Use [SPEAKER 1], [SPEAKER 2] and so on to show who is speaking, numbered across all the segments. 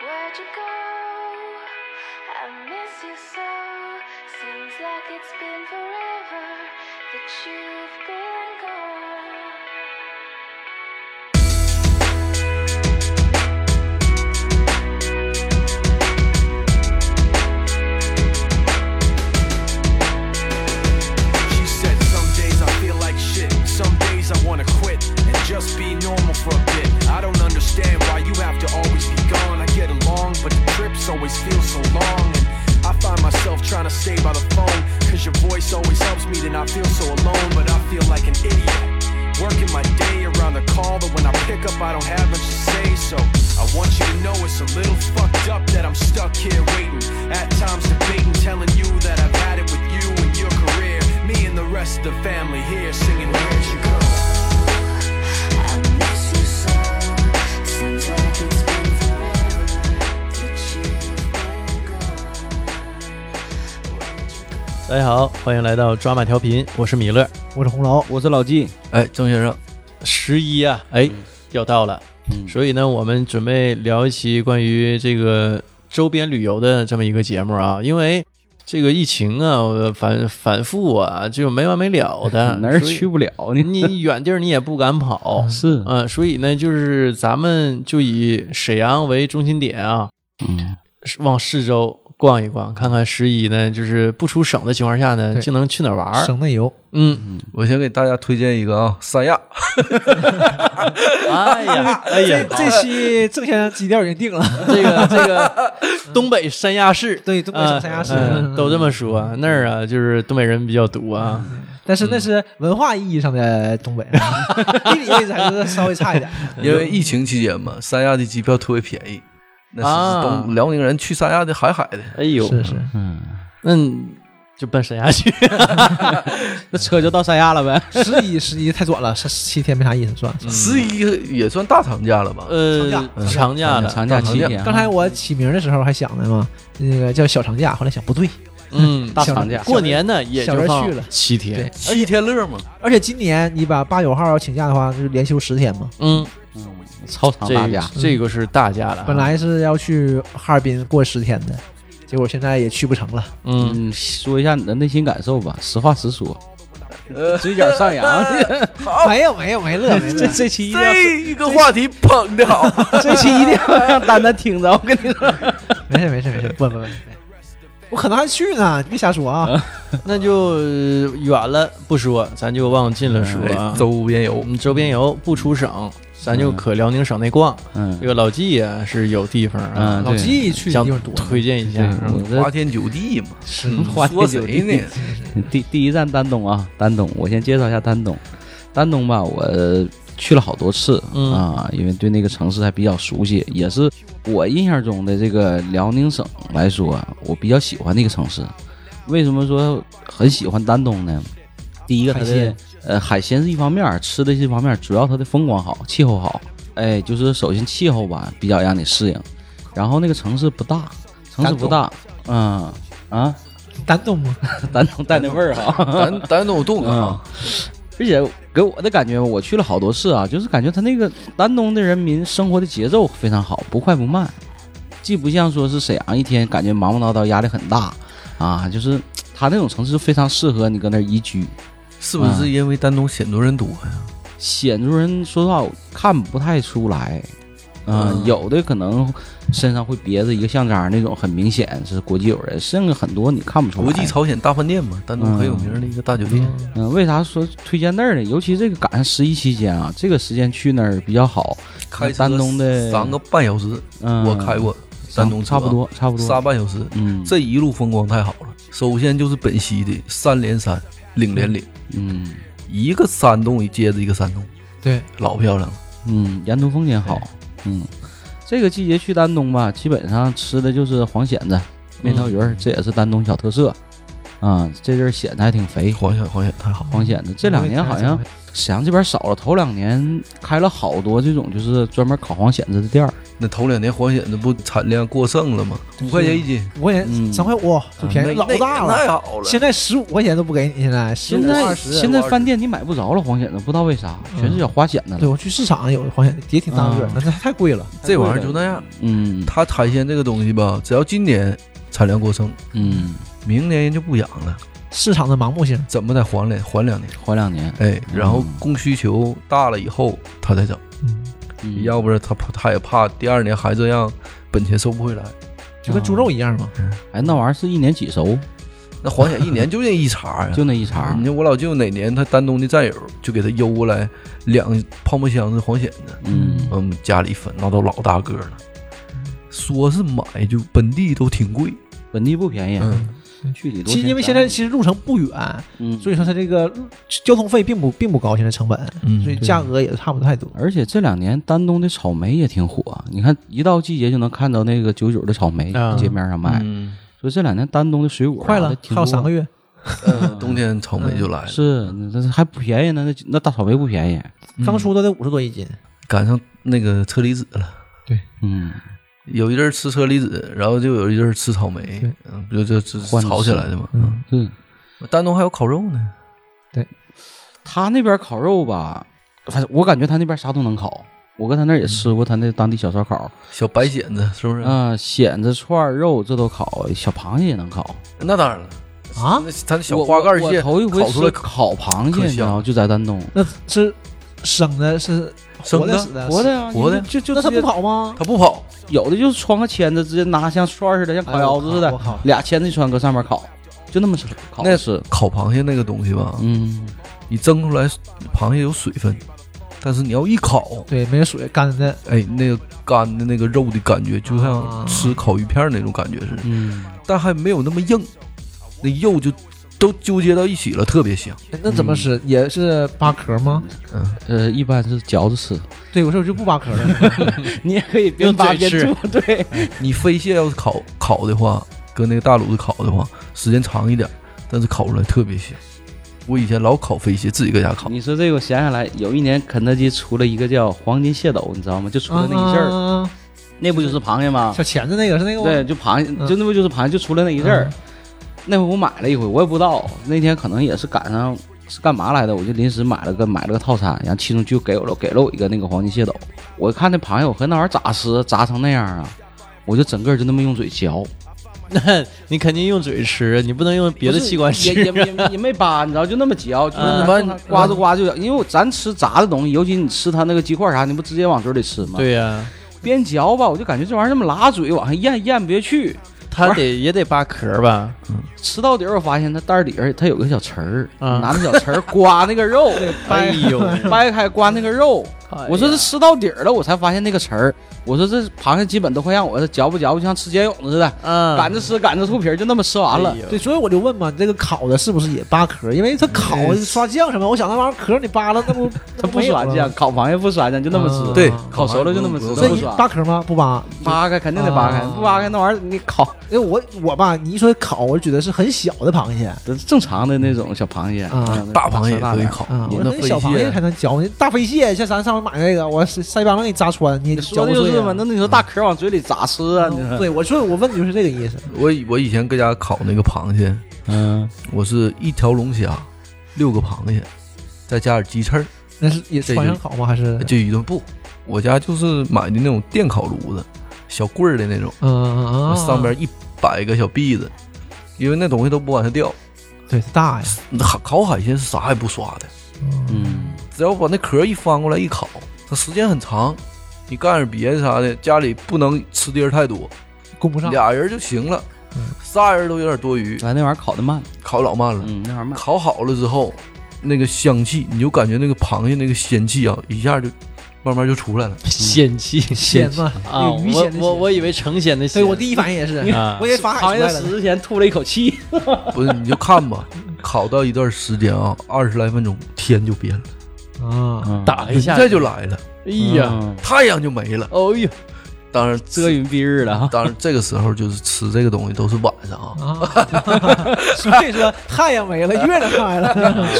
[SPEAKER 1] how'd you go? I miss you so. Seems like it's been forever that you've been gone.
[SPEAKER 2] She said, Some days I feel like shit. Some days I wanna quit and just be normal for a bit. I don't understand why you have to always be gone. I get along, but the trips always feel so long. And I find myself trying to stay by the phone. Cause your voice always helps me to not feel so alone, but I feel like an idiot. Working my day around the call, but when I pick up, I don't have much to say. So I want you to know it's a little fucked up that I'm stuck here waiting. At times debating, telling you that I've had it with you and your career. Me and the rest of the family here singing, Where'd you go?
[SPEAKER 1] I miss you so. Seems like it's been forever that you've been gone.
[SPEAKER 3] 大家好，欢迎来到抓马调频，我是米勒。
[SPEAKER 4] 我是红楼，
[SPEAKER 5] 我是老纪，
[SPEAKER 6] 哎，郑先生，
[SPEAKER 3] 十一啊，哎，要到了，所以呢，我们准备聊一期关于这个周边旅游的这么一个节目啊，因为这个疫情啊，我反反复啊，就没完没了的，
[SPEAKER 5] 哪儿
[SPEAKER 3] 所以
[SPEAKER 5] 去不了呢？
[SPEAKER 3] 你远地儿你也不敢跑，
[SPEAKER 5] 是
[SPEAKER 3] 嗯，所以呢，就是咱们就以沈阳为中心点啊，
[SPEAKER 6] 嗯，
[SPEAKER 3] 往四周逛一逛，看看十一呢，就是不出省的情况下呢，
[SPEAKER 4] 对
[SPEAKER 3] 竟能去哪儿玩儿？
[SPEAKER 4] 省内 游，
[SPEAKER 3] 嗯，
[SPEAKER 6] 我先给大家推荐一个啊，三亚，
[SPEAKER 3] 哎呀， 哎呀，
[SPEAKER 4] 这期郑先生基调已经定了，
[SPEAKER 3] 这个这个东北三亚市，
[SPEAKER 4] 对东北省三亚市
[SPEAKER 3] 嗯嗯都这么说啊。那儿啊，就是东北人比较多啊。
[SPEAKER 4] 但是
[SPEAKER 6] 嗯
[SPEAKER 4] 那是文化意义上的东北， 地理位置还是稍微差一点。
[SPEAKER 5] 哎
[SPEAKER 6] 因为疫情期间嘛，三亚的机票特别便宜，那
[SPEAKER 3] 啊
[SPEAKER 6] 是东辽宁人去三亚的海海的，
[SPEAKER 3] 哎呦，
[SPEAKER 4] 是是，
[SPEAKER 3] 那你就奔三亚去。
[SPEAKER 5] 那车就到三亚了呗。
[SPEAKER 4] 十一十一太短了，是七天没啥意思，算了。
[SPEAKER 5] 嗯
[SPEAKER 6] 十一也算大长假了吧？
[SPEAKER 3] 呃，长假了，
[SPEAKER 5] 长假七天，
[SPEAKER 4] 刚才我起名的时候还想呢嘛，那个叫小长假，后来想不对，
[SPEAKER 3] 嗯，
[SPEAKER 5] 大长假，
[SPEAKER 3] 过年呢也
[SPEAKER 4] 小
[SPEAKER 3] 就
[SPEAKER 4] 人
[SPEAKER 3] 放
[SPEAKER 4] 去了
[SPEAKER 3] 七天
[SPEAKER 4] 对。
[SPEAKER 6] 七天乐嘛，
[SPEAKER 4] 而且今年你把八九号请假的话，就是连休十天嘛。
[SPEAKER 3] 嗯，
[SPEAKER 5] 超长大
[SPEAKER 3] 这
[SPEAKER 5] 假，
[SPEAKER 3] 这个是大假了啊。
[SPEAKER 4] 本来是要去哈尔滨过十天的，结果现在也去不成了。
[SPEAKER 3] 嗯，
[SPEAKER 5] 嗯，说一下你的内心感受吧，实话实说，嘴角上扬。
[SPEAKER 4] 没有没有没乐没乐，
[SPEAKER 5] 哦这这期一定要，
[SPEAKER 6] 这一个话题捧的好，
[SPEAKER 5] 这期一定要让丹丹听着，我跟你说。
[SPEAKER 4] 没事没事没事，不不不，不我可能还去呢，你别瞎说啊。
[SPEAKER 3] 那就呃远了不说，咱就往近了说啊
[SPEAKER 6] 哎。 周边游
[SPEAKER 3] 我，们周边游不出省，咱就可辽宁省内逛。
[SPEAKER 5] 嗯
[SPEAKER 3] 这个老纪啊是有地方啊
[SPEAKER 5] 嗯，
[SPEAKER 4] 老
[SPEAKER 5] 对
[SPEAKER 4] 纪去的
[SPEAKER 3] 想
[SPEAKER 4] 地方多，
[SPEAKER 3] 推荐一下。嗯
[SPEAKER 6] 花
[SPEAKER 5] 哎我
[SPEAKER 6] 天酒地嘛，嗯
[SPEAKER 5] 这花
[SPEAKER 6] 说谁呢？
[SPEAKER 5] 第第一站丹东啊，丹东，我先介绍一下丹东。丹东吧，我去了好多次、
[SPEAKER 3] 嗯
[SPEAKER 5] 啊，因为对那个城市还比较熟悉，也是我印象中的这个辽宁省来说啊，我比较喜欢的一个城市。为什么说很喜欢丹东呢？第一个，它
[SPEAKER 4] 海
[SPEAKER 5] 的
[SPEAKER 4] 鲜
[SPEAKER 5] 呃海鲜是一方面儿，吃的是一方面儿，主要它的风光好，气候好。哎，就是首先气候吧，比较让你适应。然后那个城市不大，城市不大，嗯啊，
[SPEAKER 4] 丹东嘛，
[SPEAKER 5] 丹东带那味儿哈、
[SPEAKER 6] 咱咱都有动啊，
[SPEAKER 5] 嗯而且给我的感觉，我去了好多次啊，就是感觉他那个丹东的人民生活的节奏非常好，不快不慢，既不像说是沈阳一天感觉忙忙叨叨、压力很大啊， 就是他那种城市就非常适合你搁那儿宜居。
[SPEAKER 6] 是不是因为丹东显族人啊多
[SPEAKER 5] 嗯
[SPEAKER 6] 呀？
[SPEAKER 5] 显族人说实话我看不太出来，啊、
[SPEAKER 3] 嗯
[SPEAKER 5] 有的可能身上会别着一个项章那种，很明显是国际友人，甚至很多你看不出来。
[SPEAKER 6] 国际朝鲜大饭店嘛，丹东很有名的一个大酒店，
[SPEAKER 5] 嗯，为啥说推荐那儿呢？尤其这个赶上十一期间啊，这个时间去那儿比较好。
[SPEAKER 6] 开车
[SPEAKER 5] 丹东的
[SPEAKER 6] 三个半小时，
[SPEAKER 5] 嗯，
[SPEAKER 6] 我开过丹东车
[SPEAKER 5] 差
[SPEAKER 6] 啊
[SPEAKER 5] 不多，差不多。
[SPEAKER 6] 仨半小时，
[SPEAKER 5] 嗯，
[SPEAKER 6] 这一路风光太好了。首先就是本溪的三连山，岭连岭，
[SPEAKER 5] 嗯
[SPEAKER 6] 一个山洞接着一个山洞，
[SPEAKER 4] 对，
[SPEAKER 6] 老漂亮了。
[SPEAKER 5] 嗯，沿途风景好。嗯，这个季节去丹东吧，基本上吃的就是黄蚬子、
[SPEAKER 6] 嗯
[SPEAKER 5] 面条鱼儿，这也是丹东小特色。啊，这阵儿蚬子还挺肥，
[SPEAKER 6] 黄县黄县太好了，
[SPEAKER 5] 黄蚬子这两年好像沈阳这边少了，头两年开了好多这种就是专门烤黄蚬子的店儿。
[SPEAKER 6] 那头两年黄蚬那不产量过剩了吗？五块钱一斤，
[SPEAKER 4] 五块钱
[SPEAKER 5] 嗯
[SPEAKER 4] 三块五，就便宜
[SPEAKER 6] 那
[SPEAKER 4] 老大
[SPEAKER 6] 那太
[SPEAKER 4] 了。
[SPEAKER 6] 好了。
[SPEAKER 4] 现在十五块钱都不给你，现在十
[SPEAKER 5] 现
[SPEAKER 4] 五
[SPEAKER 5] 在
[SPEAKER 4] 二十。
[SPEAKER 5] 现在饭店你买不着了黄蚬子，不知道为啥，全是小花蚬子
[SPEAKER 4] 对
[SPEAKER 5] 了。
[SPEAKER 4] 我去市场有黄蚬也挺大个儿
[SPEAKER 5] 啊，
[SPEAKER 4] 但是太贵了。
[SPEAKER 6] 这玩意儿就那样，
[SPEAKER 5] 嗯
[SPEAKER 6] 它海鲜这个东西吧，只要今年产量过剩，
[SPEAKER 5] 嗯，
[SPEAKER 6] 明年人就不养了，
[SPEAKER 4] 市场的盲目性，
[SPEAKER 6] 怎么得缓两缓两年？
[SPEAKER 5] 缓两年，
[SPEAKER 6] 哎，然后
[SPEAKER 5] 嗯
[SPEAKER 6] 供需求大了以后，它再整。
[SPEAKER 4] 嗯，
[SPEAKER 5] 嗯
[SPEAKER 6] 要不然他怕他也怕第二年还这样，本钱收不回来。
[SPEAKER 4] 就跟猪肉一样嘛。
[SPEAKER 5] 哎那玩意儿是一年几熟，
[SPEAKER 6] 那黄蚬一年就那一茬啊呀、
[SPEAKER 5] 就那一茬儿
[SPEAKER 6] 你。看我老舅哪嗯年他丹东的战友就给他邮过来两泡沫箱子黄蚬子，
[SPEAKER 5] 嗯
[SPEAKER 6] 嗯，家里分那都老大个了，说是买就本地都挺贵，
[SPEAKER 5] 本地不便宜，
[SPEAKER 6] 嗯，
[SPEAKER 5] 去里多
[SPEAKER 4] 其实因为现在其实路程不远，
[SPEAKER 5] 嗯，
[SPEAKER 4] 所以说它这个交通费并不并不高，现在成本，
[SPEAKER 6] 嗯
[SPEAKER 4] 所以价格也差不太多。
[SPEAKER 5] 而且这两年丹东的草莓也挺火，你看一到季节就能看到那个九九的草莓
[SPEAKER 3] 啊
[SPEAKER 5] 街面上卖。
[SPEAKER 6] 嗯，
[SPEAKER 5] 所以这两年丹东的水果啊
[SPEAKER 4] 快了，还有三个，月，嗯
[SPEAKER 6] 冬天草莓就来
[SPEAKER 5] 还
[SPEAKER 6] 了，
[SPEAKER 5] 挺多的嗯是那那还不便宜呢，那那大草莓不便宜。
[SPEAKER 4] 刚出都得五十多一斤，
[SPEAKER 6] 赶上那个车厘子了。
[SPEAKER 5] 嗯，
[SPEAKER 6] 有一阵儿吃车厘子，然后就有一阵儿吃草莓，嗯，不就这这
[SPEAKER 5] 换着
[SPEAKER 6] 吵起
[SPEAKER 5] 吃
[SPEAKER 6] 来的嘛。
[SPEAKER 4] 嗯，
[SPEAKER 5] 对，
[SPEAKER 6] 丹东还有烤肉呢，
[SPEAKER 5] 他那边烤肉吧，反正我感觉他那边啥都能烤。我跟他那儿也吃过他那当地小烧烤，
[SPEAKER 6] 小白蚬子是不
[SPEAKER 4] 嗯
[SPEAKER 6] 是？
[SPEAKER 5] 啊、蚬子、串儿肉这都烤，小螃蟹也能烤。
[SPEAKER 6] 那当然了
[SPEAKER 4] 啊，
[SPEAKER 6] 那他那小
[SPEAKER 5] 我
[SPEAKER 6] 花盖
[SPEAKER 5] 我
[SPEAKER 6] 蟹
[SPEAKER 5] 我头一回
[SPEAKER 6] 烤出来
[SPEAKER 5] 吃烤螃蟹，
[SPEAKER 6] 可
[SPEAKER 5] 你知道
[SPEAKER 6] 香
[SPEAKER 5] 吗就在丹东，
[SPEAKER 4] 那是生的，是
[SPEAKER 6] 生
[SPEAKER 4] 活的
[SPEAKER 6] 的
[SPEAKER 4] 死的，
[SPEAKER 5] 活的呀，
[SPEAKER 6] 活的
[SPEAKER 5] 你就就
[SPEAKER 4] 那它
[SPEAKER 5] 直接
[SPEAKER 4] 不跑吗？
[SPEAKER 6] 他不跑，
[SPEAKER 5] 有的就穿个签子，直接拿像串儿似的，像烤腰子
[SPEAKER 4] 哎
[SPEAKER 5] 似
[SPEAKER 4] 我
[SPEAKER 5] 的
[SPEAKER 4] 靠我靠，
[SPEAKER 5] 俩签子一穿搁上面烤，就那么吃烤。
[SPEAKER 6] 那
[SPEAKER 5] 是，
[SPEAKER 6] 烤螃蟹那个东西吧，
[SPEAKER 5] 嗯，
[SPEAKER 6] 你蒸出来螃蟹有水分，但是你要一烤，
[SPEAKER 4] 对，没有水干的，
[SPEAKER 6] 哎，那个干的那个肉的感觉，就像吃烤鱼片儿那种感觉似的，
[SPEAKER 5] 嗯，
[SPEAKER 6] 但还没有那么硬，那肉就都纠结到一起了，特别香。
[SPEAKER 4] 哎那
[SPEAKER 5] 嗯
[SPEAKER 4] 怎么吃？也是扒壳吗？
[SPEAKER 5] 呃，一般是嚼着吃，
[SPEAKER 4] 对，我说我就不扒壳了，
[SPEAKER 5] 你也可以边扒边住，对，
[SPEAKER 6] 你飞蟹要是烤烤的话，搁那个大炉子烤的话，时间长一点，但是烤出来特别香。我以前老烤飞蟹，自己搁家烤，
[SPEAKER 5] 你说这个，我想起来，有一年肯德基出了一个叫黄金蟹斗，你知道吗？就出了那一阵儿，
[SPEAKER 4] 啊
[SPEAKER 5] 那不就是螃蟹吗
[SPEAKER 4] 小？钳子那个是那个吗？
[SPEAKER 5] 对，就螃蟹，
[SPEAKER 3] 嗯
[SPEAKER 5] 就那不就是螃蟹，就出了那一阵儿
[SPEAKER 4] 嗯。
[SPEAKER 5] 那回我买了一回，我也不知道，那天可能也是赶上是干嘛来的，我就临时买了个买了个套餐，然后其中就给我了给了我一个那个黄金蟹斗。我看那螃蟹，我和那玩意儿咋吃，炸成那样啊！我就整个就那么用嘴嚼，
[SPEAKER 3] 那你肯定用嘴吃，你不能用别的
[SPEAKER 5] 不是
[SPEAKER 3] 器官
[SPEAKER 5] 也也
[SPEAKER 3] 吃。
[SPEAKER 5] 也也没扒，你知道，就那么嚼，就是
[SPEAKER 3] 嗯
[SPEAKER 5] 完呱着呱就咬。因为我咱吃炸的东西，尤其你吃它那个鸡块啥，你不直接往嘴里吃吗？，
[SPEAKER 3] 对呀、
[SPEAKER 5] 边嚼吧，我就感觉这玩意儿那么拉嘴，往上咽咽不下去，
[SPEAKER 3] 他得也得扒壳吧？
[SPEAKER 5] 吃到底儿，我发现它袋儿底儿它有个小匙儿，
[SPEAKER 3] 啊
[SPEAKER 5] 拿那小匙儿刮那个肉，
[SPEAKER 3] 哎呦，
[SPEAKER 5] 掰开刮那个肉。
[SPEAKER 3] 哎呀
[SPEAKER 5] 我说这吃到底儿了，我才发现那个匙儿。我说这螃蟹基本都快让我嚼不嚼，就像吃茧蛹似的，
[SPEAKER 3] 嗯，
[SPEAKER 5] 赶着吃，赶着吐皮儿，就那么吃完了。
[SPEAKER 3] 哎呦
[SPEAKER 4] 对，所以我就问嘛，这个烤的是不是也扒壳？因为它烤刷酱什么，我想那玩意儿壳你扒了，那不
[SPEAKER 5] 哎它不
[SPEAKER 4] 没有
[SPEAKER 5] 酸
[SPEAKER 4] 了
[SPEAKER 3] 啊
[SPEAKER 5] 酱，烤螃蟹不酸酱，就那么
[SPEAKER 3] 嗯
[SPEAKER 5] 吃。
[SPEAKER 4] 啊
[SPEAKER 6] 对
[SPEAKER 5] 烤熟了就那么吃，
[SPEAKER 6] 烤
[SPEAKER 5] 都
[SPEAKER 4] 所以
[SPEAKER 5] 不
[SPEAKER 4] 你
[SPEAKER 5] 酸。
[SPEAKER 4] 扒壳吗？不扒。
[SPEAKER 5] 扒开肯定得扒开，
[SPEAKER 4] 啊
[SPEAKER 5] 不扒开那玩意儿你烤
[SPEAKER 4] 因为我我吧，你一说烤，我就觉得是很小的螃蟹
[SPEAKER 5] 都是正常的那种小螃蟹
[SPEAKER 4] 啊
[SPEAKER 6] 大螃蟹也
[SPEAKER 5] 大
[SPEAKER 6] 可以
[SPEAKER 5] 点儿
[SPEAKER 6] 烤。
[SPEAKER 4] 啊，我
[SPEAKER 6] 那
[SPEAKER 4] 说
[SPEAKER 6] 飞
[SPEAKER 4] 那小螃蟹
[SPEAKER 6] 蟹
[SPEAKER 4] 才能嚼，那大飞蟹像咱上回买那个，我是腮帮子给你扎穿，你
[SPEAKER 5] 你说
[SPEAKER 4] 嚼
[SPEAKER 5] 的
[SPEAKER 4] 不
[SPEAKER 5] 就是
[SPEAKER 4] 碎
[SPEAKER 5] 嘛，
[SPEAKER 4] 啊。
[SPEAKER 5] 那你说大壳往嘴里咋吃啊？你说
[SPEAKER 4] 对，我说我问你就是这个意思。
[SPEAKER 6] 我以我以前搁家烤那个螃蟹，
[SPEAKER 5] 嗯，
[SPEAKER 6] 我是一条龙虾，六个螃蟹，再加点鸡翅儿，
[SPEAKER 4] 那是也
[SPEAKER 6] 这
[SPEAKER 4] 穿
[SPEAKER 6] 就
[SPEAKER 4] 上烤吗？还是
[SPEAKER 6] 就一顿不。我家就是买的那种电烤炉子，小棍儿的那种，
[SPEAKER 4] 嗯嗯嗯，
[SPEAKER 6] 上边一摆个小篦子，因为那东西都不往下掉。
[SPEAKER 4] 对大呀，
[SPEAKER 6] 烤烤海鲜是啥也不刷的，
[SPEAKER 5] 嗯，
[SPEAKER 6] 只要把那壳一翻过来一烤，它时间很长。你干点别的啥的，家里不能吃的人太多，
[SPEAKER 4] 供不上。
[SPEAKER 6] 俩人就行了，仨人都有点多余，
[SPEAKER 5] 哎完那玩意儿烤的慢，
[SPEAKER 6] 烤老慢了。
[SPEAKER 5] 嗯，那玩意儿
[SPEAKER 3] 啊
[SPEAKER 5] 慢，
[SPEAKER 6] 烤好了之后，那个香气，你就感觉那个螃蟹那个鲜气啊，一下就慢慢就出来了。
[SPEAKER 3] 鲜气鲜
[SPEAKER 4] 鲜嘛，
[SPEAKER 3] 啊！
[SPEAKER 4] 有鱼
[SPEAKER 3] 我
[SPEAKER 4] 鲜的
[SPEAKER 3] 我
[SPEAKER 4] 鲜
[SPEAKER 3] 我以为成鲜的鲜，
[SPEAKER 4] 对我第一反应也是
[SPEAKER 3] 啊，
[SPEAKER 4] 我以为法海
[SPEAKER 5] 螃
[SPEAKER 4] 出
[SPEAKER 5] 蟹
[SPEAKER 4] 来了
[SPEAKER 5] 死之前吐了一口气，
[SPEAKER 6] 不是，你就看吧，烤到一段时间啊，二十来分钟，天就变了，
[SPEAKER 4] 啊，
[SPEAKER 3] 哎打了一
[SPEAKER 6] 云
[SPEAKER 3] 下，
[SPEAKER 6] 彩就来了，
[SPEAKER 3] 哎呀，
[SPEAKER 5] 嗯，
[SPEAKER 6] 太阳就没了，
[SPEAKER 3] 哦呦，
[SPEAKER 6] 当然
[SPEAKER 5] 遮云蔽日
[SPEAKER 3] 啊
[SPEAKER 5] 了哈。
[SPEAKER 6] 当然这个时候就是吃这个东西都是晚上啊，
[SPEAKER 4] 啊，所以说太阳没了，月亮开 了，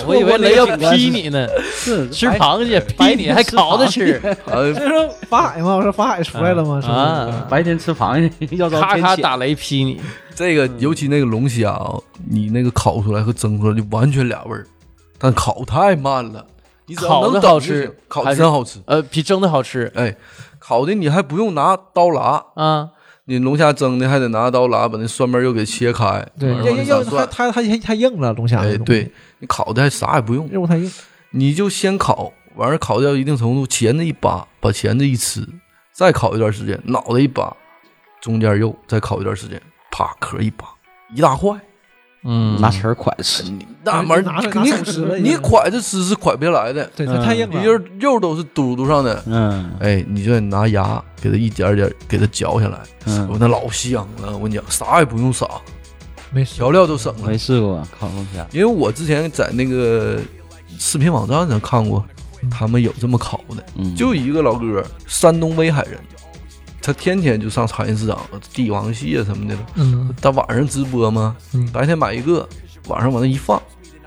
[SPEAKER 3] 我以为雷要劈你呢，
[SPEAKER 5] 是
[SPEAKER 3] 吃螃蟹
[SPEAKER 5] 白
[SPEAKER 3] 劈你还烤着吃，
[SPEAKER 6] 呃，
[SPEAKER 4] 所以说法海嘛，我说法海出来了吗？是不是
[SPEAKER 3] 啊，
[SPEAKER 5] 白天吃螃蟹， 要遭
[SPEAKER 3] 咔
[SPEAKER 5] 天
[SPEAKER 3] 咔
[SPEAKER 5] 谴
[SPEAKER 3] 打雷劈你，
[SPEAKER 6] 这个尤其那个龙虾啊，你那个烤出来和蒸出来就完全俩味儿，但烤太慢了，你只要
[SPEAKER 3] 烤
[SPEAKER 6] 能
[SPEAKER 3] 的
[SPEAKER 6] 等
[SPEAKER 3] 好
[SPEAKER 6] 就行
[SPEAKER 3] 吃，
[SPEAKER 6] 烤
[SPEAKER 3] 还
[SPEAKER 6] 的
[SPEAKER 3] 是
[SPEAKER 6] 真好吃，
[SPEAKER 3] 呃，比蒸的好吃
[SPEAKER 6] 哎，烤的你还不用拿刀拉，
[SPEAKER 3] 啊。
[SPEAKER 6] 你龙虾蒸的还得拿刀拉把那蒜瓣儿又给切开，
[SPEAKER 4] 对，
[SPEAKER 3] 啊
[SPEAKER 6] 然后
[SPEAKER 4] 要
[SPEAKER 6] 你
[SPEAKER 4] 要它
[SPEAKER 6] 撒蒜，
[SPEAKER 4] 它它太太硬了，龙虾
[SPEAKER 6] 哎，对，你烤的还啥也不用，
[SPEAKER 4] 肉太硬，
[SPEAKER 6] 你就先烤，完事儿烤到一定程度，钳子一扒，把钳子一吃，再烤一段时间，脑袋一扒，中间肉再烤一段时间，啪壳一扒，一大块，
[SPEAKER 3] 嗯，
[SPEAKER 5] 拿匙儿蒯吃，
[SPEAKER 6] 那玩意
[SPEAKER 4] 拿
[SPEAKER 6] 儿
[SPEAKER 4] 拿手吃了
[SPEAKER 6] 你你蒯着吃是蒯不下来的，
[SPEAKER 4] 对，它太硬
[SPEAKER 6] 嗯你就
[SPEAKER 4] 了，
[SPEAKER 6] 是肉都是嘟嘟上的。
[SPEAKER 5] 嗯
[SPEAKER 6] 哎，你就得拿牙给它一点儿点儿给它嚼下来，我
[SPEAKER 5] 嗯，
[SPEAKER 6] 那老香了。我跟你讲，啥也不用撒，
[SPEAKER 4] 没事
[SPEAKER 6] 调料都省了
[SPEAKER 5] 没。试过烤龙虾，
[SPEAKER 6] 因为我之前在那个视频网站上看过，他们有这么烤的，
[SPEAKER 5] 嗯，
[SPEAKER 6] 就一个老哥，山东威海人，他天天就上茶叶市场帝王蟹什么的了。
[SPEAKER 4] 嗯，
[SPEAKER 6] 他晚上直播嘛，
[SPEAKER 4] 嗯
[SPEAKER 6] 白天买一个，晚上往那一放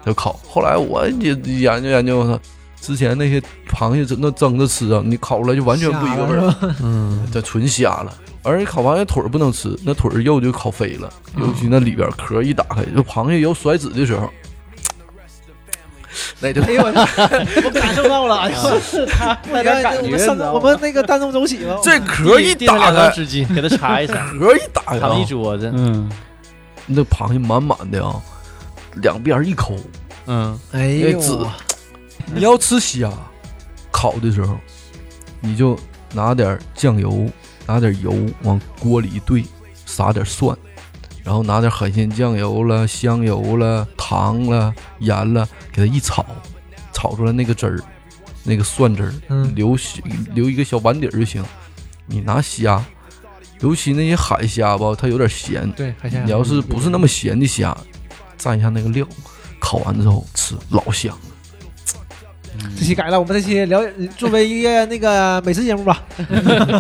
[SPEAKER 6] 就烤。后来我也研究研究，我操，之前那些螃蟹真的蒸着吃啊，你烤出来就完全不一个味
[SPEAKER 4] 瞎
[SPEAKER 6] 儿
[SPEAKER 4] 了，嗯是吧
[SPEAKER 6] 这纯瞎了。而且烤螃蟹腿儿不能吃，那腿儿肉就烤飞了，
[SPEAKER 4] 嗯
[SPEAKER 6] 尤其那里边壳一打开，就螃蟹有甩脂的时候，那就
[SPEAKER 4] 哎呦我我感受到了，哎呦，大家哎我们山东我们那个丹东走起吧，
[SPEAKER 6] 这壳一啊
[SPEAKER 3] 递上
[SPEAKER 6] 打
[SPEAKER 3] 两张
[SPEAKER 6] 开，
[SPEAKER 3] 纸巾 给他擦一擦，
[SPEAKER 6] 壳一打开啊
[SPEAKER 3] 躺一桌子，
[SPEAKER 5] 嗯，
[SPEAKER 6] 那螃蟹满满的啊，两边一抠。
[SPEAKER 3] 嗯，
[SPEAKER 4] 哎
[SPEAKER 6] 那
[SPEAKER 4] 呦，
[SPEAKER 6] 籽，你要吃虾，烤的时候，你就拿点酱油，拿点油往锅里一兑，撒点蒜，然后拿点海鲜酱油了、香油了、糖了、盐了，给它一炒，炒出来那个汁儿，那个蒜汁儿，
[SPEAKER 4] 嗯
[SPEAKER 6] 留小留一个小碗底儿就行。你拿虾，尤其那些海虾吧，它有点咸，
[SPEAKER 4] 对，海鲜
[SPEAKER 6] 你要是不是那么咸的虾，蘸一下那个料，烤完之后吃老香了。
[SPEAKER 4] 嗯这期改了，我们这期聊作为一个那个美食节目吧，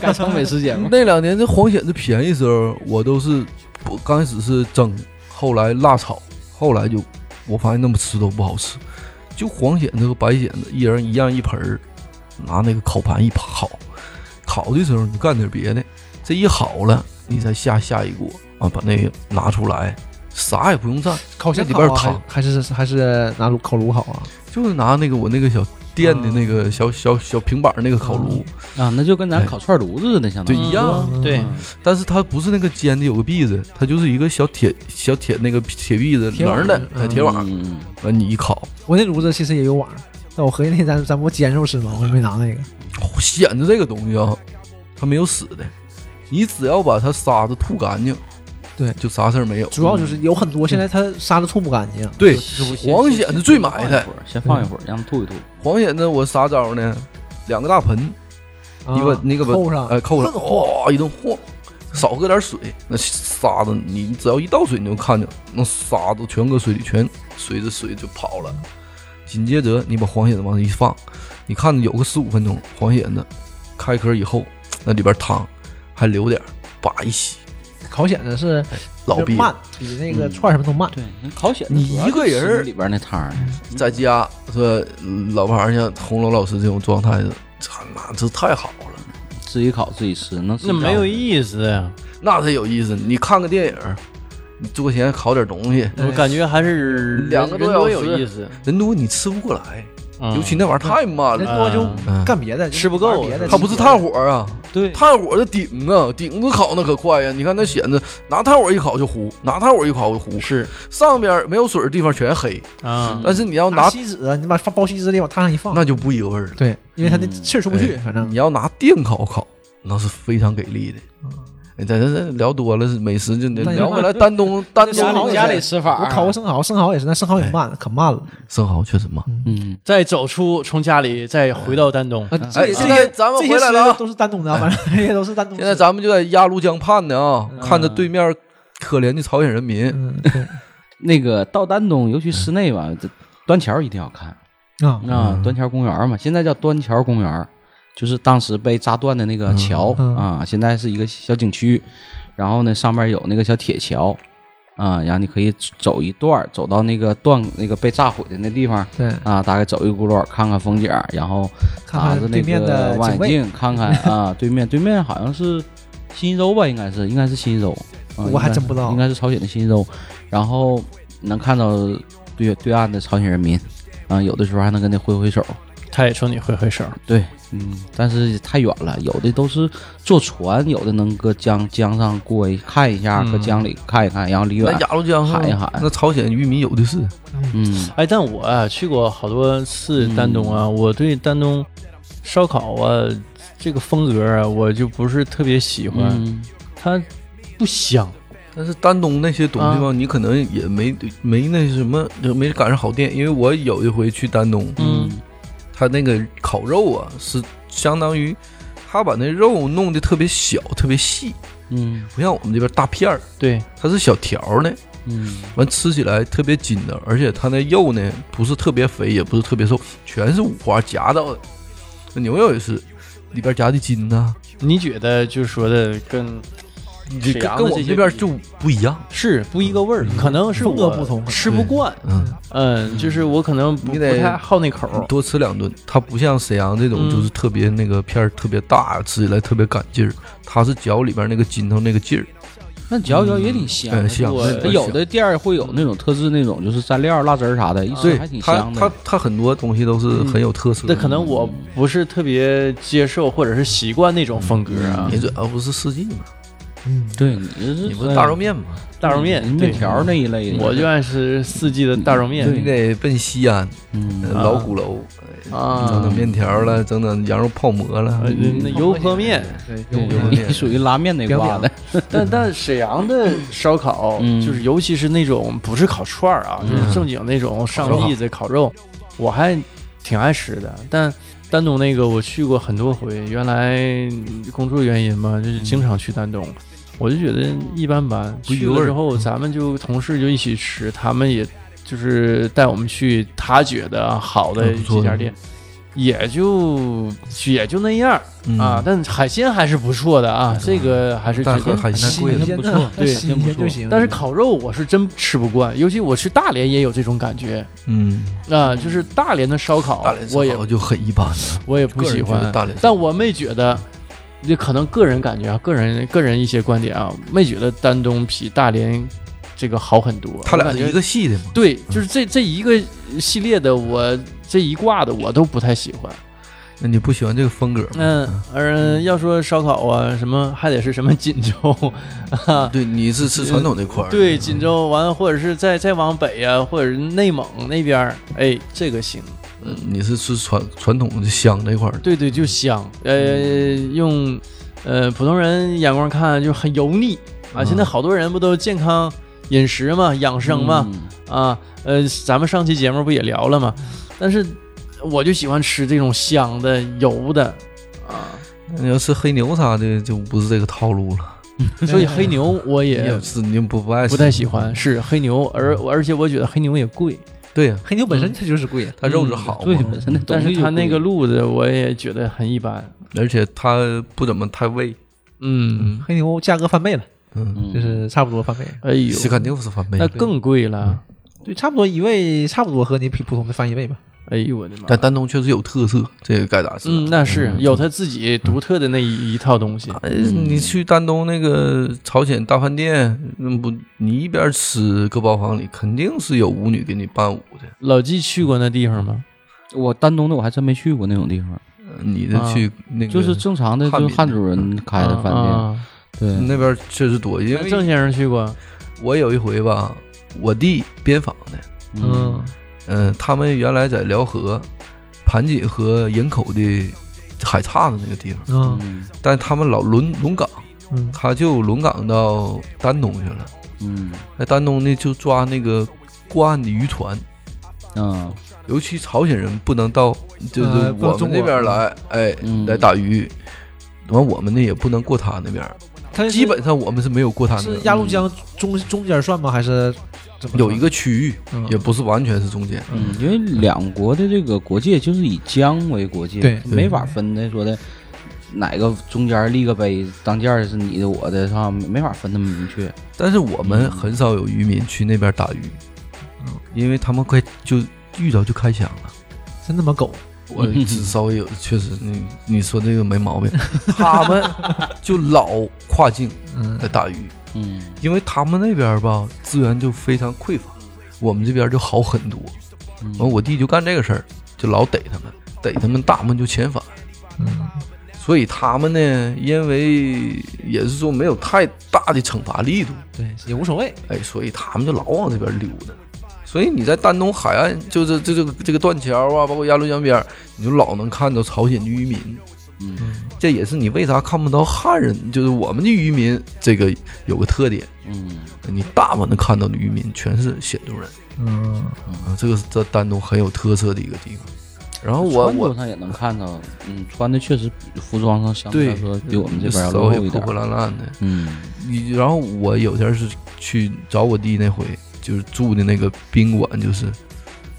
[SPEAKER 5] 改成美食节目，
[SPEAKER 6] 那两年这黄蚬子便宜时候，我都是不刚开始是蒸，后来辣炒，后来就我发现那么吃都不好吃，就黄蚬子和白蚬子一人一样一盆儿，拿那个烤盘一烤，烤的时候你干点别的，这一好了你再下下一锅啊，把那个拿出来，啥也不用蘸，
[SPEAKER 4] 烤箱
[SPEAKER 6] 那里边
[SPEAKER 4] 烤啊
[SPEAKER 6] 糖
[SPEAKER 4] 还是还是拿炉烤炉烤啊，
[SPEAKER 6] 就是拿那个我那个小店的那个小小小平板儿那个烤炉，
[SPEAKER 5] 啊，那就跟咱烤串炉子似的，相当于
[SPEAKER 6] 对一样啊
[SPEAKER 3] 嗯对，
[SPEAKER 6] 但是它不是那个尖的有个篦子，它就是一个小铁小铁那个铁篦子棱儿的
[SPEAKER 4] 嗯
[SPEAKER 6] 哎铁网，
[SPEAKER 5] 嗯，
[SPEAKER 6] 完你一烤，
[SPEAKER 4] 我那炉子其实也有网，但我合计那天咱咱不煎肉吃吗？我也没拿那个，
[SPEAKER 6] 显着这个东西啊，它没有死的，你只要把它沙子吐干净，
[SPEAKER 4] 对
[SPEAKER 6] 就啥事儿没有。
[SPEAKER 4] 主要就是有很多现在它沙子吐不干净，
[SPEAKER 6] 对
[SPEAKER 5] 是不是
[SPEAKER 6] 黄蚬子最嗯埋汰，
[SPEAKER 5] 先放一会儿，让它吐一吐，
[SPEAKER 6] 黄蚬子我啥招呢？两个大盆，
[SPEAKER 4] 啊
[SPEAKER 6] 你把你给把
[SPEAKER 4] 扣上，
[SPEAKER 6] 哎扣上，
[SPEAKER 4] 更
[SPEAKER 6] 哗一顿晃，少搁点水，那沙子你只要一倒水你就看见那沙子全搁水里全随着水就跑了。紧接着你把黄蚬子往那一放，你看有个十五分钟，黄蚬子开壳以后那里边汤还留点儿，叭一洗，
[SPEAKER 4] 烤蚬子是
[SPEAKER 6] 老
[SPEAKER 4] 是
[SPEAKER 6] 毕嗯
[SPEAKER 4] 慢，比那个串儿什么都慢。
[SPEAKER 5] 对，那烤蚬子
[SPEAKER 6] 你
[SPEAKER 5] 主要
[SPEAKER 6] 一个
[SPEAKER 5] 就是
[SPEAKER 6] 人儿嗯
[SPEAKER 5] 里边那汤儿，
[SPEAKER 6] 在家说老婆儿像红楼老师这种状态，操那这太好了。
[SPEAKER 5] 自己烤自己吃，能吃
[SPEAKER 3] 那没有
[SPEAKER 5] 着
[SPEAKER 3] 意思啊。
[SPEAKER 6] 那才有意思。你看个电影儿，你桌前烤点东西，
[SPEAKER 3] 我感觉还是人
[SPEAKER 6] 两个多
[SPEAKER 3] 人
[SPEAKER 6] 小
[SPEAKER 3] 多
[SPEAKER 6] 时
[SPEAKER 3] 有意思，
[SPEAKER 6] 人多你吃不过来，
[SPEAKER 3] 嗯
[SPEAKER 6] 尤其那玩意儿太慢
[SPEAKER 4] 人
[SPEAKER 6] 了。
[SPEAKER 4] 多就
[SPEAKER 6] 嗯
[SPEAKER 4] 干别的，就
[SPEAKER 3] 吃不够
[SPEAKER 4] 玩别的。
[SPEAKER 6] 它不是炭火啊，
[SPEAKER 5] 对，
[SPEAKER 6] 炭火的顶啊，顶子烤那可快呀、你看那蚬子，拿炭火一烤就糊，拿炭火一烤就糊，
[SPEAKER 3] 是
[SPEAKER 6] 上边儿没有水的地方全黑。
[SPEAKER 3] 啊，
[SPEAKER 6] 但是你要
[SPEAKER 4] 嗯拿
[SPEAKER 6] 拿，
[SPEAKER 4] 锡纸啊，你把放包锡纸里往炭上一放，
[SPEAKER 6] 那就不一个味儿了。
[SPEAKER 4] 对，因为它那气儿出不去，
[SPEAKER 6] 哎
[SPEAKER 4] 反正
[SPEAKER 6] 你要拿电烤烤，那是非常给力的。哎咱咱咱聊多了是美食，就
[SPEAKER 4] 嗯那
[SPEAKER 6] 聊回来丹东丹
[SPEAKER 4] 家里
[SPEAKER 6] 东
[SPEAKER 4] 家里
[SPEAKER 5] 吃法
[SPEAKER 4] 我烤过生蚝，生蚝也是，但生蚝
[SPEAKER 6] 哎
[SPEAKER 4] 也慢，可慢了。
[SPEAKER 6] 生蚝确实慢。
[SPEAKER 5] 嗯，
[SPEAKER 3] 再走出，从家里再回到丹东，
[SPEAKER 4] 啊，这这
[SPEAKER 6] 现
[SPEAKER 4] 些
[SPEAKER 6] 在哎咱们
[SPEAKER 4] 这
[SPEAKER 6] 回
[SPEAKER 4] 些
[SPEAKER 6] 来
[SPEAKER 4] 吃
[SPEAKER 6] 了啊
[SPEAKER 4] 的都是丹东的，反正这些都是丹东吃
[SPEAKER 6] 现
[SPEAKER 4] 的。
[SPEAKER 6] 在咱们就在鸭绿江畔呢啊，看着对面可怜的朝鲜人民，
[SPEAKER 4] 嗯对
[SPEAKER 5] 那个到丹东，尤其室内吧，这端桥一定要看
[SPEAKER 4] 啊，
[SPEAKER 5] 啊，端桥公园嘛，现在叫端桥公园，就是当时被炸断的那个桥、
[SPEAKER 4] 嗯
[SPEAKER 5] 啊，现在是一个小景区，然后呢上面有那个小铁桥啊，然后你可以走一段儿，走到那个断那个被炸毁的那地方
[SPEAKER 4] 对，
[SPEAKER 5] 啊，大概走一轱辘看看风景儿，然后
[SPEAKER 4] 看
[SPEAKER 5] 拿着
[SPEAKER 4] 看
[SPEAKER 5] 那
[SPEAKER 4] 对面
[SPEAKER 5] 个
[SPEAKER 4] 的警
[SPEAKER 5] 望远
[SPEAKER 4] 卫，
[SPEAKER 5] 镜看看啊，对面对面好像是新一州吧，应该是应该是新一州，啊
[SPEAKER 4] 我还真不知道
[SPEAKER 5] 应该是朝鲜的新一州，然后能看到对对岸的朝鲜人民，啊，有的时候还能跟他挥挥手，
[SPEAKER 3] 他也冲你挥挥手。
[SPEAKER 5] 对，嗯，但是太远了，有的都是坐船，有的能搁江江上过一看一下，
[SPEAKER 3] 嗯
[SPEAKER 5] 搁江里看一看，然后离
[SPEAKER 6] 那
[SPEAKER 5] 远，
[SPEAKER 6] 鸭绿江上
[SPEAKER 5] 喊一喊
[SPEAKER 6] 那朝鲜渔民有的是，
[SPEAKER 5] 嗯
[SPEAKER 3] 哎，但我啊去过好多次丹东啊，我对丹东烧烤啊这个风格啊，我就不是特别喜欢，
[SPEAKER 5] 嗯，
[SPEAKER 3] 它不香。
[SPEAKER 6] 但是丹东那些东西吧，
[SPEAKER 3] 啊
[SPEAKER 6] 你可能也没没那什么，没赶上好店。因为我有一回去丹东，
[SPEAKER 3] 嗯
[SPEAKER 6] 他那个烤肉啊，是相当于他把那肉弄得特别小、特别细，
[SPEAKER 5] 嗯
[SPEAKER 6] 不像我们这边大片儿，
[SPEAKER 3] 对，
[SPEAKER 6] 它是小条儿的，
[SPEAKER 5] 嗯
[SPEAKER 6] 完吃起来特别筋道，而且它那肉呢不是特别肥，也不是特别瘦，全是五花夹到的。那牛肉也是里边夹的筋呐、
[SPEAKER 3] 你觉得就说的跟
[SPEAKER 6] 你这
[SPEAKER 3] 沈
[SPEAKER 6] 跟
[SPEAKER 3] 阳的
[SPEAKER 6] 跟我们
[SPEAKER 3] 这些
[SPEAKER 6] 这边
[SPEAKER 3] 比
[SPEAKER 6] 就不一样。
[SPEAKER 3] 是不一个味儿，可能是
[SPEAKER 4] 风格
[SPEAKER 3] 我
[SPEAKER 4] 不同
[SPEAKER 3] 吃不惯。
[SPEAKER 6] 嗯，
[SPEAKER 3] 嗯，就是我可能不
[SPEAKER 6] 你
[SPEAKER 3] 不
[SPEAKER 6] 得
[SPEAKER 3] 太好那口儿。
[SPEAKER 6] 多吃两顿，它不像沈阳这
[SPEAKER 3] 嗯
[SPEAKER 6] 种就是特别那个片儿特别大，吃起来特别赶劲儿，它是嚼里边那个筋头那个劲儿。
[SPEAKER 5] 那嚼一嚼也挺香的，
[SPEAKER 6] 嗯香
[SPEAKER 5] 我
[SPEAKER 3] 是
[SPEAKER 5] 有的店儿会有那种特制那种，就是蘸料、辣汁儿啥的，一吃
[SPEAKER 6] 对
[SPEAKER 5] 啊还挺，
[SPEAKER 6] 它
[SPEAKER 5] 香的。嗯
[SPEAKER 6] 它它很多东西都是很有特色
[SPEAKER 3] 那
[SPEAKER 6] 的。
[SPEAKER 3] 可能我不是特别接受或者是习惯那种风格啊
[SPEAKER 6] 你，这啊不是四季嘛，
[SPEAKER 4] 嗯，
[SPEAKER 5] 对，你是
[SPEAKER 6] 你不是大肉面嘛，
[SPEAKER 3] 大肉面、对
[SPEAKER 5] 面嗯条儿那一类的，
[SPEAKER 3] 我就爱吃四季的大肉
[SPEAKER 6] 你
[SPEAKER 3] 面
[SPEAKER 6] 得奔西安
[SPEAKER 5] 嗯
[SPEAKER 6] 呃老鼓楼，整
[SPEAKER 3] 啊
[SPEAKER 6] 整，面条了，整整羊肉泡馍了
[SPEAKER 3] 呃，那油泼面。
[SPEAKER 5] 对
[SPEAKER 6] 有
[SPEAKER 5] 你
[SPEAKER 6] 点
[SPEAKER 5] 你属于拉面那挂的，
[SPEAKER 3] 但但沈阳的烧烤，
[SPEAKER 5] 嗯
[SPEAKER 3] 就是尤其是那种不是烤串儿啊，
[SPEAKER 6] 嗯
[SPEAKER 3] 就是正经那种上屉子烤肉，我还挺爱吃的。但丹东那个我去过很多回，原来工作原因嘛，就是经常去丹东。我就觉得一般般，
[SPEAKER 6] 不
[SPEAKER 3] 去
[SPEAKER 6] 一味
[SPEAKER 3] 了
[SPEAKER 6] 儿嗯
[SPEAKER 3] 之后，咱们就同事就一起吃，他们也就是带我们去他觉得好的
[SPEAKER 6] 嗯不错
[SPEAKER 3] 几家店，也就也就那样儿
[SPEAKER 6] 嗯
[SPEAKER 3] 啊。但海鲜还是不错的啊，这个还是觉
[SPEAKER 6] 但
[SPEAKER 3] 得
[SPEAKER 6] 海海鲜
[SPEAKER 4] 新
[SPEAKER 6] 贵了，
[SPEAKER 4] 鲜
[SPEAKER 5] 不错
[SPEAKER 4] 的，
[SPEAKER 3] 对
[SPEAKER 4] 新鲜就行。
[SPEAKER 3] 但是烤肉我是真吃不惯，尤其我去大连也有这种感觉
[SPEAKER 6] 嗯，
[SPEAKER 3] 啊、就是大连的烧烤，
[SPEAKER 6] 大连烧
[SPEAKER 3] 我也
[SPEAKER 6] 烤就很一般了，
[SPEAKER 3] 我也不喜
[SPEAKER 6] 个人觉
[SPEAKER 3] 欢
[SPEAKER 6] 得。大连烧烤
[SPEAKER 3] 但我没觉得，也可能个人感觉啊，个人个人一些观点啊，没觉得丹东比大连这个好很多。
[SPEAKER 6] 他
[SPEAKER 3] 我
[SPEAKER 6] 俩
[SPEAKER 3] 感
[SPEAKER 6] 是
[SPEAKER 3] 觉
[SPEAKER 6] 一个系的嘛。
[SPEAKER 3] 对，就是这这一个系列的我这一挂的我都不太喜欢。
[SPEAKER 6] 那你不喜欢这个风格吗？
[SPEAKER 3] 嗯，而要说烧烤啊，什么还得是什么锦州 啊，
[SPEAKER 6] 对，你是吃传统这块儿，
[SPEAKER 3] 对，锦州完，或者是再再往北呀、或者是内蒙那边儿，哎，这个行。
[SPEAKER 6] 嗯，你是吃传传统的香这块儿的，
[SPEAKER 3] 对对，就香。呃，
[SPEAKER 5] 嗯
[SPEAKER 3] 用呃普通人眼光看就很油腻啊。
[SPEAKER 6] 嗯
[SPEAKER 3] 现在好多人不都健康饮食嘛、养生嘛、
[SPEAKER 5] 嗯
[SPEAKER 3] 啊？呃，咱们上期节目不也聊了嘛？但是我就喜欢吃这种香的、油的啊。
[SPEAKER 6] 那你要吃黑牛啥的，就不是这个套路了。
[SPEAKER 3] 所以黑牛 我
[SPEAKER 6] 你
[SPEAKER 3] 也
[SPEAKER 6] 也是，你不不爱吃
[SPEAKER 3] 不太喜欢，是黑牛，而而且我觉得黑牛也贵。嗯
[SPEAKER 6] 对呀，
[SPEAKER 4] 黑牛本身它就是贵，啊嗯
[SPEAKER 6] 它肉质好
[SPEAKER 5] 对，
[SPEAKER 6] 嘛，
[SPEAKER 5] 本身那
[SPEAKER 3] 但
[SPEAKER 5] 东
[SPEAKER 3] 是
[SPEAKER 5] 西就
[SPEAKER 3] 它那
[SPEAKER 5] 贵
[SPEAKER 3] 个路子我也觉得很一般。
[SPEAKER 6] 而且它不怎么太味。
[SPEAKER 3] 嗯，
[SPEAKER 4] 黑牛价格翻倍了，
[SPEAKER 6] 嗯，
[SPEAKER 5] 嗯
[SPEAKER 4] 就是差不多翻倍。
[SPEAKER 3] 哎呦，
[SPEAKER 6] 西坎牛是翻倍
[SPEAKER 3] 那，更贵了。
[SPEAKER 4] 对，差不多一位，差不多和你比普通的翻一倍吧。
[SPEAKER 3] 哎呦我的妈！
[SPEAKER 6] 但丹东确实有特色，这个该咋吃咋啊
[SPEAKER 3] 嗯，那是有他自己独特的那一一套东西。
[SPEAKER 6] 哎，你去丹东那个朝鲜大饭店，那不你一边吃搁包房里，肯定是有舞女给你伴舞的。
[SPEAKER 3] 老纪去过那地方吗？
[SPEAKER 5] 我丹东的我还真没去过那种地方，
[SPEAKER 6] 呃你的
[SPEAKER 3] 啊
[SPEAKER 6] 去那个
[SPEAKER 5] 就是正常的，
[SPEAKER 6] 汉
[SPEAKER 5] 就
[SPEAKER 6] 民
[SPEAKER 5] 汉族人开的饭店。
[SPEAKER 3] 啊
[SPEAKER 5] 对，
[SPEAKER 6] 那边确实多，因
[SPEAKER 3] 啊郑
[SPEAKER 6] 为
[SPEAKER 3] 先生去过。
[SPEAKER 6] 我有一回吧，我弟边防的，
[SPEAKER 3] 嗯，
[SPEAKER 6] 嗯，他们原来在辽河、盘锦和营口的海岔子那个地方，
[SPEAKER 4] 嗯
[SPEAKER 5] 嗯
[SPEAKER 6] 但他们老轮轮岗，
[SPEAKER 4] 嗯，
[SPEAKER 6] 他就轮岗到丹东去了。
[SPEAKER 5] 嗯
[SPEAKER 6] 在丹东呢，就抓那个过岸的渔船，
[SPEAKER 5] 嗯
[SPEAKER 6] 尤其朝鲜人不能到，就是
[SPEAKER 4] 呃不能
[SPEAKER 6] 我们
[SPEAKER 4] 中国
[SPEAKER 6] 这边来，哎
[SPEAKER 5] 嗯，
[SPEAKER 6] 来打鱼。完，我们呢也不能过他那边儿，
[SPEAKER 4] 它是
[SPEAKER 6] 基本上我们是没有过它那
[SPEAKER 4] 是
[SPEAKER 6] 个
[SPEAKER 4] 鸭绿江中中间算吗？还是怎么算？
[SPEAKER 6] 有一个区域，
[SPEAKER 4] 嗯
[SPEAKER 6] 也不是完全是中间。
[SPEAKER 5] 嗯，因为两国的这个国界就是以江为国界，
[SPEAKER 4] 对
[SPEAKER 5] 没法分的说的哪个中间立个碑当间儿是你的我的，是吧？没法分那么明确。
[SPEAKER 6] 但是我们很少有渔民去那边打鱼，因为他们快就遇着就开枪了。
[SPEAKER 4] 真他妈狗！
[SPEAKER 6] 我只稍微有，确实，你你说这个没毛病。他们就老跨境
[SPEAKER 4] 嗯
[SPEAKER 6] 来打鱼，
[SPEAKER 5] 嗯，
[SPEAKER 6] 因为他们那边吧资源就非常匮乏，我们这边就好很多。
[SPEAKER 5] 嗯
[SPEAKER 6] 完，我弟就干这个事儿，就老逮他们，逮他们大们就遣返。
[SPEAKER 4] 嗯
[SPEAKER 6] 所以他们呢，因为也是说没有太大的惩罚力度，
[SPEAKER 4] 对，也无所谓。
[SPEAKER 6] 哎，所以他们就老往这边溜达。所以你在丹东海岸，就是这这个这个断桥啊，包括鸭绿江边儿，你就老能看到朝鲜渔民。
[SPEAKER 5] 嗯，
[SPEAKER 6] 这也是你为啥看不到汉人，就是我们的渔民这个有个特点，
[SPEAKER 5] 嗯，
[SPEAKER 6] 你大部分能看到的渔民全是鲜族人
[SPEAKER 4] 嗯，
[SPEAKER 6] 啊，这个是在丹东很有特色的一个地方。然后哦我
[SPEAKER 5] 穿着
[SPEAKER 6] 我
[SPEAKER 5] 上也能看到，嗯，穿的确实服装上相对来
[SPEAKER 6] 对
[SPEAKER 5] 说比我们这边要
[SPEAKER 6] 稍
[SPEAKER 5] 落后
[SPEAKER 6] 微
[SPEAKER 5] 一
[SPEAKER 6] 破
[SPEAKER 5] 点
[SPEAKER 6] 破
[SPEAKER 5] 儿。
[SPEAKER 6] 烂烂的，
[SPEAKER 5] 嗯
[SPEAKER 6] 你然后我有天是去找我弟那回，就是住的那个宾馆，就是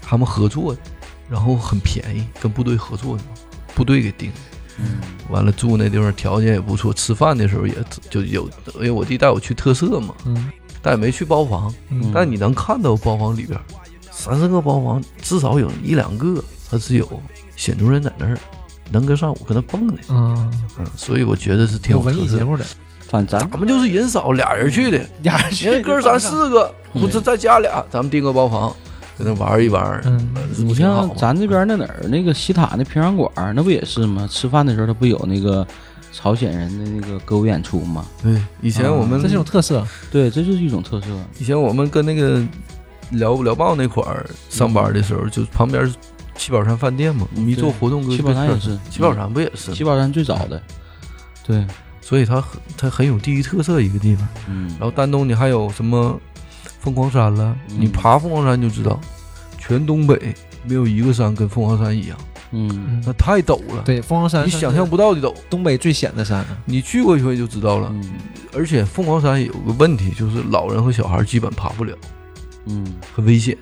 [SPEAKER 6] 他们合作的，然后很便宜，跟部队合作的嘛，部队给订的。
[SPEAKER 5] 嗯
[SPEAKER 6] 完了住那地方条件也不错，吃饭的时候也就有，因为我弟带我去特色嘛，
[SPEAKER 4] 嗯，
[SPEAKER 6] 但也没去包房，
[SPEAKER 5] 嗯
[SPEAKER 6] 但你能看到包房里边三四个包房，至少有一两个他是有显族人在那儿能跟上我搁那蹦的，
[SPEAKER 4] 嗯，
[SPEAKER 6] 嗯，所以我觉得是挺
[SPEAKER 4] 有
[SPEAKER 6] 有
[SPEAKER 4] 文艺
[SPEAKER 6] 特色
[SPEAKER 4] 节
[SPEAKER 6] 的。
[SPEAKER 4] 目的，
[SPEAKER 5] 反正咱
[SPEAKER 6] 咱们就是人少，俩人去的，
[SPEAKER 4] 俩人去
[SPEAKER 6] 人哥儿咱四个，
[SPEAKER 5] 嗯
[SPEAKER 6] 不是再加俩，咱们订个包房，搁那玩一玩，
[SPEAKER 4] 嗯
[SPEAKER 6] 是
[SPEAKER 5] 你
[SPEAKER 6] 不挺好啊吗
[SPEAKER 5] 像咱这边那哪儿，那个西塔那平壤馆儿，那不也是吗？吃饭的时候，他不有那个朝鲜人的那个歌舞演出吗？
[SPEAKER 6] 对以前我们
[SPEAKER 5] 啊
[SPEAKER 4] 这是一种特色。
[SPEAKER 5] 对，这就是一种特色。
[SPEAKER 6] 以前我们跟那个辽辽报那块
[SPEAKER 5] 嗯
[SPEAKER 6] 儿上班的时候，就旁边是七宝山饭店嘛，我们一做活动跟
[SPEAKER 5] 七宝山也是，
[SPEAKER 6] 七宝山不也是
[SPEAKER 5] 嗯，？七宝山最早的，对，
[SPEAKER 6] 所以它很它很有地域特色一个地方。
[SPEAKER 5] 嗯
[SPEAKER 6] 然，后丹东你还有什么凤凰山了？
[SPEAKER 5] 嗯
[SPEAKER 6] 你爬凤凰山就知道，全东北没有一个山跟凤凰山一样，
[SPEAKER 5] 嗯，
[SPEAKER 6] 那太陡了，
[SPEAKER 4] 对，凤凰山
[SPEAKER 6] 你
[SPEAKER 4] 是
[SPEAKER 6] 想象不到的陡。
[SPEAKER 4] 东北最险的山，啊
[SPEAKER 6] 你去过一回就知道了。
[SPEAKER 5] 嗯，
[SPEAKER 6] 而且凤凰山有个问题，就是老人和小孩基本爬不了，
[SPEAKER 5] 嗯，
[SPEAKER 6] 很危险。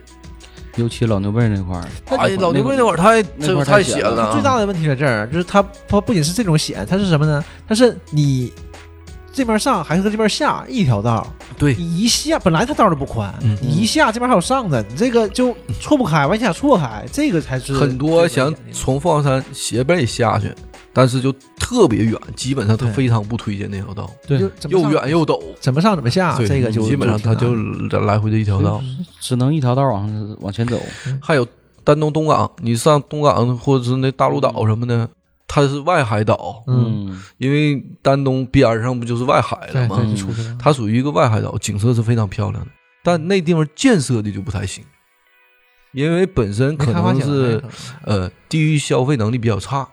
[SPEAKER 5] 尤其老牛背那块儿，
[SPEAKER 6] 哎呀，老牛背那
[SPEAKER 5] 儿，
[SPEAKER 6] 会儿太
[SPEAKER 5] 那
[SPEAKER 6] 这
[SPEAKER 5] 块儿
[SPEAKER 6] 太
[SPEAKER 5] 太
[SPEAKER 6] 险
[SPEAKER 5] 险了
[SPEAKER 6] 了啊，
[SPEAKER 4] 最大的问题在这儿，就是它它不仅是这种险，它是什么呢？它是你这边上还是这边下一条道，
[SPEAKER 6] 对
[SPEAKER 4] 你一下本来它道就不宽，
[SPEAKER 6] 嗯
[SPEAKER 4] 你一下这边还有上的，你这个就错不开，往下错开，这个才是
[SPEAKER 6] 很多想从凤凰山斜背下去，但是就特别远，基本上他
[SPEAKER 4] 对
[SPEAKER 6] 非常不推荐那条道，
[SPEAKER 4] 对
[SPEAKER 6] 又远又陡。
[SPEAKER 4] 怎么上怎么下，
[SPEAKER 6] 对
[SPEAKER 4] 啊这个就
[SPEAKER 6] 基本上他就来回的一条道。
[SPEAKER 5] 只能一条道往往前走。
[SPEAKER 6] 还有丹东东港，你上东港或者是那大陆岛什么的，它是外海岛，
[SPEAKER 4] 嗯，
[SPEAKER 6] 因为丹东边儿上不就是外海了
[SPEAKER 4] 对
[SPEAKER 6] 吗？
[SPEAKER 4] 对，就出去了。
[SPEAKER 6] 它属于一个外海岛，景色是非常漂亮的，但那地方建设的就不太行，因为本身可
[SPEAKER 4] 没开发
[SPEAKER 6] 能
[SPEAKER 4] 起来
[SPEAKER 6] 是呃地域消费能力比较差，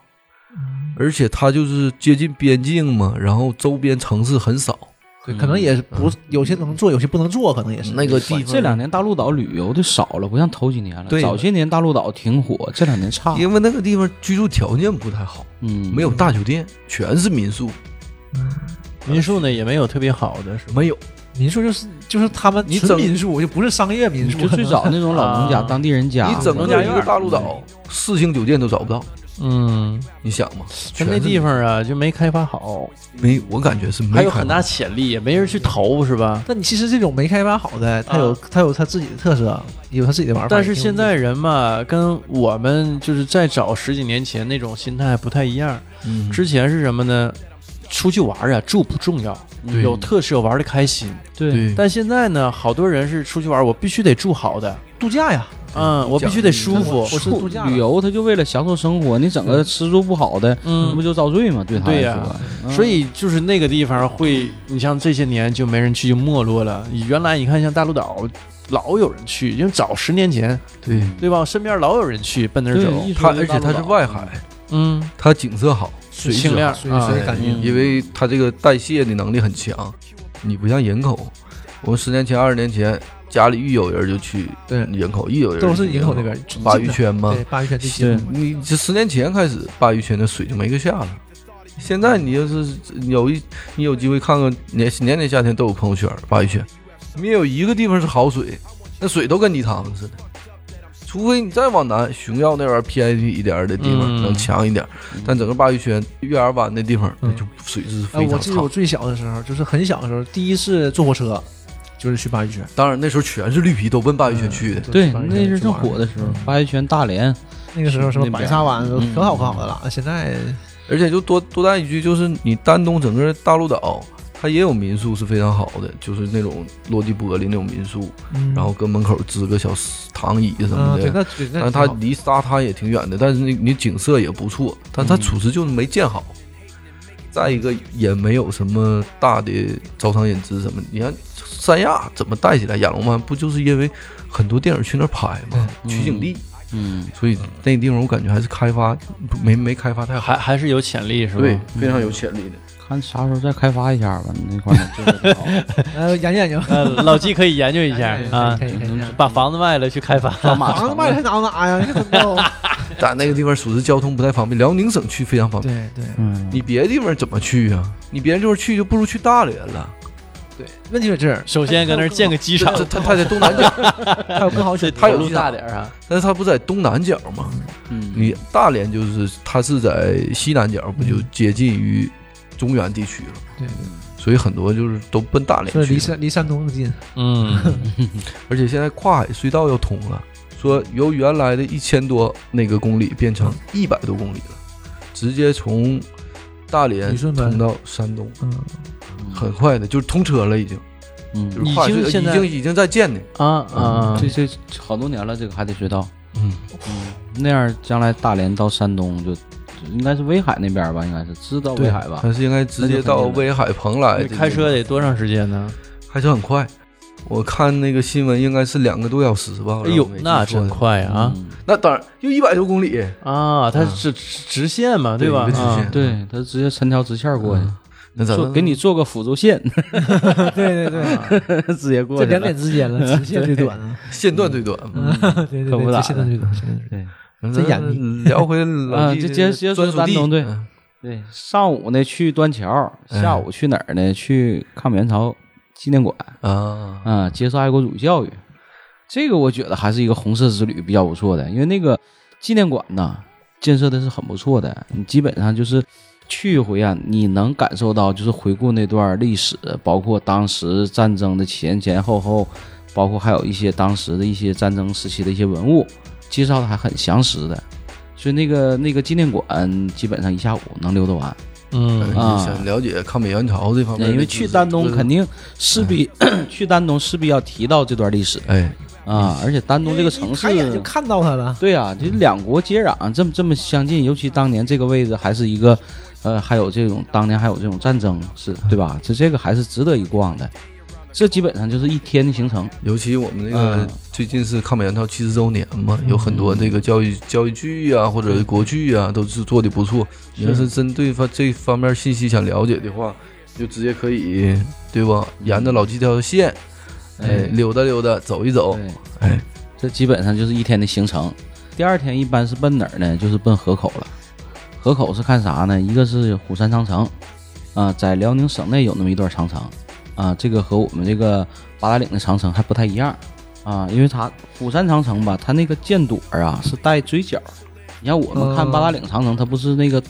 [SPEAKER 6] 而且它就是接近边境嘛，然后周边城市很少，
[SPEAKER 4] 对可能也是不有些能做，有些不能做，可能也是
[SPEAKER 6] 嗯那个地方
[SPEAKER 5] 这两年大陆岛旅游的少了，不像头几年了。
[SPEAKER 6] 对
[SPEAKER 5] 早些年大陆岛挺火，这两年差。
[SPEAKER 6] 因为那个地方居住条件不太好，
[SPEAKER 5] 嗯，
[SPEAKER 6] 没有大酒店，全是民宿，
[SPEAKER 3] 民宿呢也没有特别好的，是吧？
[SPEAKER 6] 没有。
[SPEAKER 4] 民宿就是就是他们
[SPEAKER 6] 你
[SPEAKER 4] 纯
[SPEAKER 6] 整
[SPEAKER 4] 民宿，就不是商业民宿
[SPEAKER 5] 就，最早那种老农家、
[SPEAKER 3] 啊
[SPEAKER 5] 当地人家，
[SPEAKER 6] 你整
[SPEAKER 5] 农
[SPEAKER 6] 个
[SPEAKER 5] 家
[SPEAKER 6] 一
[SPEAKER 5] 院
[SPEAKER 6] 个
[SPEAKER 5] 儿
[SPEAKER 6] 大陆岛，四星酒店都找不到，
[SPEAKER 3] 嗯，
[SPEAKER 6] 你想嘛？
[SPEAKER 3] 它
[SPEAKER 6] 全
[SPEAKER 3] 那
[SPEAKER 6] 是
[SPEAKER 3] 地方啊就没开发好，
[SPEAKER 6] 没，我感觉是没
[SPEAKER 3] 还有
[SPEAKER 6] 开
[SPEAKER 3] 很
[SPEAKER 6] 发
[SPEAKER 3] 大潜力，也没人去投，是吧？
[SPEAKER 4] 但你其实这种没开发好的，它有、
[SPEAKER 3] 啊
[SPEAKER 4] 它有它自己的特色，有它自己的玩法。
[SPEAKER 3] 但
[SPEAKER 4] 也
[SPEAKER 3] 是
[SPEAKER 4] 挺有
[SPEAKER 3] 现在人嘛，跟我们就是再早十几年前那种心态不太一样。
[SPEAKER 6] 嗯
[SPEAKER 3] 之前是什么呢？出去玩儿啊，住不重要，
[SPEAKER 6] 对
[SPEAKER 3] 有特色，玩的开心。
[SPEAKER 5] 嗯对，
[SPEAKER 6] 对，
[SPEAKER 3] 但现在呢，好多人是出去玩儿，我必须得住好的，
[SPEAKER 4] 意思度假呀，
[SPEAKER 3] 嗯，我必须得舒服
[SPEAKER 4] 我。是
[SPEAKER 5] 处
[SPEAKER 4] 度假了
[SPEAKER 5] 旅游他就为了享受生活，你整个吃住不好的，那不
[SPEAKER 3] 嗯，
[SPEAKER 5] 就遭罪吗？对他来
[SPEAKER 3] 对呀
[SPEAKER 5] 说，嗯
[SPEAKER 3] 所以就是那个地方会，你像这些年就没人去，就没落了。原来你看像大陆岛，老有人去，因为早十年前，
[SPEAKER 6] 对，
[SPEAKER 3] 对吧？身边老有人去奔那儿
[SPEAKER 5] 对
[SPEAKER 3] 走
[SPEAKER 5] 一，说
[SPEAKER 6] 它
[SPEAKER 5] 就
[SPEAKER 6] 而
[SPEAKER 5] 大
[SPEAKER 6] 且
[SPEAKER 5] 陆
[SPEAKER 6] 它是
[SPEAKER 5] 岛
[SPEAKER 6] 外海，
[SPEAKER 3] 嗯，
[SPEAKER 6] 它景色好，水质
[SPEAKER 3] 清亮
[SPEAKER 6] 好，
[SPEAKER 4] 所以
[SPEAKER 3] 啊
[SPEAKER 4] 所以感觉、
[SPEAKER 5] 嗯
[SPEAKER 6] 哎因为它这个代谢的能力很强。你不像营口，我们十年前、二十年前家里一有人就去
[SPEAKER 4] 对
[SPEAKER 6] 营口，一有人
[SPEAKER 4] 都是
[SPEAKER 6] 就去
[SPEAKER 4] 营口那边近
[SPEAKER 3] 啊嗯
[SPEAKER 4] 的
[SPEAKER 6] 鲅鱼圈嘛。
[SPEAKER 4] 对鲅鱼圈最近
[SPEAKER 5] 对
[SPEAKER 6] 你这十年前开始，鲅鱼圈的水就没个下了，现在你就是有一你有机会看看年年年夏天都有朋友圈鲅鱼圈，没有一个地方是好水，那水都跟泥塘似的。除非你再往南，熊耀那玩意儿偏僻一点儿的地方、
[SPEAKER 3] 嗯
[SPEAKER 6] 能强一点儿，但整个鲅鱼圈月牙湾那地方，那就水质
[SPEAKER 4] 哎，
[SPEAKER 6] 非
[SPEAKER 4] 我
[SPEAKER 6] 常
[SPEAKER 4] 记
[SPEAKER 6] 差。
[SPEAKER 4] 得我最小的时候，就是很小的时候，第一次坐火车就是去鲅鱼圈，
[SPEAKER 6] 当然那时候全是绿皮，都奔鲅鱼圈
[SPEAKER 4] 嗯
[SPEAKER 6] 去的。
[SPEAKER 5] 对，
[SPEAKER 4] 鲅鱼圈
[SPEAKER 5] 那是
[SPEAKER 4] 去
[SPEAKER 5] 正
[SPEAKER 4] 玩
[SPEAKER 5] 火的时候，鲅鱼圈、大连，
[SPEAKER 4] 那个时候什么白沙湾都
[SPEAKER 5] 嗯
[SPEAKER 4] 可好可好的了，现在
[SPEAKER 6] 而且就多多带一句，就是你丹东整个大陆岛，它也有民宿是非常好的，就是那种落地玻璃那种民宿，
[SPEAKER 4] 嗯
[SPEAKER 6] 然后跟门口支个小躺椅什
[SPEAKER 4] 嗯
[SPEAKER 6] 么
[SPEAKER 4] 对，
[SPEAKER 6] 的。
[SPEAKER 5] 啊
[SPEAKER 4] 那对那
[SPEAKER 6] 但
[SPEAKER 4] 挺
[SPEAKER 6] 它
[SPEAKER 4] 好
[SPEAKER 6] 离沙滩也挺远的，但是你你景色也不错，但它处实就是没建好。再一个也没有什么大的招商引资什么的，你看三亚怎么带起来亚龙湾，不就是因为很多电影去那儿拍嘛，取景地，
[SPEAKER 5] 嗯，
[SPEAKER 6] 所以那地方我感觉还是开发不没没开发太好，
[SPEAKER 3] 还还是有潜力是吧？
[SPEAKER 6] 对，非常有潜力的。
[SPEAKER 5] 看啥时候再开发一下吧，那块儿就是挺好
[SPEAKER 4] 呃研究 研究
[SPEAKER 3] 呃，老纪可以研究一下啊，
[SPEAKER 4] 哎可以可以可
[SPEAKER 5] 嗯
[SPEAKER 4] 以。
[SPEAKER 3] 把房子卖了去开发。
[SPEAKER 4] 房子哎卖了还拿哪呀？你可真逗。
[SPEAKER 6] 但那个地方属实交通不太方便，辽宁省去非常方便。
[SPEAKER 4] 对对，
[SPEAKER 5] 嗯，
[SPEAKER 6] 你别的地方怎么去啊？你别的地方去就不如去大连了，
[SPEAKER 4] 问题在这儿，
[SPEAKER 3] 首先搁那儿建个机
[SPEAKER 6] 这
[SPEAKER 3] 场
[SPEAKER 6] 这，它它在东南角，
[SPEAKER 4] 还有更好选择。
[SPEAKER 6] 它有机
[SPEAKER 3] 大
[SPEAKER 6] 场，
[SPEAKER 3] 点儿啊，
[SPEAKER 6] 但是它不在东南角吗？
[SPEAKER 5] 嗯
[SPEAKER 6] 你大连就是它是在西南角，不就接近于中原地区了？
[SPEAKER 4] 对，
[SPEAKER 6] 所以很多就是都奔大连
[SPEAKER 4] 说
[SPEAKER 6] 去
[SPEAKER 4] 离
[SPEAKER 6] 了。
[SPEAKER 4] 山离山东更近，
[SPEAKER 3] 嗯，
[SPEAKER 6] 而且现在跨海隧道要通了，说由原来的一千多那个公里变成一百多公里了，直接从大连
[SPEAKER 4] 旅顺呗
[SPEAKER 6] 通到山东，
[SPEAKER 4] 嗯，
[SPEAKER 6] 很快的就是通车了，已经就
[SPEAKER 5] 嗯
[SPEAKER 6] 是跨海
[SPEAKER 3] 已
[SPEAKER 6] 隧道
[SPEAKER 3] 经现在
[SPEAKER 6] 已经已经在建呢。
[SPEAKER 3] 啊啊
[SPEAKER 5] 这，这这好多年了，这个海底隧道，
[SPEAKER 6] 嗯
[SPEAKER 5] 嗯，那样将来大连到山东就就应该是威海那边吧，应该是知道威海吧？
[SPEAKER 6] 但是应该直接到威海蓬莱
[SPEAKER 3] 那
[SPEAKER 6] 的这个，
[SPEAKER 3] 开车得多长时间呢？
[SPEAKER 6] 开车很快。我看那个新闻应该是两个多小时吧。
[SPEAKER 3] 哎
[SPEAKER 6] 我
[SPEAKER 3] 呦
[SPEAKER 6] 没，记
[SPEAKER 3] 那
[SPEAKER 6] 错
[SPEAKER 3] 真
[SPEAKER 6] 的。
[SPEAKER 3] 快啊！
[SPEAKER 5] 嗯
[SPEAKER 6] 那当然，就一百多公里，
[SPEAKER 3] 啊，它是直直线嘛，对吧？
[SPEAKER 6] 一个直
[SPEAKER 3] 啊
[SPEAKER 6] 线。
[SPEAKER 5] 对
[SPEAKER 4] 嗯
[SPEAKER 5] 他直接抻条直线过去，
[SPEAKER 6] 那咱
[SPEAKER 5] 做
[SPEAKER 6] 们
[SPEAKER 5] 给你做个辅助线，
[SPEAKER 4] 对对对，
[SPEAKER 5] 直接
[SPEAKER 4] 这
[SPEAKER 5] 过去
[SPEAKER 4] 两
[SPEAKER 5] 了
[SPEAKER 4] 点。之间了，直线最短啊。
[SPEAKER 6] 线段最短。嗯
[SPEAKER 4] 对对对，
[SPEAKER 5] 可不
[SPEAKER 4] 这
[SPEAKER 5] 咋的
[SPEAKER 4] 线段最短，线段最短。
[SPEAKER 5] 对
[SPEAKER 4] 这眼力
[SPEAKER 6] 聊回老
[SPEAKER 5] 啊
[SPEAKER 6] 季
[SPEAKER 5] 这
[SPEAKER 6] 这
[SPEAKER 5] 接
[SPEAKER 6] 个
[SPEAKER 5] 接着
[SPEAKER 6] 专
[SPEAKER 5] 说
[SPEAKER 6] 属
[SPEAKER 5] 丹
[SPEAKER 6] 地
[SPEAKER 5] 东对
[SPEAKER 6] 嗯
[SPEAKER 5] 对，上午呢去端桥，
[SPEAKER 4] 嗯
[SPEAKER 5] 下午去哪儿呢？去抗美援朝纪念馆
[SPEAKER 6] 啊，
[SPEAKER 5] 啊，接受爱国主义教育。这个我觉得还是一个红色之旅比较不错的，因为那个纪念馆呐，建设的是很不错的。你基本上就是去一回啊，你能感受到就是回顾那段历史，包括当时战争的前前后后，包括还有一些当时的一些战争时期的一些文物，介绍的还很详实的。所以那个那个纪念馆基本上一下午能溜达完。
[SPEAKER 3] 嗯，
[SPEAKER 5] 啊
[SPEAKER 6] 想了解抗美援朝这方面的知识，
[SPEAKER 5] 因为去丹东肯
[SPEAKER 6] 定
[SPEAKER 5] 定势必、 去丹东势必要提到这段历史
[SPEAKER 6] 哎，
[SPEAKER 5] 啊，而且丹东这个城市
[SPEAKER 4] 抬，嗯哎眼就看到它了。
[SPEAKER 5] 对啊，就是两国接壤，这么这么相近，尤其当年这个位置还是一个，呃，还有这种当年还有这种战争，是对吧？这这个还是值得一逛的。这基本上就是一天的行程，
[SPEAKER 6] 尤其我们那个
[SPEAKER 5] 嗯
[SPEAKER 6] 最近是抗美援朝七十周年嘛，有很多这个教育教育剧啊或者国剧啊都是做的不错。你要是针对方这方面信息想了解的话，就直接可以对吧？沿着老纪这条线，哎，溜达溜达，走一走
[SPEAKER 5] 对，，
[SPEAKER 6] 哎，
[SPEAKER 5] 这基本上就是一天的行程。第二天一般是奔哪儿呢？就是奔河口了。河口是看啥呢？一个是虎山长城，啊，在辽宁省内有那么一段长城，啊，这个和我们这个八达岭的长城还不太一样，啊，因为它虎山长城吧，它那个箭朵儿啊是带锥角儿。你像我们看
[SPEAKER 4] 嗯
[SPEAKER 5] 八达岭长城，它不是那个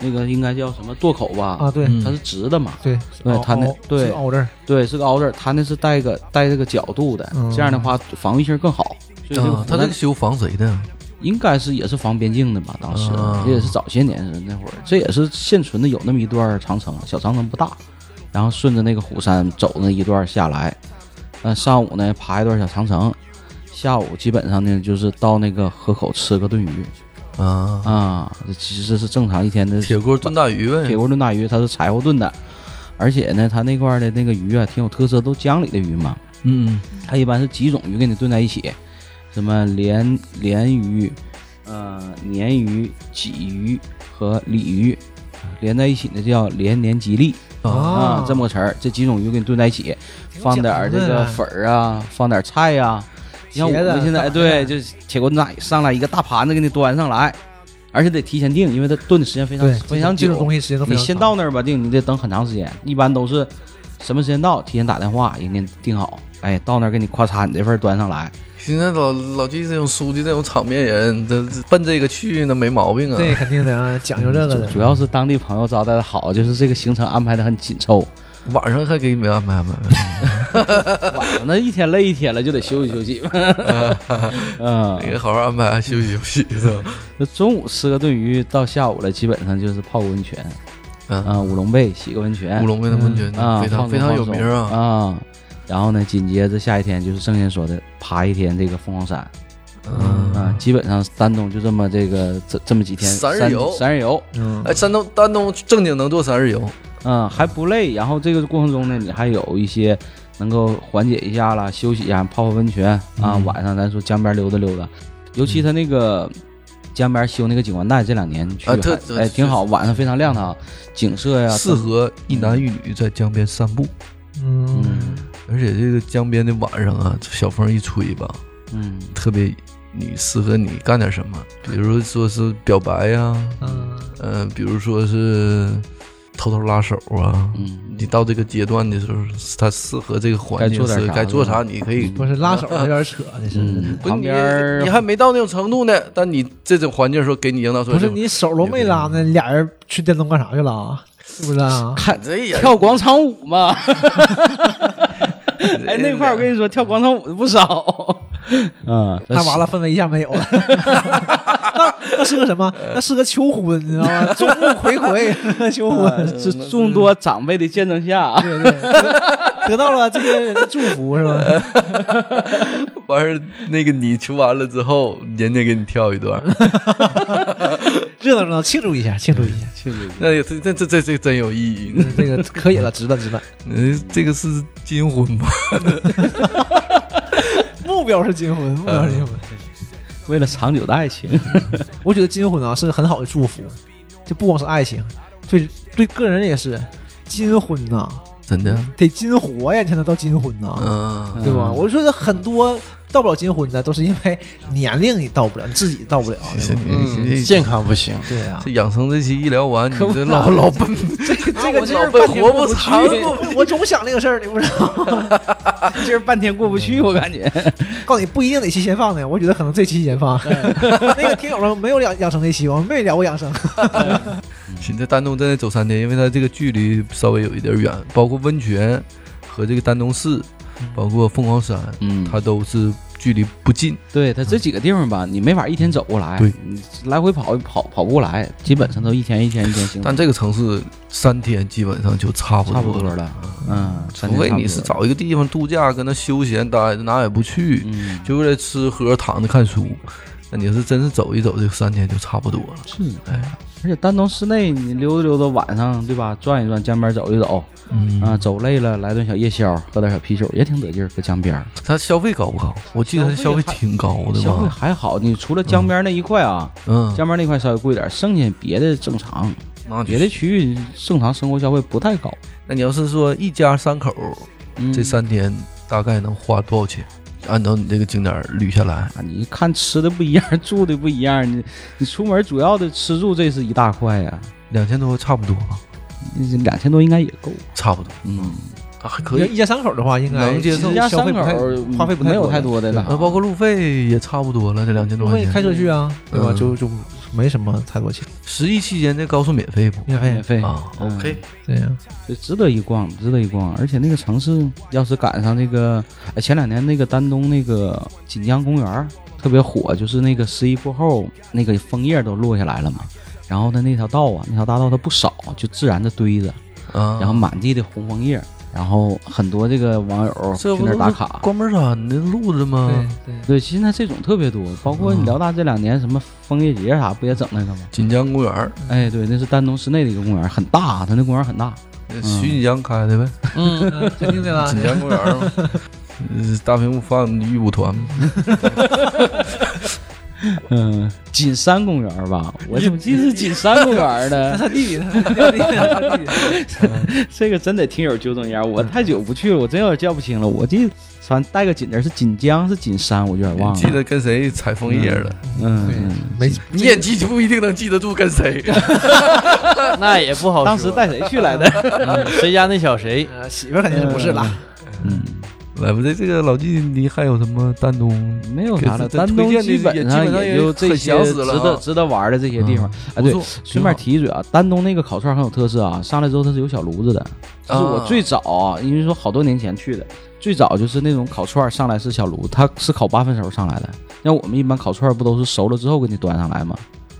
[SPEAKER 5] 那个应该叫什么垛口吧？
[SPEAKER 4] 啊，对
[SPEAKER 6] 嗯
[SPEAKER 5] 它是直的嘛？
[SPEAKER 4] 对
[SPEAKER 5] 对它那
[SPEAKER 4] 凹
[SPEAKER 5] 对
[SPEAKER 4] 是凹这儿，
[SPEAKER 5] 对，是个凹字儿，它那是带个带这个角度的，
[SPEAKER 4] 嗯
[SPEAKER 5] 这样的话防御性更好。所以这个
[SPEAKER 6] 啊
[SPEAKER 5] 虎，
[SPEAKER 6] 他这
[SPEAKER 5] 山
[SPEAKER 6] 个修防谁的？
[SPEAKER 5] 应该是也是防边境的吧，当时、
[SPEAKER 6] 啊
[SPEAKER 5] 这也是早些年那会儿，这也是现存的有那么一段长城，小长城不大，然后顺着那个虎山走那一段下来，呃，上午呢爬一段小长城，下午基本上呢就是到那个河口吃个炖鱼
[SPEAKER 6] 啊，
[SPEAKER 5] 啊，这其实是正常一天的
[SPEAKER 6] 铁锅炖大鱼呗
[SPEAKER 5] 铁。锅炖大鱼，它是柴火炖的，而且呢，它那块儿的那个鱼啊挺有特色，都江里的鱼嘛，
[SPEAKER 6] 嗯，
[SPEAKER 5] 它一般是几种鱼给你炖在一起，什么鲢鲢鱼、呃鲶鱼、鲫鱼和鲤鱼，连在一起呢叫连年吉利
[SPEAKER 6] 啊，
[SPEAKER 5] 啊
[SPEAKER 4] 啊，
[SPEAKER 5] 这么个词儿。这几种鱼给你炖在一起，放点儿这个粉儿啊，放点儿菜呀、你像我
[SPEAKER 4] 茄
[SPEAKER 5] 们
[SPEAKER 4] 子啊
[SPEAKER 5] 现在
[SPEAKER 4] 放点儿
[SPEAKER 5] 对，就是铁锅炖大鱼上来一个大盘子给你端上来，而且得提前订，因为它炖的时间非常
[SPEAKER 4] 对，
[SPEAKER 5] 非常
[SPEAKER 4] 这
[SPEAKER 5] 久啊
[SPEAKER 4] 种。东西时间都非
[SPEAKER 5] 你
[SPEAKER 4] 常
[SPEAKER 5] 先
[SPEAKER 4] 长
[SPEAKER 5] 到那儿吧，订你得等很长时间，一般都是什么时间到，提前打电话，人家订好，哎，到那儿给你咔嚓，你这份儿端上来，
[SPEAKER 6] 现在老老季这种书记这种场面人，这这奔这个去那没毛病啊。
[SPEAKER 4] 对，肯定的啊，讲究这个的
[SPEAKER 5] 主。要是当地朋友招待的好，就是这个行程安排的很紧 凑，
[SPEAKER 6] 晚上还给你们安排安排。
[SPEAKER 5] 晚上那一天累一天了，就得休息休 息。嗯，
[SPEAKER 6] 给好好安排休息休息，是吧？
[SPEAKER 5] 那中午吃个炖鱼，到下午了，基本上就是泡个温泉，
[SPEAKER 6] 嗯
[SPEAKER 5] 啊，五龙背洗个温泉，
[SPEAKER 6] 乌龙味的温泉
[SPEAKER 5] 啊，
[SPEAKER 6] 嗯非常
[SPEAKER 5] 哎放松
[SPEAKER 6] 非常有名
[SPEAKER 5] 放
[SPEAKER 6] 啊
[SPEAKER 5] 松。啊。然后呢，紧接着下一天就是圣贤说的爬一天这个凤凰山
[SPEAKER 6] 嗯，
[SPEAKER 5] 啊，基本上丹东就这么这个这这么几天
[SPEAKER 6] 三日
[SPEAKER 5] 三
[SPEAKER 6] 游
[SPEAKER 5] 三日游，
[SPEAKER 4] 嗯，
[SPEAKER 6] 哎，山东丹东正经能做三日游，
[SPEAKER 5] 嗯，还不累。然后这个过程中呢，你还有一些能够缓解一下啦，休息一下，泡泡温泉啊。
[SPEAKER 6] 嗯
[SPEAKER 5] 晚上咱说江边溜达溜达，尤其他那个江边修那个景观带，这两年去
[SPEAKER 6] 啊特
[SPEAKER 5] 还哎挺好，晚上非常亮堂，景色哎呀
[SPEAKER 6] 适合一男一女在江边散步，
[SPEAKER 4] 嗯，
[SPEAKER 6] 而且这个江边的晚上啊，小风一吹吧，
[SPEAKER 5] 嗯
[SPEAKER 6] 特别你适合你干点什么，比如说是表白呀、
[SPEAKER 4] 嗯，
[SPEAKER 6] 嗯，比如说是偷偷拉手啊。
[SPEAKER 5] 嗯，
[SPEAKER 6] 你到这个阶段的时候，它适合这个环境，
[SPEAKER 5] 该做点
[SPEAKER 6] 是
[SPEAKER 5] 啥
[SPEAKER 6] 该做啥
[SPEAKER 5] 是吧
[SPEAKER 6] 你可以
[SPEAKER 4] 不是拉手有点扯，这是。
[SPEAKER 5] 嗯，
[SPEAKER 6] 不是
[SPEAKER 5] 旁
[SPEAKER 6] 你
[SPEAKER 5] 边儿
[SPEAKER 6] 你还没到那种程度呢，但你这种环境说给你营造出来
[SPEAKER 4] 不是
[SPEAKER 6] 这种，
[SPEAKER 4] 你手都没拉呢，俩人去电动干啥去了啊？是不是啊？
[SPEAKER 6] 看这也
[SPEAKER 5] 跳广场舞嘛。哎，那块儿我跟你说，跳广场舞的不少。嗯，
[SPEAKER 4] 那完了，氛围一下没有了。 那那是个什么？那是个求婚，你知道吗？众目睽睽，求
[SPEAKER 5] 呃，
[SPEAKER 4] 婚。
[SPEAKER 5] 这众多长辈的见证下，
[SPEAKER 4] 对对，得得到了这些人的祝福是吧？
[SPEAKER 6] 完事儿那个你求完了之后，人家给你跳一 段，
[SPEAKER 4] 热闹热闹，庆祝一下，庆祝一下。
[SPEAKER 6] 那也这这这这这真有意义。
[SPEAKER 4] 这个可以了，值了值了。
[SPEAKER 6] 嗯，这个是金婚吧？
[SPEAKER 4] 目标是金婚，目
[SPEAKER 6] 嗯
[SPEAKER 4] 标是金婚。
[SPEAKER 5] 为了长久的爱情，
[SPEAKER 4] 我觉得金婚啊是很好的祝福，就不光是爱情，对对个人也是。金婚呐、
[SPEAKER 6] 真的？
[SPEAKER 4] 得金活呀，你才能到金婚呐、
[SPEAKER 6] 嗯，
[SPEAKER 4] 对吧？我说很多到不了金婚的，都是因为年龄你到不了，你自己到不了，
[SPEAKER 6] 哎
[SPEAKER 4] 对吧
[SPEAKER 6] 嗯你这
[SPEAKER 3] 健康不行。
[SPEAKER 4] 对啊
[SPEAKER 6] 这。养生这期一聊完，你这
[SPEAKER 5] 老
[SPEAKER 6] 老老奔
[SPEAKER 4] 这个
[SPEAKER 6] 老奔活不长，
[SPEAKER 4] 我总想这个事儿，你不知道。
[SPEAKER 5] 今儿半天过不去，我感觉。
[SPEAKER 4] 告诉你，不一定哪期先放呢，我觉得可能这期先放。
[SPEAKER 5] 嗯
[SPEAKER 4] 那个听友说没有养养生那期，我们没聊过养生。
[SPEAKER 6] 行，这丹东真得走三天，因为它这个距离稍微有一点远，包括温泉和这个丹东市，包括凤凰山，
[SPEAKER 5] 嗯
[SPEAKER 6] 它都是距离不近。
[SPEAKER 5] 对他这几个地方吧，你没法一天走过来，
[SPEAKER 6] 对
[SPEAKER 5] 你来回跑跑跑不过来，基本上都一天一天一天行走，
[SPEAKER 6] 但这个城市三天基本上就差不
[SPEAKER 5] 差不
[SPEAKER 6] 多
[SPEAKER 5] 多
[SPEAKER 6] 了。
[SPEAKER 5] 了。嗯，
[SPEAKER 6] 除非你是
[SPEAKER 5] 早，
[SPEAKER 6] 找一个地方度假，跟那休闲待着，哪也不去，
[SPEAKER 5] 嗯，
[SPEAKER 6] 就为了吃喝躺着看书。那你要是真是走一走，这三天就差不多了。
[SPEAKER 5] 是，而且丹东市内你溜达溜达，晚上对吧，转一转，江边走一走，
[SPEAKER 6] 嗯
[SPEAKER 5] 啊，走累了来顿小夜宵，喝点小啤酒也挺得劲儿，搁江边儿。
[SPEAKER 6] 它消费高不高？我记得它消费挺高的
[SPEAKER 5] 消费
[SPEAKER 6] 吧？
[SPEAKER 5] 还好，你除了江边那一块啊，
[SPEAKER 6] 嗯，
[SPEAKER 5] 江边那块稍微贵点儿，剩下别的正常，
[SPEAKER 6] 那就
[SPEAKER 5] 别的区域正常生活消费不太高。
[SPEAKER 6] 那你要是说一家三口，
[SPEAKER 5] 嗯
[SPEAKER 6] 这三天大概能花多少钱？按照你这个景点儿捋下来，
[SPEAKER 5] 啊，你看吃的不一样，住的不一样，你你出门主要的吃住这是一大块呀、
[SPEAKER 6] 两千多差不多吧？
[SPEAKER 5] 两千多应该也够。
[SPEAKER 6] 差不多，
[SPEAKER 5] 嗯，
[SPEAKER 6] 啊还可以。
[SPEAKER 4] 一家三口的话，应该
[SPEAKER 6] 能接受
[SPEAKER 5] 一家
[SPEAKER 4] 消
[SPEAKER 5] 三
[SPEAKER 4] 费
[SPEAKER 5] 口
[SPEAKER 4] 不太
[SPEAKER 5] 儿
[SPEAKER 4] 花费不
[SPEAKER 5] 没有
[SPEAKER 4] 太
[SPEAKER 5] 太
[SPEAKER 4] 多
[SPEAKER 5] 多的了，
[SPEAKER 6] 呃，包括路费也差不多了，这两千多
[SPEAKER 4] 因
[SPEAKER 6] 块
[SPEAKER 4] 为
[SPEAKER 6] 钱。
[SPEAKER 4] 开车去啊，对吧？
[SPEAKER 6] 嗯
[SPEAKER 4] 就就没什么太多钱，
[SPEAKER 6] 十一期间这高速免费不？
[SPEAKER 4] 免
[SPEAKER 5] 免
[SPEAKER 4] 费
[SPEAKER 5] 费
[SPEAKER 6] 啊
[SPEAKER 5] 嗯
[SPEAKER 6] ，OK，
[SPEAKER 4] 对呀。
[SPEAKER 5] 这值得一逛，值得一逛。而且那个城市，要是赶上那个呃前两年那个丹东那个锦江公园儿特别火，就是那个十一过后那个枫叶都落下来了嘛。然后它那条道啊，那条大道它不少，就自然的堆着，
[SPEAKER 6] 啊，
[SPEAKER 5] 然后满地的红枫叶，然后很多这个网友去
[SPEAKER 6] 这不
[SPEAKER 5] 那
[SPEAKER 6] 都
[SPEAKER 5] 儿
[SPEAKER 6] 是
[SPEAKER 5] 打卡。
[SPEAKER 6] 关门山的路子吗？
[SPEAKER 4] 对
[SPEAKER 5] 对，现在这种特别多，包括
[SPEAKER 6] 嗯
[SPEAKER 5] 辽大这两年什么枫叶节啥，不也整那个吗？
[SPEAKER 6] 锦江公园儿，
[SPEAKER 5] 哎，对，那是丹东市内的一个公园，很大，啊它那公园很大。
[SPEAKER 6] 呃徐锦江开的呗，
[SPEAKER 4] 嗯，肯定的啦。
[SPEAKER 6] 锦江公园 儿嘛。呃大屏幕放预舞团，
[SPEAKER 5] 嗯，锦山公园 吧，我怎么记得是锦山公园
[SPEAKER 4] 那
[SPEAKER 5] 呢？
[SPEAKER 4] 他弟弟，他他弟弟，他弟弟，
[SPEAKER 5] 这个真得听友纠正一下，我太久不去了，我真有点叫不清了。我记得反正带个锦字儿是锦江是锦山，我有点 忘
[SPEAKER 6] 记
[SPEAKER 5] 了。
[SPEAKER 6] 得跟谁采枫叶了，
[SPEAKER 5] 嗯，
[SPEAKER 4] 对
[SPEAKER 5] 嗯
[SPEAKER 4] 没
[SPEAKER 6] 你也记不一定能记得住跟 谁。
[SPEAKER 3] 那也不好说。
[SPEAKER 5] 当时带谁去 来的？
[SPEAKER 3] 嗯谁家那小谁，
[SPEAKER 4] 呃媳妇儿肯定是不是了？
[SPEAKER 5] 嗯，
[SPEAKER 6] 来吧，这这个老季，你还有什么丹东？
[SPEAKER 5] 嗯没有啥
[SPEAKER 6] 这
[SPEAKER 5] 了。
[SPEAKER 6] 这
[SPEAKER 5] 丹
[SPEAKER 6] 推
[SPEAKER 5] 东
[SPEAKER 6] 荐的
[SPEAKER 5] 基
[SPEAKER 6] 也
[SPEAKER 5] 本啊
[SPEAKER 6] 基本上
[SPEAKER 5] 也
[SPEAKER 6] 也
[SPEAKER 5] 就这
[SPEAKER 6] 很
[SPEAKER 5] 些
[SPEAKER 6] 详
[SPEAKER 5] 值
[SPEAKER 6] 死了
[SPEAKER 5] 得
[SPEAKER 6] 啊
[SPEAKER 5] 值得玩的这些地方。哎，对
[SPEAKER 6] 不，错，
[SPEAKER 5] 顺便
[SPEAKER 6] 挺
[SPEAKER 5] 提一嘴啊，丹东那个烤串很有特色啊。上来之后它是有小炉子的，这
[SPEAKER 6] 啊
[SPEAKER 5] 是我最早啊，因为说好多年前去的，最早就是那种烤串上来是小炉，它是烤八分熟上来的。像我们一般烤串不都是熟了之后给你端上来吗？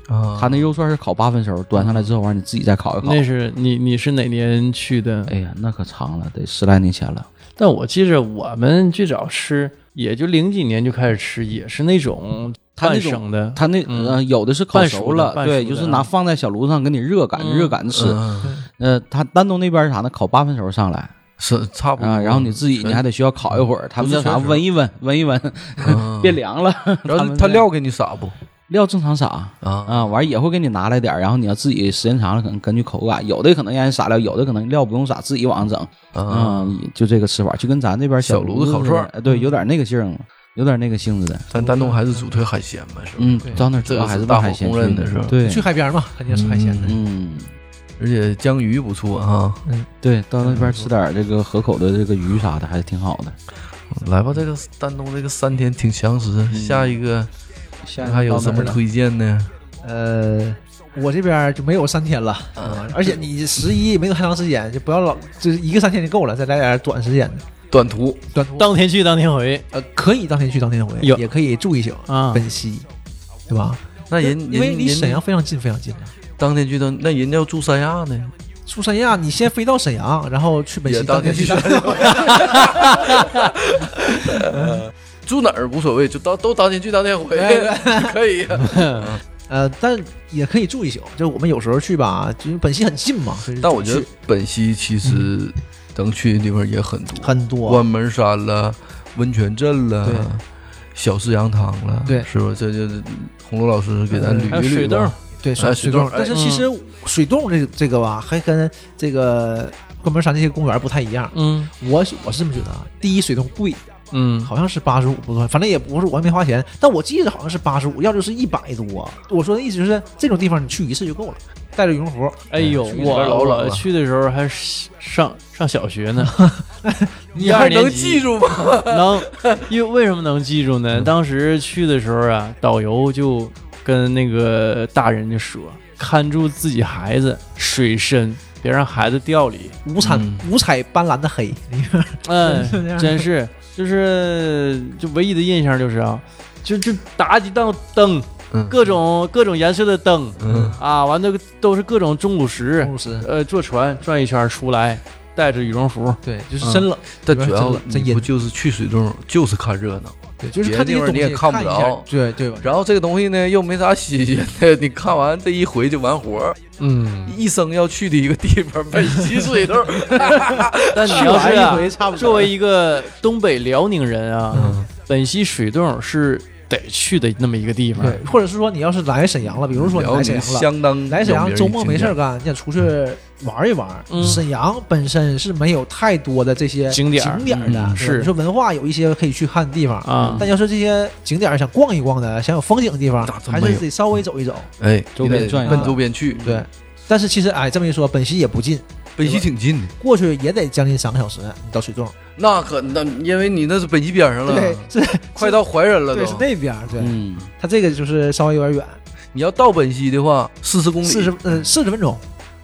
[SPEAKER 6] 好啊。
[SPEAKER 5] 它那肉串是烤八分熟，端上来之后完你自己再烤一烤。
[SPEAKER 3] 那是你你是哪年去的？
[SPEAKER 6] 嗯
[SPEAKER 5] 哎呀，那可长了，得十来年前哎了。
[SPEAKER 3] 但我记着我们最早吃，也就零几年就开始吃，也是那种
[SPEAKER 5] 它那
[SPEAKER 3] 半
[SPEAKER 5] 种
[SPEAKER 3] 生的。
[SPEAKER 5] 它那、
[SPEAKER 3] 嗯
[SPEAKER 5] 呃有的是烤
[SPEAKER 3] 半熟
[SPEAKER 5] 熟
[SPEAKER 3] 的
[SPEAKER 5] 了，
[SPEAKER 3] 半
[SPEAKER 5] 对，
[SPEAKER 3] 熟
[SPEAKER 5] 就
[SPEAKER 3] 的
[SPEAKER 5] 是
[SPEAKER 3] 啊
[SPEAKER 5] 拿放在小炉子上给你热赶、
[SPEAKER 3] 嗯
[SPEAKER 5] 热赶着吃。
[SPEAKER 6] 嗯
[SPEAKER 5] 呃，它丹东那边啥的烤八分熟上来
[SPEAKER 6] 是差不多。
[SPEAKER 5] 啊，然后你自己
[SPEAKER 6] 全
[SPEAKER 5] 你还得需要烤一会儿，他们
[SPEAKER 6] 不
[SPEAKER 5] 叫
[SPEAKER 6] 是
[SPEAKER 5] 啥
[SPEAKER 6] 全熟
[SPEAKER 5] 闻一闻，闻一闻，
[SPEAKER 6] 嗯
[SPEAKER 5] 别凉了。
[SPEAKER 6] 然
[SPEAKER 5] 他
[SPEAKER 6] 后
[SPEAKER 5] 们
[SPEAKER 6] 他
[SPEAKER 5] 那
[SPEAKER 6] 料给你撒不？
[SPEAKER 5] 料正常撒
[SPEAKER 6] 啊
[SPEAKER 5] 啊，完儿也会给你拿来点儿，然后你要自己时间长了，可能根据口感，有的可能让人撒料，有的可能料不用撒，自己往上整
[SPEAKER 6] 啊！
[SPEAKER 5] 啊、就这个吃法，就跟咱这边
[SPEAKER 6] 小
[SPEAKER 5] 炉
[SPEAKER 6] 炉子烤
[SPEAKER 5] 似
[SPEAKER 6] 串
[SPEAKER 5] 的
[SPEAKER 6] 儿嗯
[SPEAKER 5] 哎对，有点那个性儿，有点那个性质的，
[SPEAKER 6] 咱丹东还是主推海鲜嘛，是吧？
[SPEAKER 5] 嗯，到那儿
[SPEAKER 6] 这
[SPEAKER 5] 主要
[SPEAKER 6] 是
[SPEAKER 5] 还是
[SPEAKER 6] 大
[SPEAKER 5] 大
[SPEAKER 6] 伙
[SPEAKER 5] 海鲜
[SPEAKER 6] 公认
[SPEAKER 5] 去
[SPEAKER 6] 的是吧
[SPEAKER 5] 对，
[SPEAKER 4] 去海边嘛，肯定是海鲜的。
[SPEAKER 5] 嗯，
[SPEAKER 6] 而且江鱼不错啊。
[SPEAKER 5] 对，到那边吃点儿这个河口的这个鱼啥的，还是挺好的。
[SPEAKER 6] 来吧，这个丹东这个三天挺详
[SPEAKER 5] 嗯
[SPEAKER 6] 实。下一个
[SPEAKER 5] 下
[SPEAKER 6] 还有什么推荐呢？
[SPEAKER 4] 呃，我这边就没有三天了，啊，而且你十一也没有太长时间，就不要老就是一个三天就够了，再来点短时间的，
[SPEAKER 6] 短途
[SPEAKER 4] 短途
[SPEAKER 3] 当天去当天回
[SPEAKER 4] 呃可以当天去当天回，
[SPEAKER 3] 有
[SPEAKER 4] 也可以住一宿，
[SPEAKER 3] 啊，
[SPEAKER 4] 本溪，对吧？
[SPEAKER 6] 那人
[SPEAKER 4] 因为
[SPEAKER 6] 人
[SPEAKER 4] 离
[SPEAKER 6] 人
[SPEAKER 4] 沈阳非常近，非常近的。
[SPEAKER 6] 当天去当，那人家要住三亚呢，
[SPEAKER 4] 出三亚，你先飞到沈阳，然后去本溪
[SPEAKER 6] 也当
[SPEAKER 4] 天
[SPEAKER 6] 天去
[SPEAKER 4] 当
[SPEAKER 6] 三 亚。住哪儿无所谓，就当都当天去当天回， 可以。
[SPEAKER 4] 呃，但也可以住一宿，就是我们有时候去吧，就是本溪很近嘛。就是
[SPEAKER 6] 但我觉得
[SPEAKER 4] 去
[SPEAKER 6] 本溪其实能去的地方也很多，
[SPEAKER 4] 很多，
[SPEAKER 6] 关门山了，温泉镇
[SPEAKER 4] 对
[SPEAKER 6] 了，小四羊汤了，
[SPEAKER 4] 对
[SPEAKER 6] 是吧？这就是红楼老师给咱捋
[SPEAKER 3] 还有
[SPEAKER 6] 一
[SPEAKER 3] 水
[SPEAKER 6] 捋
[SPEAKER 3] 洞
[SPEAKER 6] 吧。
[SPEAKER 4] 对水
[SPEAKER 6] 哎
[SPEAKER 4] 水
[SPEAKER 6] 水洞
[SPEAKER 4] 洞，
[SPEAKER 6] 哎
[SPEAKER 4] 但是其实水洞这这个吧，还跟这个关门山这些公园不太一样。
[SPEAKER 3] 嗯
[SPEAKER 4] 我我是这么觉得啊，第一水洞贵，
[SPEAKER 3] 嗯，
[SPEAKER 4] 好像是八十五不算，反正也不是我还没花钱，但我记得好像是八十五，要就是一百多。我说的意思就是这种地方你去一次就够了，带着羽绒服，
[SPEAKER 3] 哎呦，
[SPEAKER 6] 去里边老
[SPEAKER 3] 我
[SPEAKER 6] 冷
[SPEAKER 3] 我
[SPEAKER 6] 了
[SPEAKER 3] 去的时候还是上上小学呢，
[SPEAKER 6] 你
[SPEAKER 3] 二
[SPEAKER 6] 还
[SPEAKER 3] 年
[SPEAKER 6] 能
[SPEAKER 3] 级
[SPEAKER 6] 记住吗？
[SPEAKER 3] 能，因为为什么能记住
[SPEAKER 6] 嗯
[SPEAKER 3] 呢？当时去的时候啊，导游就跟那个大人就说，看住自己孩子，水深，别让孩子掉里。
[SPEAKER 4] 五彩、
[SPEAKER 6] 嗯
[SPEAKER 4] 五彩斑斓的黑，里面
[SPEAKER 3] 嗯，
[SPEAKER 4] 是这样
[SPEAKER 3] 真是，就是就唯一的印象就是啊，就就打几道灯，
[SPEAKER 6] 嗯
[SPEAKER 3] 各种各种颜色的灯
[SPEAKER 6] 嗯，
[SPEAKER 3] 啊，完了都是各种钟乳石，
[SPEAKER 4] 公司
[SPEAKER 3] 呃，坐船转一圈出来，带着羽绒服，
[SPEAKER 4] 对，
[SPEAKER 6] 嗯
[SPEAKER 4] 就是真冷，
[SPEAKER 6] 但主
[SPEAKER 4] 真
[SPEAKER 6] 要
[SPEAKER 4] 冷真
[SPEAKER 6] 你
[SPEAKER 4] 阴
[SPEAKER 6] 不就是去水洞就是看热闹，
[SPEAKER 4] 对，就是
[SPEAKER 6] 别
[SPEAKER 4] 看这
[SPEAKER 6] 的
[SPEAKER 4] 些
[SPEAKER 6] 地方
[SPEAKER 4] 东
[SPEAKER 6] 你
[SPEAKER 4] 西
[SPEAKER 6] 也看不
[SPEAKER 4] 一下
[SPEAKER 6] 着
[SPEAKER 4] 对对 吧？
[SPEAKER 6] 然后这个东西呢又没啥新鲜的，你看完这一回就完活儿。
[SPEAKER 3] 嗯，
[SPEAKER 6] 一生要去的一个地方，本溪水洞。
[SPEAKER 3] 但你
[SPEAKER 4] 去
[SPEAKER 3] 要是、
[SPEAKER 4] 完
[SPEAKER 3] 啊
[SPEAKER 4] 一、回差不多，
[SPEAKER 3] 作为一个东北辽宁人啊，本溪水洞是得去的那么一个地方。
[SPEAKER 4] 对，或者是说你要是来沈阳了，比如说你
[SPEAKER 6] 辽
[SPEAKER 4] 来沈
[SPEAKER 6] 宁
[SPEAKER 4] 阳了。
[SPEAKER 6] 相当
[SPEAKER 4] 来沈
[SPEAKER 6] 有
[SPEAKER 4] 阳
[SPEAKER 6] 名
[SPEAKER 4] 周末没事儿
[SPEAKER 6] 景
[SPEAKER 4] 干，你想出去玩一玩。
[SPEAKER 3] 嗯
[SPEAKER 4] 沈阳本身是没有太多的这些
[SPEAKER 3] 景点儿
[SPEAKER 4] 景点儿的，
[SPEAKER 3] 嗯
[SPEAKER 4] 对吧
[SPEAKER 3] 是
[SPEAKER 4] 你说文化有一些可以去看的地方
[SPEAKER 3] 啊
[SPEAKER 4] 但要是这些景点儿想逛一逛的，想有风景的地方
[SPEAKER 6] 那，真
[SPEAKER 4] 还
[SPEAKER 6] 没
[SPEAKER 4] 是
[SPEAKER 6] 有嗯
[SPEAKER 4] 得稍微走一走。
[SPEAKER 6] 点哎，
[SPEAKER 5] 周边转一
[SPEAKER 6] 奔
[SPEAKER 5] 转
[SPEAKER 6] 周边去。
[SPEAKER 4] 对，但是其实哎，这么一说，本溪也不近，
[SPEAKER 6] 本溪挺近的，
[SPEAKER 4] 过去也得将近三个小时，你到水洞。
[SPEAKER 6] 那可那因为你那是本溪边上
[SPEAKER 4] 对
[SPEAKER 6] 了，，
[SPEAKER 4] 是，
[SPEAKER 6] 快到怀仁了
[SPEAKER 4] 对，是
[SPEAKER 6] 都。
[SPEAKER 4] 那边儿。对，
[SPEAKER 5] 嗯，
[SPEAKER 4] 它这个就是稍微有点远，
[SPEAKER 6] 你要到本溪的话，四十公里，
[SPEAKER 4] 四十呃四十分钟，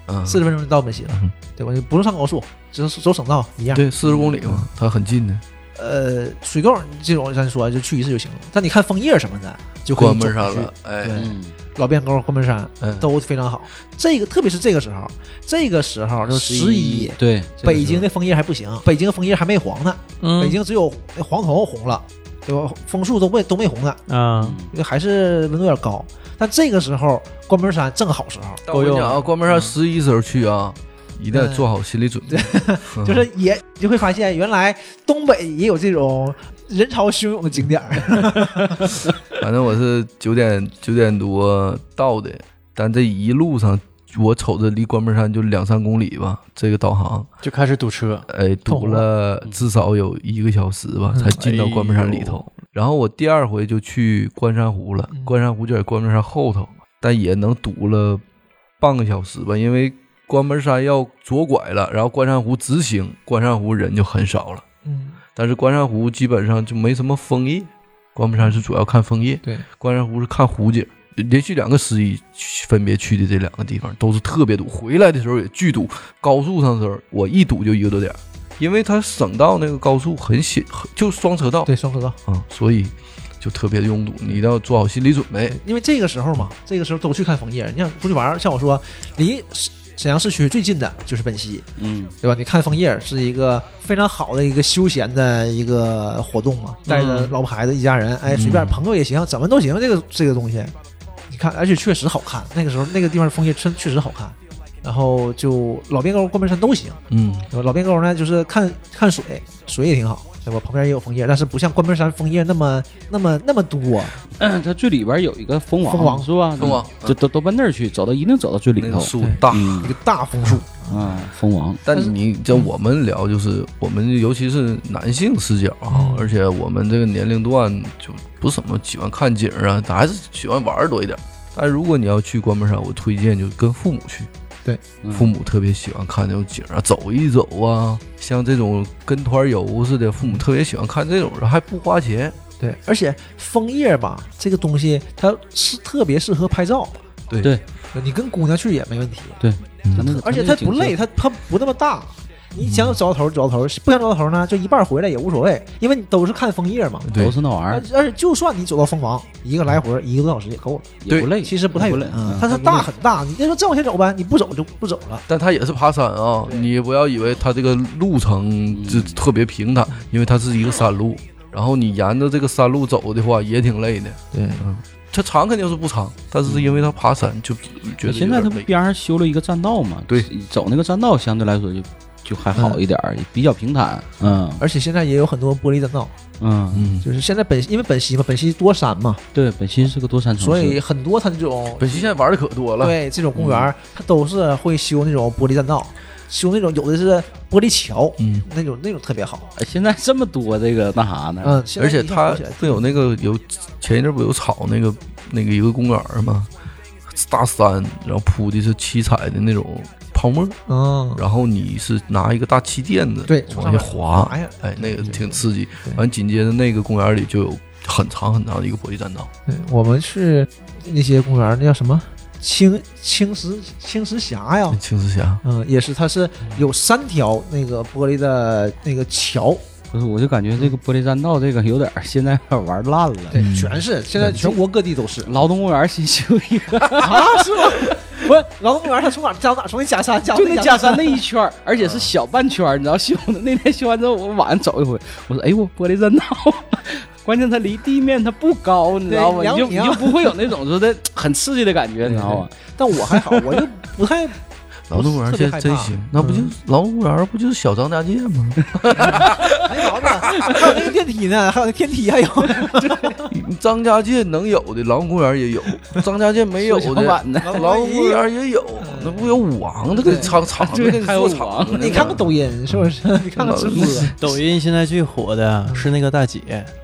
[SPEAKER 6] 嗯
[SPEAKER 4] 四十分钟就到本溪了
[SPEAKER 6] 嗯，
[SPEAKER 4] 对吧？就不用上高速，只是走省道一样。
[SPEAKER 6] 对，四十公里
[SPEAKER 4] 嗯
[SPEAKER 6] 嘛，它很近的。
[SPEAKER 4] 呃，水洞这种咱说就去一次就行了。但你看枫叶什么的，就可以
[SPEAKER 6] 关门山
[SPEAKER 4] 走出去
[SPEAKER 6] 了，，哎，
[SPEAKER 4] 对
[SPEAKER 5] 嗯
[SPEAKER 4] 老变沟、关门山
[SPEAKER 6] 嗯
[SPEAKER 4] 都非常好。这个特别是这个时候，这个时候就十一，
[SPEAKER 5] 对，这个
[SPEAKER 4] 北
[SPEAKER 5] 是
[SPEAKER 4] 京的枫叶还不行，北京的枫叶还没黄呢，
[SPEAKER 3] 嗯
[SPEAKER 4] 北京只有哎黄桐红了，对吧？枫树都没都没红呢，
[SPEAKER 5] 嗯
[SPEAKER 3] 啊，
[SPEAKER 4] 还是温度有点高。但这个时候关门山正好时候，
[SPEAKER 6] 但我跟你讲啊，关门山十一时候去啊，一定要
[SPEAKER 4] 嗯
[SPEAKER 6] 做好心理准备。嗯
[SPEAKER 4] 就是也你就会发现，原来东北也有这种人潮汹涌的景 点儿。
[SPEAKER 6] 反正我是九点九点多到的，但这一路上我瞅着离关门山就两三公里吧，这个导航，
[SPEAKER 3] 就开始堵车，
[SPEAKER 6] 哎，堵了
[SPEAKER 4] 嗯
[SPEAKER 6] 至少有一个小时吧，才进到关门山里头。然后我第二回就去关山湖了，
[SPEAKER 4] 哎嗯
[SPEAKER 6] 关山湖就在关门山后头，但也能堵了半个小时吧，因为关门山要左拐了，然后关山湖直行，关山湖人就很少了。
[SPEAKER 4] 嗯，
[SPEAKER 6] 但是关山湖基本上就没什么枫叶，关门山是主要看枫叶，
[SPEAKER 4] 对，
[SPEAKER 6] 关山湖是看湖景。连续两个十一去分别去的这两个地方都是特别堵，回来的时候也巨堵。高速上的时候，我一堵就一个多点儿因为它省道那个高速很险，很就双车道
[SPEAKER 4] 对，双车道。
[SPEAKER 6] 啊、所以就特别拥堵，你一定要做好心理准备。
[SPEAKER 4] 因为这个时候嘛，这个时候都去看枫叶。你想出去玩儿，像我说，离沈沈阳市区最近的就是本溪，
[SPEAKER 5] 嗯，
[SPEAKER 4] 对吧？你看枫叶是一个非常好的一个休闲的一个活动嘛，带着老婆孩子一家人，哎，随便朋友也行，怎么都行。这个这个东西，你看，而且确实好看。那个时候那个地方枫叶真确实好看。然后就老边沟、关门山都行，
[SPEAKER 6] 嗯，
[SPEAKER 4] 对吧老边沟呢就是看看水，水也挺好，对吧？旁边也有枫叶，但是不像关门山枫叶那么那么那么多。
[SPEAKER 5] 它最里边有一个蜂王，
[SPEAKER 4] 蜂王
[SPEAKER 5] 是吧？
[SPEAKER 6] 蜂王
[SPEAKER 5] 就都都奔那儿去，走到一定走到最里
[SPEAKER 6] 那个
[SPEAKER 5] 头。
[SPEAKER 6] 树大，
[SPEAKER 5] 嗯
[SPEAKER 4] 一个大枫树，
[SPEAKER 5] 啊，蜂王，
[SPEAKER 6] 但你这我们聊就是我们尤其是男性视角啊
[SPEAKER 4] 嗯，
[SPEAKER 6] 而且我们这个年龄段就不怎么喜欢看景儿啊，咱还是喜欢玩儿多一点儿。但如果你要去关门山，我推荐就跟父母去，
[SPEAKER 5] 嗯
[SPEAKER 6] 父母特别喜欢看那种景儿啊，走一走啊，像这种跟团游似的，父母特别喜欢看这种，还不花钱。
[SPEAKER 4] 对，而且枫叶吧，这个东西它是特别适合拍照，呃
[SPEAKER 6] 对
[SPEAKER 5] 对
[SPEAKER 4] 你跟姑娘去也没问题，
[SPEAKER 5] 它那个
[SPEAKER 4] 而且它不累，，它它不那么大。你想找到头儿找到头儿，不想找到头儿呢，就一半儿回来也无所谓，因为你都是看枫叶嘛。
[SPEAKER 5] 那个景色
[SPEAKER 6] 对
[SPEAKER 5] 都是那玩意
[SPEAKER 4] 而
[SPEAKER 5] 儿，
[SPEAKER 4] 而且就算你走到蜂王，一个来回儿一个多小时也够了，
[SPEAKER 5] 也不累，
[SPEAKER 4] 其实不太
[SPEAKER 5] 也不
[SPEAKER 4] 远
[SPEAKER 5] 累。嗯。
[SPEAKER 4] 它是大很大，你再说再往前走呗，你不走就不走了。
[SPEAKER 6] 但它也是爬山啊，你不要以为它这个路程就
[SPEAKER 4] 嗯
[SPEAKER 6] 特别平坦，因为它是一个山路。然后你沿着这个山路走的话，也挺累的。
[SPEAKER 4] 对，
[SPEAKER 5] 嗯
[SPEAKER 6] 它长肯定是不长，但是是因为它爬山就觉得
[SPEAKER 4] 嗯
[SPEAKER 5] 现在
[SPEAKER 6] 有
[SPEAKER 5] 它
[SPEAKER 6] 点
[SPEAKER 5] 不
[SPEAKER 6] 累
[SPEAKER 5] 边上修了一个栈道嘛？
[SPEAKER 6] 对，
[SPEAKER 5] 走那个栈道相对来说就就还好一点儿，也比较平坦。嗯
[SPEAKER 4] 而且现在也有很多玻璃栈道，
[SPEAKER 5] 嗯，
[SPEAKER 6] 嗯，
[SPEAKER 4] 就是现在本因为本溪嘛，本溪多山嘛，
[SPEAKER 5] 对，本嗯溪是个多山城市，
[SPEAKER 4] 所以很多它那种
[SPEAKER 6] 本溪现在玩的可多了，
[SPEAKER 4] 对，这种公园儿它都是会修那种玻璃栈道，修那种有的是玻璃桥，
[SPEAKER 6] 嗯，
[SPEAKER 4] 那种那种特别好。
[SPEAKER 5] 哎现在这么多这个那啥呢？
[SPEAKER 4] 嗯，
[SPEAKER 6] 而且它不有那个有前一阵不有炒那个那个一个公园儿吗？大山，然后铺的是七彩的那种泡沫，
[SPEAKER 4] 嗯，
[SPEAKER 6] 然后你是拿一个大气垫子
[SPEAKER 4] 对
[SPEAKER 6] 往下滑，
[SPEAKER 4] 哎呀，
[SPEAKER 6] 哎，那个挺刺激
[SPEAKER 4] 对。
[SPEAKER 6] 完，紧接着那个公园里就有很长很长的一个玻璃栈道，
[SPEAKER 4] 对我们去那些公园儿，那叫什么青青石青石峡呀
[SPEAKER 6] 那。青石峡。
[SPEAKER 4] 嗯，也是，它是有三条那个玻璃的那个桥，
[SPEAKER 5] 不是，我就感觉这个玻璃栈道这个有点儿现在有点玩烂了。
[SPEAKER 4] 对，全是，现在全国各地都是
[SPEAKER 5] 劳动公园新修一个，
[SPEAKER 4] 啊，是吗？ 不是，劳动公园儿它从哪儿加哪儿？从那假 山加
[SPEAKER 5] 就那
[SPEAKER 4] 那
[SPEAKER 5] 假 山那一嗯圈儿，而且是小半圈儿，你知道修的。那天修完之后，我晚上走一回，我说：“哎呦，玻璃栈道， 关键它离地面它不高，你知道吗？
[SPEAKER 4] 对
[SPEAKER 5] 你就
[SPEAKER 4] 两米
[SPEAKER 5] 你
[SPEAKER 4] 啊
[SPEAKER 5] 就不会有那种说的很刺激的感觉，你知道吗？
[SPEAKER 4] 但我还好，我就不 太
[SPEAKER 6] 劳动公园
[SPEAKER 4] 特别
[SPEAKER 6] 现
[SPEAKER 4] 害
[SPEAKER 6] 在
[SPEAKER 4] 怕嗯
[SPEAKER 6] 真行，那不就劳动公园不就是小张家界 吗？
[SPEAKER 4] 没毛病，还有那个电梯呢，还有那天梯，还有
[SPEAKER 6] 张家界能有的，劳动公园也有；张家界没有
[SPEAKER 5] 缩
[SPEAKER 6] 的，
[SPEAKER 5] 小版的
[SPEAKER 6] 劳动公园也有。那不有舞王这个厂厂子，
[SPEAKER 5] 对
[SPEAKER 6] 跟你
[SPEAKER 5] 还有
[SPEAKER 6] 说
[SPEAKER 5] 舞
[SPEAKER 6] 厂子呢，
[SPEAKER 4] 你看看抖音是 不是？你看看直播，
[SPEAKER 3] 抖音现在最火的是那个大姐，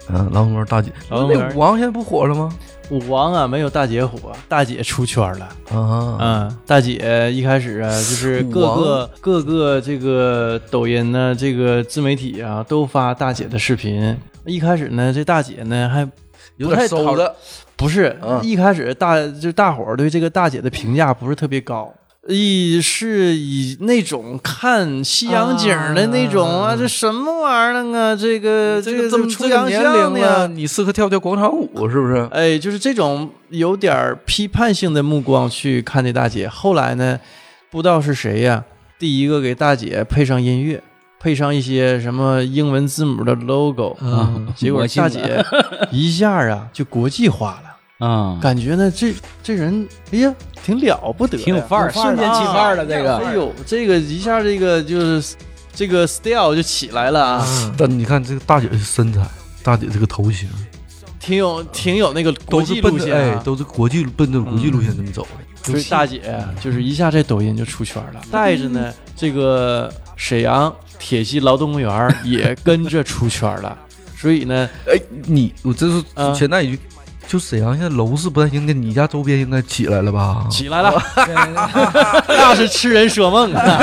[SPEAKER 6] 嗯，劳动公园大姐，
[SPEAKER 3] 劳动公园
[SPEAKER 6] 那舞王现在不火了吗？
[SPEAKER 3] 舞王啊没有大姐火，大姐出圈了。
[SPEAKER 6] 啊，
[SPEAKER 3] 嗯，大姐一开始啊，就是各
[SPEAKER 6] 舞
[SPEAKER 3] 个各个这个抖音呢，这个自媒体啊，都发大姐的视频。一开始呢，这大姐呢还
[SPEAKER 6] 有点馊了。
[SPEAKER 3] 不是、
[SPEAKER 6] 嗯
[SPEAKER 3] 一开始大就大伙儿对这个大姐的评价不是特别高。以是以那种看西洋景儿的那种啊，这什么玩意儿呢？啊，这个这个
[SPEAKER 6] 嗯这
[SPEAKER 3] 怎
[SPEAKER 6] 么
[SPEAKER 3] 么
[SPEAKER 6] 这
[SPEAKER 3] 出
[SPEAKER 6] 个
[SPEAKER 3] 洋
[SPEAKER 6] 年
[SPEAKER 3] 相
[SPEAKER 6] 龄
[SPEAKER 3] 呢？
[SPEAKER 6] 了，你适合跳跳广场舞是不是？
[SPEAKER 3] 哎，就是这种有点儿批判性的目光去看这大姐。后来呢，不知道是谁呀，第一个给大姐配上音乐，配上一些什么英文字母的 logo，、
[SPEAKER 4] 嗯，
[SPEAKER 3] 结果
[SPEAKER 5] 魔性
[SPEAKER 3] 大
[SPEAKER 5] 了
[SPEAKER 3] 姐一下啊就国际化了。
[SPEAKER 5] 啊，
[SPEAKER 3] 感觉呢，这这人，哎呀，挺了不得呀，
[SPEAKER 5] 挺有范儿，啊瞬间起范儿了。这个
[SPEAKER 3] 啊哎呦，这个一下，
[SPEAKER 5] 嗯
[SPEAKER 3] 这个就是这个 style 就起来了啊！
[SPEAKER 6] 但你看这个大姐的身材，大姐这个头型，
[SPEAKER 3] 挺有挺有那个国
[SPEAKER 6] 都
[SPEAKER 3] 际
[SPEAKER 6] 是奔
[SPEAKER 3] 路
[SPEAKER 6] 着
[SPEAKER 3] 线
[SPEAKER 6] 哎
[SPEAKER 3] 啊，，
[SPEAKER 6] 都是国际奔着国际路线这么走的。
[SPEAKER 3] 所以大姐就是一下这抖音就出圈了，
[SPEAKER 5] 嗯
[SPEAKER 3] 带着呢这个沈阳铁西劳动公园儿也跟着出圈了， 所以呢，
[SPEAKER 6] 哎，你我这是
[SPEAKER 3] 啊
[SPEAKER 6] 前那一句，就沈阳现在楼市不太行，那你家周边应该起来了吧？
[SPEAKER 3] 起来了，啊 那是痴人说梦啊。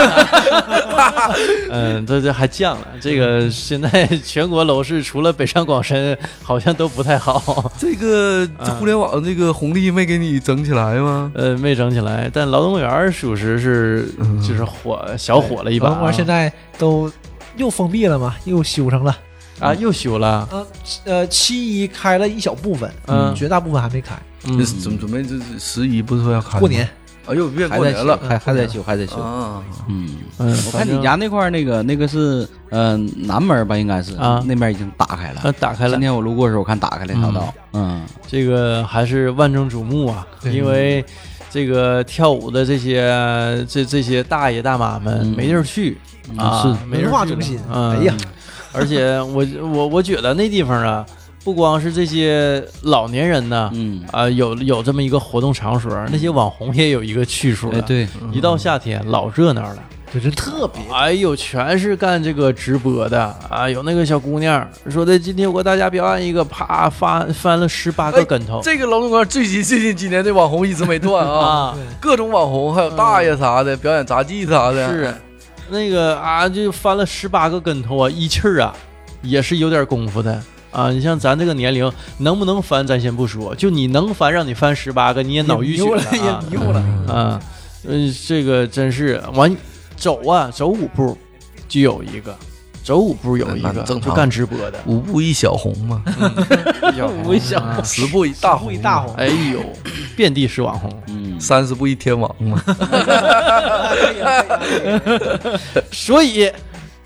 [SPEAKER 3] 嗯，这这还降了，这个现在全国楼市除了北上广深好像都不太好，
[SPEAKER 6] 这个这
[SPEAKER 3] 啊
[SPEAKER 6] 互联网这个红利没给你整起来吗？
[SPEAKER 3] 呃，没整起来。但劳动公园儿属实是
[SPEAKER 6] 嗯
[SPEAKER 3] 就是火小火了一把
[SPEAKER 4] 文
[SPEAKER 3] 啊，
[SPEAKER 4] 官现在都又封闭了嘛，又修上了。
[SPEAKER 3] 啊又修了，
[SPEAKER 4] 呃呃，七一开了一小部分，
[SPEAKER 3] 嗯
[SPEAKER 4] 绝大部分还没开。
[SPEAKER 3] 嗯
[SPEAKER 6] 这准准备这这十一不是说要开吗
[SPEAKER 4] 过年，
[SPEAKER 6] 哎呦，变
[SPEAKER 5] 还
[SPEAKER 6] 过
[SPEAKER 5] 在
[SPEAKER 6] 年
[SPEAKER 5] 修，
[SPEAKER 6] 了
[SPEAKER 5] 还还在修，还在修。
[SPEAKER 6] 啊！
[SPEAKER 5] 嗯，
[SPEAKER 3] 嗯，
[SPEAKER 5] 我看你家那块儿那个那个是呃南门吧，应该是
[SPEAKER 3] 啊
[SPEAKER 5] 那边已经打开
[SPEAKER 3] 呃
[SPEAKER 5] 了。
[SPEAKER 3] 打开了
[SPEAKER 5] 今。天我路过的时候，我看打开了那道，嗯，
[SPEAKER 3] 这个还是万众瞩目啊，
[SPEAKER 4] 对
[SPEAKER 3] 因为这个跳舞的这些这这些大爷大妈们
[SPEAKER 5] 嗯
[SPEAKER 3] 没地儿去、啊，没地儿去
[SPEAKER 4] 文化中心。
[SPEAKER 3] 嗯、
[SPEAKER 4] 哎呀，，
[SPEAKER 3] 而且我我我觉得那地方啊，不光是这些老年人呢，
[SPEAKER 5] 嗯，
[SPEAKER 3] 啊、有有这么一个活动场所，那些网红也有一个去处了。
[SPEAKER 5] 哎，对，
[SPEAKER 3] 一到夏天老热闹了。
[SPEAKER 4] 这人特别
[SPEAKER 3] 哎呦，全是干这个直播的啊！有那个小姑娘说的，今天我给大家表演一个，啪翻翻了十八
[SPEAKER 5] 哎
[SPEAKER 3] 个跟头、啊
[SPEAKER 6] 这个劳动公园最近最近几年这网红一直没断啊，
[SPEAKER 3] 啊！
[SPEAKER 6] 各种网红，还有大爷啥的，表演杂技啥的，
[SPEAKER 3] 是，啊那个啊，就翻了十八个跟头啊，一气儿啊，也是有点功夫的啊。你像咱这个年龄，能不能翻咱先不说，就你能翻，让你翻十八个，你也脑淤血
[SPEAKER 4] 牛了，
[SPEAKER 3] 啊
[SPEAKER 4] 也牛了。
[SPEAKER 3] 啊。嗯，这个真是完，走啊，走五步就有一个，走五步有一
[SPEAKER 6] 那
[SPEAKER 3] 个，
[SPEAKER 6] 那正
[SPEAKER 3] 就
[SPEAKER 6] 常，
[SPEAKER 3] 干直播的
[SPEAKER 6] 五步一小红嘛，嗯
[SPEAKER 3] 我想，
[SPEAKER 6] 十步一大
[SPEAKER 4] 故
[SPEAKER 6] 红
[SPEAKER 4] 意，大红，
[SPEAKER 3] 哎呦，遍地是网红，
[SPEAKER 5] 嗯，
[SPEAKER 6] 三十步一天王嘛。
[SPEAKER 3] 所以。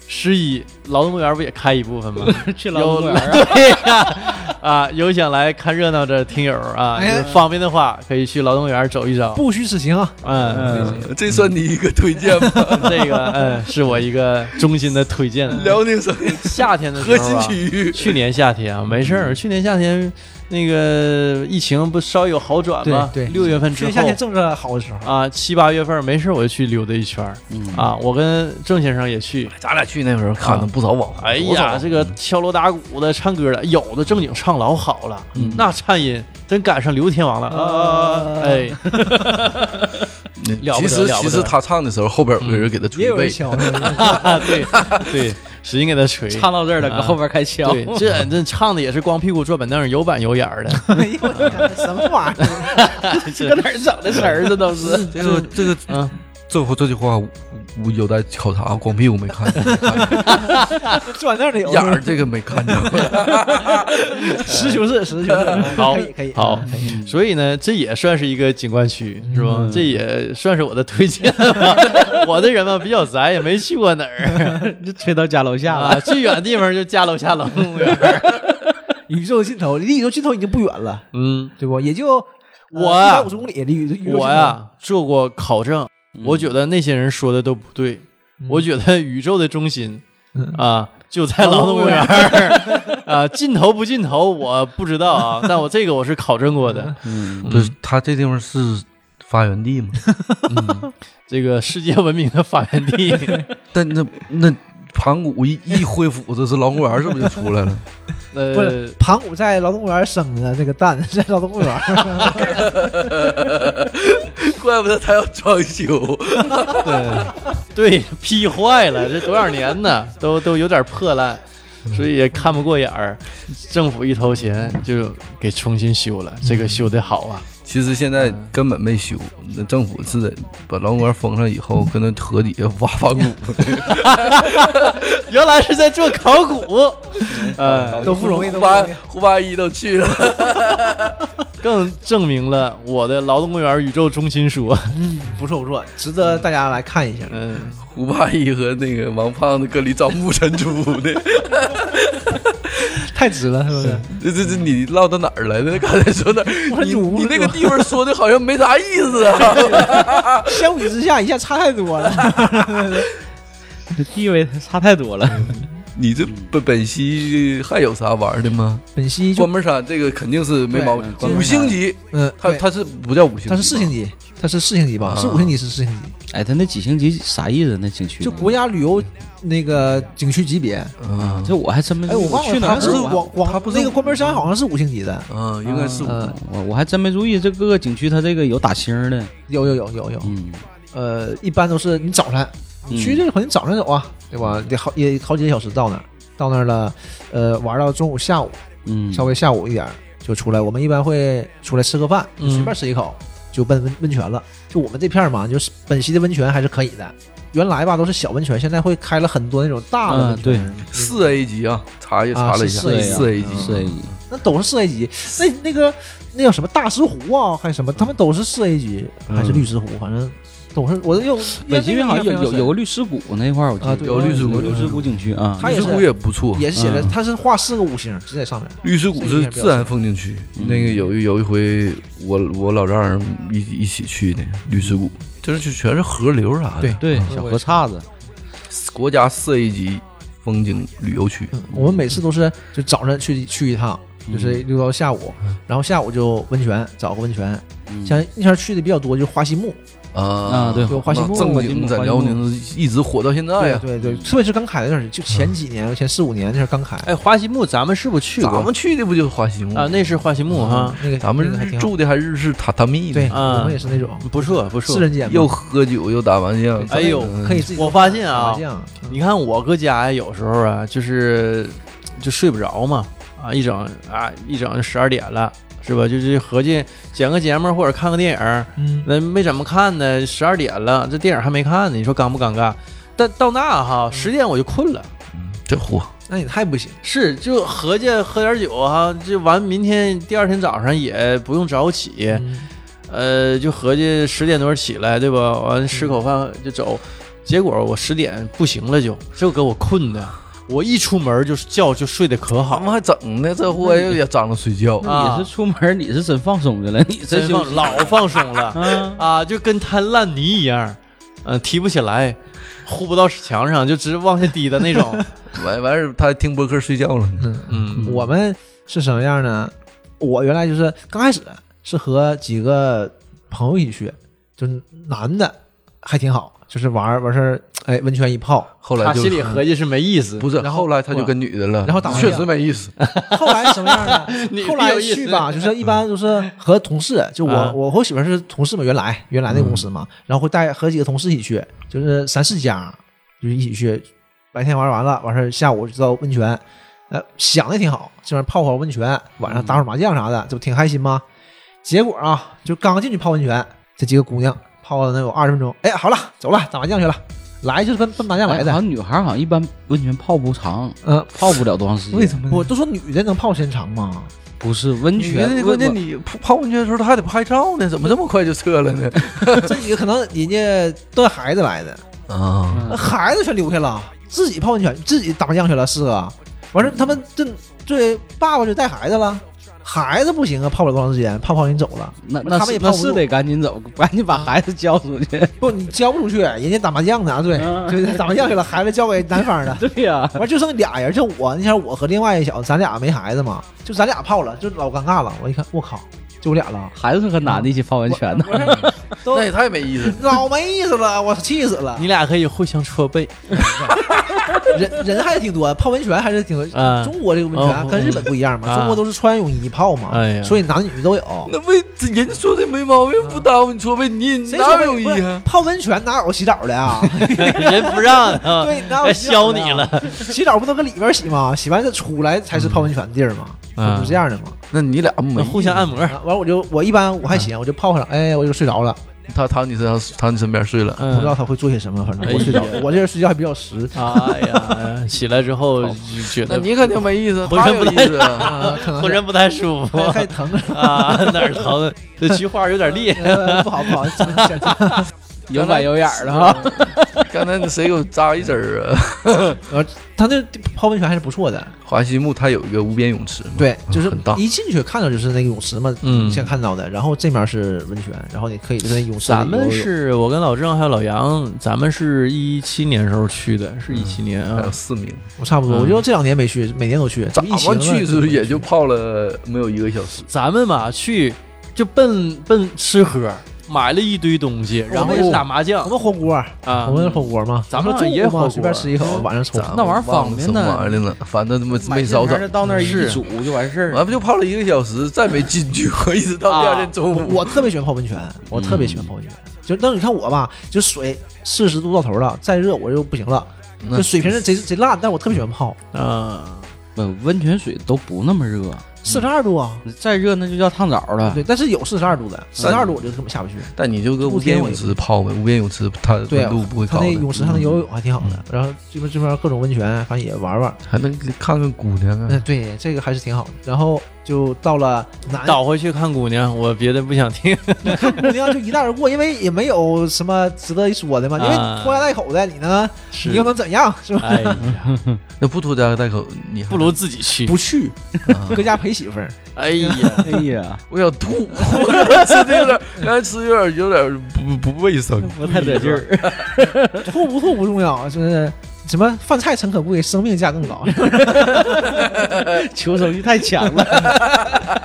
[SPEAKER 3] 十一劳动公园不也开一部分吗？
[SPEAKER 5] 去
[SPEAKER 3] 有
[SPEAKER 5] 哎
[SPEAKER 3] 对呀、啊，有想来看热闹的听友啊，
[SPEAKER 4] 哎呀
[SPEAKER 3] 有方便的话可以去劳动园走一走。
[SPEAKER 4] 不虚此行啊！
[SPEAKER 3] 嗯，
[SPEAKER 6] 这算你一个推荐吗？
[SPEAKER 3] 嗯这个嗯是我一个衷心的推荐。
[SPEAKER 6] 辽宁省
[SPEAKER 3] 夏天的时
[SPEAKER 6] 核
[SPEAKER 3] 候
[SPEAKER 6] 心
[SPEAKER 3] 啊，
[SPEAKER 6] 区域，
[SPEAKER 3] 去年夏天啊，没事
[SPEAKER 4] 嗯
[SPEAKER 3] 儿，去年夏天那个疫情不稍有好转吗？
[SPEAKER 4] 对对
[SPEAKER 3] 六月份
[SPEAKER 4] 去
[SPEAKER 3] 之
[SPEAKER 4] 年夏
[SPEAKER 3] 后
[SPEAKER 4] 天政策好的时候，
[SPEAKER 3] 啊，七八月份没事儿我就去溜达一圈儿
[SPEAKER 5] 嗯
[SPEAKER 3] 啊，我跟郑先生也去。
[SPEAKER 6] 咱俩去那时候看了不少网红，
[SPEAKER 3] 哎
[SPEAKER 6] 多少网
[SPEAKER 3] 呀，
[SPEAKER 6] 红
[SPEAKER 3] 这个敲锣打鼓的、唱歌的，有的正经唱老好了，那颤音真赶上刘天王了嗯啊！哎， 了不得
[SPEAKER 6] 其实
[SPEAKER 3] 了不得
[SPEAKER 6] 其实他唱的时候，后边有个人给他
[SPEAKER 4] 也
[SPEAKER 6] 捶
[SPEAKER 4] 有人
[SPEAKER 6] 背，
[SPEAKER 4] 敲，是不是
[SPEAKER 3] 对 对，使劲给他捶。
[SPEAKER 5] 唱到这儿了，搁后边开枪，
[SPEAKER 3] 对，这这唱的也是光屁股坐板凳，有板有眼 儿的。
[SPEAKER 4] 哎呦，我的天什么玩意儿？
[SPEAKER 5] 搁哪儿整的词儿？这都是
[SPEAKER 6] 这个这个
[SPEAKER 3] 嗯，
[SPEAKER 6] 这回这句话我我有待考察，光屁股没看见，
[SPEAKER 4] 转那里有
[SPEAKER 6] 眼儿这个没看见。
[SPEAKER 4] 实事求是，实事求是。
[SPEAKER 3] 好
[SPEAKER 4] 可以可以，
[SPEAKER 3] 好
[SPEAKER 4] 可以。
[SPEAKER 3] 所以呢，这也算是一个景观区，是吧？这也算是我的推荐吧。 我这人嘛比较宅，也没去过哪儿
[SPEAKER 5] 就吹到家楼下了。
[SPEAKER 3] 啊，去远地方就家楼下 冷公园儿。
[SPEAKER 4] 宇宙尽头，离宇宙尽头已经不远了，
[SPEAKER 3] 嗯，
[SPEAKER 4] 对不？也就
[SPEAKER 3] 我
[SPEAKER 4] 一
[SPEAKER 3] 啊
[SPEAKER 4] 百五十公里，离宇宙宇宙尽头
[SPEAKER 3] 我呀做过考证，
[SPEAKER 4] 嗯
[SPEAKER 3] 我觉得那些人说的都不对。我觉得宇宙的中心
[SPEAKER 4] 嗯
[SPEAKER 3] 啊就在劳动公园
[SPEAKER 4] 哦
[SPEAKER 3] 儿 啊，尽头不尽头我不知道啊，但我这个我是考证过
[SPEAKER 4] 嗯
[SPEAKER 3] 的。
[SPEAKER 6] 不是他这地方是发源地吗？
[SPEAKER 3] 这个世界文明的发源 地，
[SPEAKER 6] 但那那盘古一一挥斧子，是劳动公园是不是就出来了？
[SPEAKER 4] 不
[SPEAKER 3] 呃
[SPEAKER 4] 是， 盘古在劳动公园生的这个蛋，在劳动公园。
[SPEAKER 6] 怪不得他要装修。
[SPEAKER 3] 对，劈坏了，这多少年呢，都都有点破烂，
[SPEAKER 4] 嗯
[SPEAKER 3] 所以也看不过眼儿。政府一投钱就给重新修了，这
[SPEAKER 4] 嗯
[SPEAKER 3] 个修得好啊！
[SPEAKER 6] 其实现在根本没修，那政府是得把劳动公园封上以后，跟那河底下挖盘古。
[SPEAKER 3] 原来是在做考古，呃，
[SPEAKER 4] 都不容易，都
[SPEAKER 6] 胡
[SPEAKER 4] 不
[SPEAKER 6] 八
[SPEAKER 4] 容易。
[SPEAKER 6] 胡八一都去了，
[SPEAKER 3] 更证明了我的劳动公园宇宙中心说，
[SPEAKER 4] 不错不错，值得大家来看一下。
[SPEAKER 3] 嗯，
[SPEAKER 6] 胡八一和那个王胖子搁里找木尘珠呢。
[SPEAKER 4] 太值了，是不是？
[SPEAKER 6] 这这这，你唠到哪儿来了？刚才说哪
[SPEAKER 4] 我
[SPEAKER 6] 儿？你
[SPEAKER 4] 主
[SPEAKER 6] 你那个地方说的好像没啥意思啊。
[SPEAKER 4] 相比之下，一下差太多了。
[SPEAKER 5] 地位差太多了。
[SPEAKER 6] 你这本本溪还有啥玩的吗？
[SPEAKER 4] 本溪就
[SPEAKER 6] 关门山这个肯定是没毛
[SPEAKER 5] 对
[SPEAKER 6] 病，
[SPEAKER 5] 嗯
[SPEAKER 6] 五星级，
[SPEAKER 4] 嗯，
[SPEAKER 6] 它
[SPEAKER 4] 对
[SPEAKER 6] 它是不叫五星级吧，
[SPEAKER 4] 它是四星级，它是四星级吧？
[SPEAKER 6] 啊
[SPEAKER 4] 是五星级是四星级，
[SPEAKER 5] 哎，他那几星级啥意思？那景区
[SPEAKER 4] 就国家旅游那个景区级别。
[SPEAKER 6] 啊
[SPEAKER 5] 这我还真没
[SPEAKER 4] 哎，我忘了，
[SPEAKER 5] 去哪
[SPEAKER 4] 好
[SPEAKER 5] 儿
[SPEAKER 4] 像是
[SPEAKER 5] 我
[SPEAKER 4] 广广，
[SPEAKER 6] 它不是
[SPEAKER 4] 那个关门山好像是五星级的，
[SPEAKER 6] 啊，应该是五
[SPEAKER 4] 嗯，
[SPEAKER 5] 我我还真没注意这各个景区它这个有打星儿的，
[SPEAKER 4] 有有有有有，
[SPEAKER 5] 嗯，
[SPEAKER 4] 呃，一般都是你早晨，你去
[SPEAKER 5] 嗯
[SPEAKER 4] 这个肯定早上走啊，对吧？得好也好几个小时到那儿，到那儿了，呃，玩到中午下午，
[SPEAKER 5] 嗯，
[SPEAKER 4] 稍微下午一点儿就出来。我们一般会出来吃个饭，就随便吃一口，就奔温温泉了。就我们这片儿嘛，就是本溪的温泉还是可以的。原来吧都是小温泉，现在会开了很多那种大的温
[SPEAKER 5] 嗯，
[SPEAKER 4] 泉，
[SPEAKER 5] 对，
[SPEAKER 6] 四 A 级啊，查也查了一下，
[SPEAKER 4] 啊是
[SPEAKER 6] 四 A 级，
[SPEAKER 5] 是
[SPEAKER 4] 那都是四 A 级。那那个那叫什么大石湖啊，还是什么，他们都是四 A 级还是绿石湖，反正都是。我又
[SPEAKER 5] 北京好像有有有个
[SPEAKER 4] 个
[SPEAKER 5] 绿石谷那块儿，我记
[SPEAKER 4] 啊
[SPEAKER 5] 得
[SPEAKER 4] 对
[SPEAKER 6] 有绿石谷
[SPEAKER 5] 绿石谷景区啊，
[SPEAKER 4] 它
[SPEAKER 6] 绿
[SPEAKER 4] 也
[SPEAKER 6] 石
[SPEAKER 4] 是
[SPEAKER 6] 谷也不错，
[SPEAKER 4] 也是写的，
[SPEAKER 5] 嗯
[SPEAKER 4] 他是画四个五星，直接上面。
[SPEAKER 6] 绿石谷是自然风景区。那个有一有一回我，我老丈人一一起去的绿石谷，就是就全是河流啥的，
[SPEAKER 4] 对
[SPEAKER 5] 对，小河岔子，
[SPEAKER 6] 国家四 A 级风景旅游区。
[SPEAKER 4] 我们每次都是就早上去去一趟，
[SPEAKER 3] 嗯
[SPEAKER 4] 就是溜到下午，然后下午就温泉，找个温泉。
[SPEAKER 3] 嗯
[SPEAKER 4] 像那前儿去的比较多，就花溪木，
[SPEAKER 6] 啊
[SPEAKER 5] 啊对
[SPEAKER 4] 有花溪
[SPEAKER 6] 那
[SPEAKER 4] 木
[SPEAKER 6] 正
[SPEAKER 5] 花溪
[SPEAKER 6] 经
[SPEAKER 5] 木
[SPEAKER 6] 在
[SPEAKER 5] 花溪
[SPEAKER 6] 辽
[SPEAKER 5] 木
[SPEAKER 6] 宁一直火到现
[SPEAKER 3] 哎
[SPEAKER 6] 在啊呀。
[SPEAKER 4] 对对，
[SPEAKER 3] 嗯
[SPEAKER 4] 特别是刚开的那阵儿，就前几年，前四五年那阵儿刚开，
[SPEAKER 3] 哎，花溪木咱们是不是去过？
[SPEAKER 6] 咱们去的不就是花溪木
[SPEAKER 3] 啊，那是花溪木哈，
[SPEAKER 4] 那个
[SPEAKER 6] 咱们
[SPEAKER 4] 那个还挺好。
[SPEAKER 6] 住的还日式榻榻米呢，
[SPEAKER 4] 对，
[SPEAKER 3] 啊
[SPEAKER 4] 我们也是那种
[SPEAKER 3] 不错不
[SPEAKER 4] 四
[SPEAKER 3] 错。
[SPEAKER 4] 人间嘛，
[SPEAKER 6] 又喝酒又打麻将。
[SPEAKER 3] 哎呦
[SPEAKER 4] 可以自己
[SPEAKER 3] 我发现
[SPEAKER 4] 打
[SPEAKER 3] 啊
[SPEAKER 4] 麻，将，嗯
[SPEAKER 3] 你看我搁家呀有时候啊，就是就睡不着嘛，啊，一整啊一整十二点了，是吧？就是合计剪个节目或者看个电影，
[SPEAKER 4] 嗯，
[SPEAKER 3] 那没怎么看呢，十二点了，这电影还没看呢，你说尴不尴尬？但到那哈十点我就困了，
[SPEAKER 6] 嗯这货
[SPEAKER 4] 那也太不行，
[SPEAKER 3] 是就合计喝点酒哈，就完明天第二天早上也不用早起，
[SPEAKER 4] 嗯
[SPEAKER 3] 呃，就合计十点多起来，对吧？完吃口饭就走，结果我十点不行了就，就给我困的，我一出门就觉就睡得可
[SPEAKER 6] 咱
[SPEAKER 3] 好，
[SPEAKER 6] 们还整呢，这货又也张罗睡觉。
[SPEAKER 5] 那你是出门你是真放松去了，你这
[SPEAKER 3] 真
[SPEAKER 5] 就
[SPEAKER 3] 放老放松 了
[SPEAKER 5] 啊，
[SPEAKER 6] 嗯
[SPEAKER 3] 啊，就跟摊烂泥一样，嗯、提不起来，呼不到墙上，就直往下滴的那 种，
[SPEAKER 6] 完完事儿他听播客睡觉了。
[SPEAKER 3] 嗯
[SPEAKER 4] 我们是什么样呢？我原来就是刚开始是和几个朋友一起去，就是男的还挺好，就是玩儿完事儿，哎，温泉一泡，
[SPEAKER 6] 后来
[SPEAKER 3] 他
[SPEAKER 6] 就
[SPEAKER 3] 心里合计是没意思，
[SPEAKER 6] 不是，
[SPEAKER 4] 然后
[SPEAKER 6] 后来他就跟女的了，
[SPEAKER 4] 然后打麻将
[SPEAKER 6] 确实没意思。
[SPEAKER 4] 后来什么样呢
[SPEAKER 3] 你？
[SPEAKER 4] 后来
[SPEAKER 3] 有意思
[SPEAKER 4] 去吧，就是一般 就是和同事，就我、
[SPEAKER 3] 啊嗯
[SPEAKER 4] 我和我媳妇儿是同事嘛，原来原来那公司嘛，然后会带和几个同事一起去，就是三四家，就是一起去，白天玩完了，完事儿下午就到温泉，呃，想的挺好，这玩意儿泡会儿温泉，晚上打会儿麻将啥
[SPEAKER 3] 嗯
[SPEAKER 4] 的，这不挺开心吗？结果啊，就刚进去泡温泉，这几个姑娘泡了能有二十分钟，哎，好了，走了，打麻将去了，来就是奔奔麻将来
[SPEAKER 5] 哎好
[SPEAKER 4] 的，
[SPEAKER 5] 像女孩儿好像一般温泉泡不长，
[SPEAKER 4] 嗯、
[SPEAKER 5] 泡不了多长时间。
[SPEAKER 4] 么？我都说女的能泡时间长吗？
[SPEAKER 5] 不是温
[SPEAKER 6] 你看
[SPEAKER 5] 泉
[SPEAKER 6] 那，
[SPEAKER 5] 温
[SPEAKER 6] 关键你泡泡温泉的时候他还得拍照呢，怎么这么快就撤了呢？
[SPEAKER 4] 这几个可能人家带孩子来的，
[SPEAKER 6] 啊，
[SPEAKER 5] 嗯
[SPEAKER 4] 孩子全留下了，自己泡温泉，自己打麻将去了，四个。完事儿他们这这爸爸就带孩子了，孩子不行啊，泡不了多长时间，泡泡人走了。
[SPEAKER 5] 那
[SPEAKER 4] 他
[SPEAKER 5] 那
[SPEAKER 4] 们也
[SPEAKER 5] 是
[SPEAKER 4] 泡
[SPEAKER 5] 那
[SPEAKER 4] 不住
[SPEAKER 5] 是得赶紧走， 赶紧把孩子交出去。
[SPEAKER 4] 不，你交不出去，人家打麻将呢啊，对，
[SPEAKER 5] 嗯
[SPEAKER 4] 就是打麻将去了，孩子交给男方了。
[SPEAKER 5] 对呀，
[SPEAKER 4] 完就剩俩人，就我那天我和另外一小子，咱俩没孩子嘛，就咱俩泡了，就老尴尬了。我一看，我靠，就我俩了，
[SPEAKER 5] 孩子是和男的一起泡温泉呢。
[SPEAKER 4] 都
[SPEAKER 6] 那也太没意思了。
[SPEAKER 4] 老没意思了，我气死了。
[SPEAKER 3] 你俩可以互相搓背，
[SPEAKER 4] 人人还是挺多，泡温泉还是挺多。
[SPEAKER 3] 嗯
[SPEAKER 4] 中国这个温
[SPEAKER 3] 哦
[SPEAKER 4] 泉
[SPEAKER 3] 哦
[SPEAKER 4] 跟日本不一样嘛，
[SPEAKER 3] 啊
[SPEAKER 4] 中国都是穿泳衣泡嘛，
[SPEAKER 3] 哎呀
[SPEAKER 4] 所以男女都有。
[SPEAKER 6] 那为这人家说的没毛病，不耽误你说呗，你
[SPEAKER 4] 谁
[SPEAKER 6] 哪
[SPEAKER 4] 说
[SPEAKER 6] 有
[SPEAKER 4] 不
[SPEAKER 6] 意
[SPEAKER 4] 是
[SPEAKER 6] 啊？
[SPEAKER 4] 泡温泉哪有洗澡的呀？
[SPEAKER 3] 人不让 啊，
[SPEAKER 4] 对，哪有洗澡
[SPEAKER 3] 削
[SPEAKER 4] 的呀
[SPEAKER 3] 你了。。
[SPEAKER 4] 洗澡不都搁里边洗吗？洗完再出来才是泡温泉的地儿吗？
[SPEAKER 3] 嗯
[SPEAKER 4] 不是这样的吗？
[SPEAKER 6] 那你俩没
[SPEAKER 3] 那互相按摩，
[SPEAKER 4] 啊完了我就我一般我还行，我就泡上，哎，我就睡着了，
[SPEAKER 6] 他躺你身上，躺你身边睡了，
[SPEAKER 4] 不知道
[SPEAKER 3] 嗯，
[SPEAKER 4] 他会做些什么，反正
[SPEAKER 3] 哎
[SPEAKER 4] 我
[SPEAKER 3] 呀
[SPEAKER 4] 睡着了。我这人睡觉还比较实，
[SPEAKER 3] 哎呀， 起来之后就觉
[SPEAKER 6] 那
[SPEAKER 3] 得
[SPEAKER 6] 你肯定没意 思，
[SPEAKER 3] 浑
[SPEAKER 6] 他
[SPEAKER 3] 身
[SPEAKER 6] 有
[SPEAKER 3] 不
[SPEAKER 6] 意
[SPEAKER 3] 耐
[SPEAKER 6] 思啊。
[SPEAKER 4] 啊，可能
[SPEAKER 3] 浑
[SPEAKER 4] 是
[SPEAKER 3] 身不太舒 服
[SPEAKER 4] 还还疼。
[SPEAKER 3] 啊，哪儿疼？这菊花有点厉害。
[SPEAKER 4] 呃不好不好，真的真的
[SPEAKER 5] 有板有眼儿了哈。
[SPEAKER 6] 刚才那谁给我扎一针儿啊？
[SPEAKER 4] 他那泡温泉还是不错的，
[SPEAKER 6] 华西木它有一个无边泳池嘛，
[SPEAKER 4] 对，就是
[SPEAKER 6] 很大
[SPEAKER 4] 一进去看到就是那个泳池嘛，
[SPEAKER 3] 嗯
[SPEAKER 4] 先看到的，然后这面是温泉，然后你可以在泳池里游
[SPEAKER 3] 咱
[SPEAKER 4] 泳。
[SPEAKER 3] 们是我跟老郑还有老杨，咱们是一七年时候去的，是一七年
[SPEAKER 6] 还
[SPEAKER 3] 啊
[SPEAKER 6] 有，四名，
[SPEAKER 4] 我差不多，
[SPEAKER 3] 嗯
[SPEAKER 4] 我就这两年没去，每年都去。
[SPEAKER 6] 咱
[SPEAKER 4] 疫情
[SPEAKER 6] 们
[SPEAKER 4] 了
[SPEAKER 6] 去是不是也就泡了没有一个小时？
[SPEAKER 3] 咱们嘛去就奔奔吃喝，买了一堆东西，然后
[SPEAKER 4] 我们也是
[SPEAKER 3] 打麻
[SPEAKER 4] 我
[SPEAKER 3] 将
[SPEAKER 4] 们火锅，
[SPEAKER 3] 啊
[SPEAKER 4] 我，们火锅嘛，
[SPEAKER 3] 咱们
[SPEAKER 4] 说中午
[SPEAKER 3] 也火
[SPEAKER 4] 嘛
[SPEAKER 3] 锅
[SPEAKER 4] 随便吃一口，晚上
[SPEAKER 6] 啊
[SPEAKER 4] 抽。
[SPEAKER 5] 那玩意儿方便呢
[SPEAKER 6] 玩意儿呢？反正他妈没
[SPEAKER 5] 买嗯
[SPEAKER 6] 少
[SPEAKER 5] 这
[SPEAKER 6] 整
[SPEAKER 5] 玩意儿，到那儿一
[SPEAKER 3] 是
[SPEAKER 5] 煮就完事儿了。
[SPEAKER 6] 完不就泡了一个小时，再没进去，我一直到第二天中午。
[SPEAKER 4] 我特别喜欢泡温泉，我特别喜欢泡温泉。就那你看我吧，就水四十度到头了，再热我就不行了。
[SPEAKER 6] 那
[SPEAKER 4] 就水平是贼贼烂，但我特别喜欢泡，
[SPEAKER 3] 啊，
[SPEAKER 5] 不，呃温泉水都不那么热，
[SPEAKER 4] 四十二度啊。
[SPEAKER 5] 再热那就叫烫澡了。
[SPEAKER 4] 对，但是有四十二度的，四十二度我就根本下不去。
[SPEAKER 6] 但你就搁无边泳池泡呗，无边泳池它
[SPEAKER 4] 对
[SPEAKER 6] 温度不会
[SPEAKER 4] 他
[SPEAKER 6] 高
[SPEAKER 4] 那
[SPEAKER 6] 的，嗯
[SPEAKER 4] 泳池还能游泳，还挺好的。然后这边这边各种温泉，反正也玩玩。
[SPEAKER 6] 还能看看姑娘
[SPEAKER 4] 嗯
[SPEAKER 6] 啊。，
[SPEAKER 4] 对，这个还是挺好的。然后就到了南
[SPEAKER 3] 倒回去看姑娘，我别的不想听，
[SPEAKER 4] 姑娘就一带而过，因为也没有什么值得一说的嘛。因为
[SPEAKER 3] 啊
[SPEAKER 4] 你拖家带口的，你呢，你又能怎样，是 吧？
[SPEAKER 3] 哎呀，
[SPEAKER 6] 那不拖家带口，你还
[SPEAKER 3] 不如自己去，
[SPEAKER 4] 不去
[SPEAKER 6] 啊，
[SPEAKER 4] 搁家陪媳妇儿，
[SPEAKER 3] 哎 呀，
[SPEAKER 5] 哎呀，
[SPEAKER 6] 我想吐，我吃的有点，刚才吃有点有点不 不卫生，
[SPEAKER 5] 不太得劲儿。
[SPEAKER 4] 吐不吐不重要，就是什么饭菜诚可贵，生命价更 高。
[SPEAKER 5] 求生欲太强了。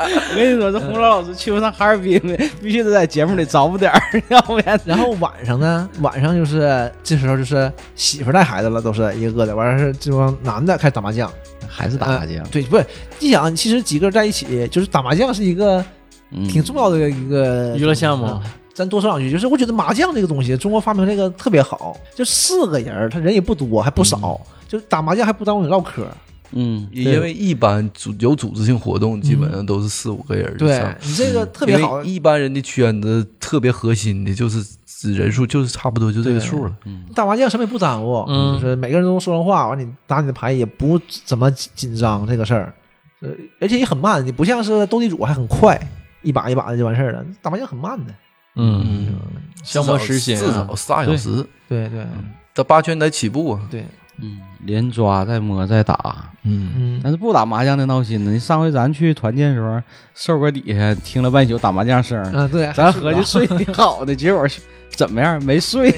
[SPEAKER 5] 我跟你说，这洪老老师去不上哈尔滨，必须得在节目里找补点儿，要不然
[SPEAKER 4] 然后晚上呢，晚上就是这时候就是媳妇儿带孩子了，都是一个个的。完事儿这帮男的开始打麻将，
[SPEAKER 5] 还是打麻将，
[SPEAKER 4] 对，不是你想，其实几个人在一起，就是打麻将是一个
[SPEAKER 5] 嗯
[SPEAKER 4] 挺重要的一个
[SPEAKER 3] 娱乐项目
[SPEAKER 4] 嗯咱多说两句，就是我觉得麻将这个东西，中国发明这个特别好，就四个人儿，他人也不多，还不少，就打麻将还不耽误你唠嗑。
[SPEAKER 5] 嗯，
[SPEAKER 6] 因为一般组有组织性活动，基本上都是四五个人以
[SPEAKER 4] 对
[SPEAKER 6] 上。
[SPEAKER 4] 你这个特
[SPEAKER 6] 因
[SPEAKER 4] 别
[SPEAKER 6] 为
[SPEAKER 4] 好，
[SPEAKER 6] 一般人的圈子特别核心的就是指人数，就是差不多就这个数了。
[SPEAKER 4] 打麻将什么也不耽误，
[SPEAKER 3] 嗯
[SPEAKER 4] 就是每个人都能说上话，完你打你的牌也不怎么紧张这个事儿，呃，而且也很慢，你不像是斗地主还很快，一把一把的就完事儿了，打麻将很慢的。
[SPEAKER 3] 嗯，
[SPEAKER 6] 嗯，
[SPEAKER 3] 消磨时间啊
[SPEAKER 6] 至少仨小时，
[SPEAKER 4] 对对
[SPEAKER 6] 这八圈得起步啊。
[SPEAKER 4] 对，
[SPEAKER 5] 嗯，连抓带摸再打，
[SPEAKER 6] 嗯，
[SPEAKER 4] 嗯，
[SPEAKER 5] 但是不打麻将那闹心呢。你上回咱去团建的时候，瘦哥底下听了半宿打麻将声儿，
[SPEAKER 4] 啊对，
[SPEAKER 5] 咱
[SPEAKER 4] 是
[SPEAKER 5] 合计
[SPEAKER 4] 吧
[SPEAKER 5] 睡挺好的，结果怎么样？没睡，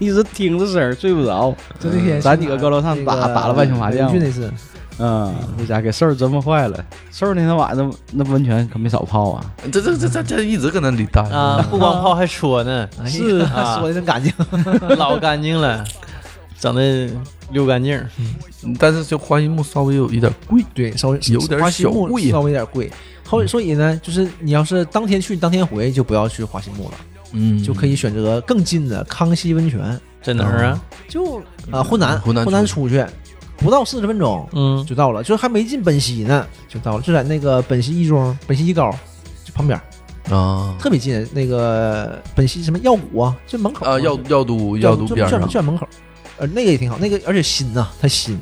[SPEAKER 5] 一直听着声儿睡不着。
[SPEAKER 4] 就那天
[SPEAKER 5] 嗯咱几个搁楼上打打了半宿麻将
[SPEAKER 4] 去那次，
[SPEAKER 5] 嗯，这家给瘦儿折磨坏了。瘦儿那天晚上那温泉可没少泡啊。
[SPEAKER 6] 这这这这这一直搁那里待着
[SPEAKER 3] 啊，不光泡还戳呢，
[SPEAKER 5] 哎
[SPEAKER 4] 是
[SPEAKER 3] 啊
[SPEAKER 4] 说的真干净。
[SPEAKER 5] 嗯
[SPEAKER 3] 老干净了，整的溜干净，
[SPEAKER 6] 但是就花心木稍微有一点贵，
[SPEAKER 4] 对，稍微
[SPEAKER 6] 有点
[SPEAKER 4] 花心
[SPEAKER 6] 小
[SPEAKER 4] 木
[SPEAKER 6] 贵呀
[SPEAKER 4] 稍微有点贵。后所以呢，就是你要是当天去当天回，就不要去华西木了，
[SPEAKER 6] 嗯
[SPEAKER 4] 就可以选择更近的康熙温泉，
[SPEAKER 3] 在哪儿啊？
[SPEAKER 4] 就啊湖南
[SPEAKER 6] 湖南
[SPEAKER 4] 湖南出去，不到四十分钟
[SPEAKER 3] 嗯
[SPEAKER 4] 就到了，就是还没进本溪呢就到了，就在那个本溪一中、本溪一高就旁边，
[SPEAKER 6] 啊
[SPEAKER 4] 特别近。那个本溪什么药谷啊，就门口
[SPEAKER 6] 啊，药药都药
[SPEAKER 4] 药
[SPEAKER 6] 都边
[SPEAKER 4] 就就
[SPEAKER 6] 上，
[SPEAKER 4] 就在门口。呃，那个也挺好，那个而且新呐、它新，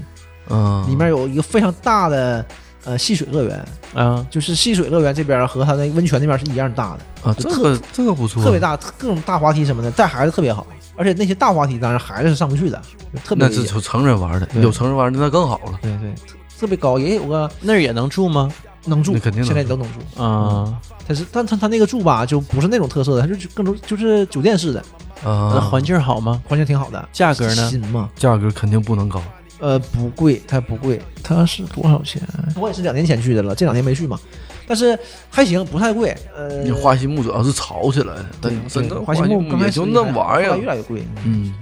[SPEAKER 6] 嗯，
[SPEAKER 4] 里面有一个非常大的呃戏水乐园，
[SPEAKER 3] 啊，
[SPEAKER 4] 就是戏水乐园这边和它那温泉那边是一样大的，
[SPEAKER 6] 啊，这个这个不错，
[SPEAKER 4] 特别大，特各种大滑梯什么的，带孩子特别好。而且那些大滑梯，当然孩子是上不去的，就特别
[SPEAKER 6] 那是
[SPEAKER 4] 野
[SPEAKER 6] 成成人玩的，
[SPEAKER 4] 对
[SPEAKER 6] 有成人玩的那更好了。
[SPEAKER 4] 对对，特特别高，也有个
[SPEAKER 3] 那儿也能住吗？
[SPEAKER 4] 能住，
[SPEAKER 6] 那肯定能
[SPEAKER 4] 现在你都能住。
[SPEAKER 3] 啊，
[SPEAKER 4] 但是，但他他那个住吧，就不是那种特色的，他就就更多就是酒店式的，
[SPEAKER 3] 那
[SPEAKER 6] 啊，
[SPEAKER 3] 环境好吗？
[SPEAKER 4] 环境挺好的。
[SPEAKER 3] 价格呢？
[SPEAKER 4] 新嘛，
[SPEAKER 6] 价格肯定不能高，
[SPEAKER 4] 呃，不贵，它不贵，它是多少钱？我也是两年前去的了，这两年没去嘛，但是还行，不太贵。呃，
[SPEAKER 6] 你花心木主要是吵起来的，但真正
[SPEAKER 4] 花心木
[SPEAKER 6] 木也就那玩意
[SPEAKER 4] 后来越
[SPEAKER 6] 儿。
[SPEAKER 4] 来越贵。
[SPEAKER 6] 嗯，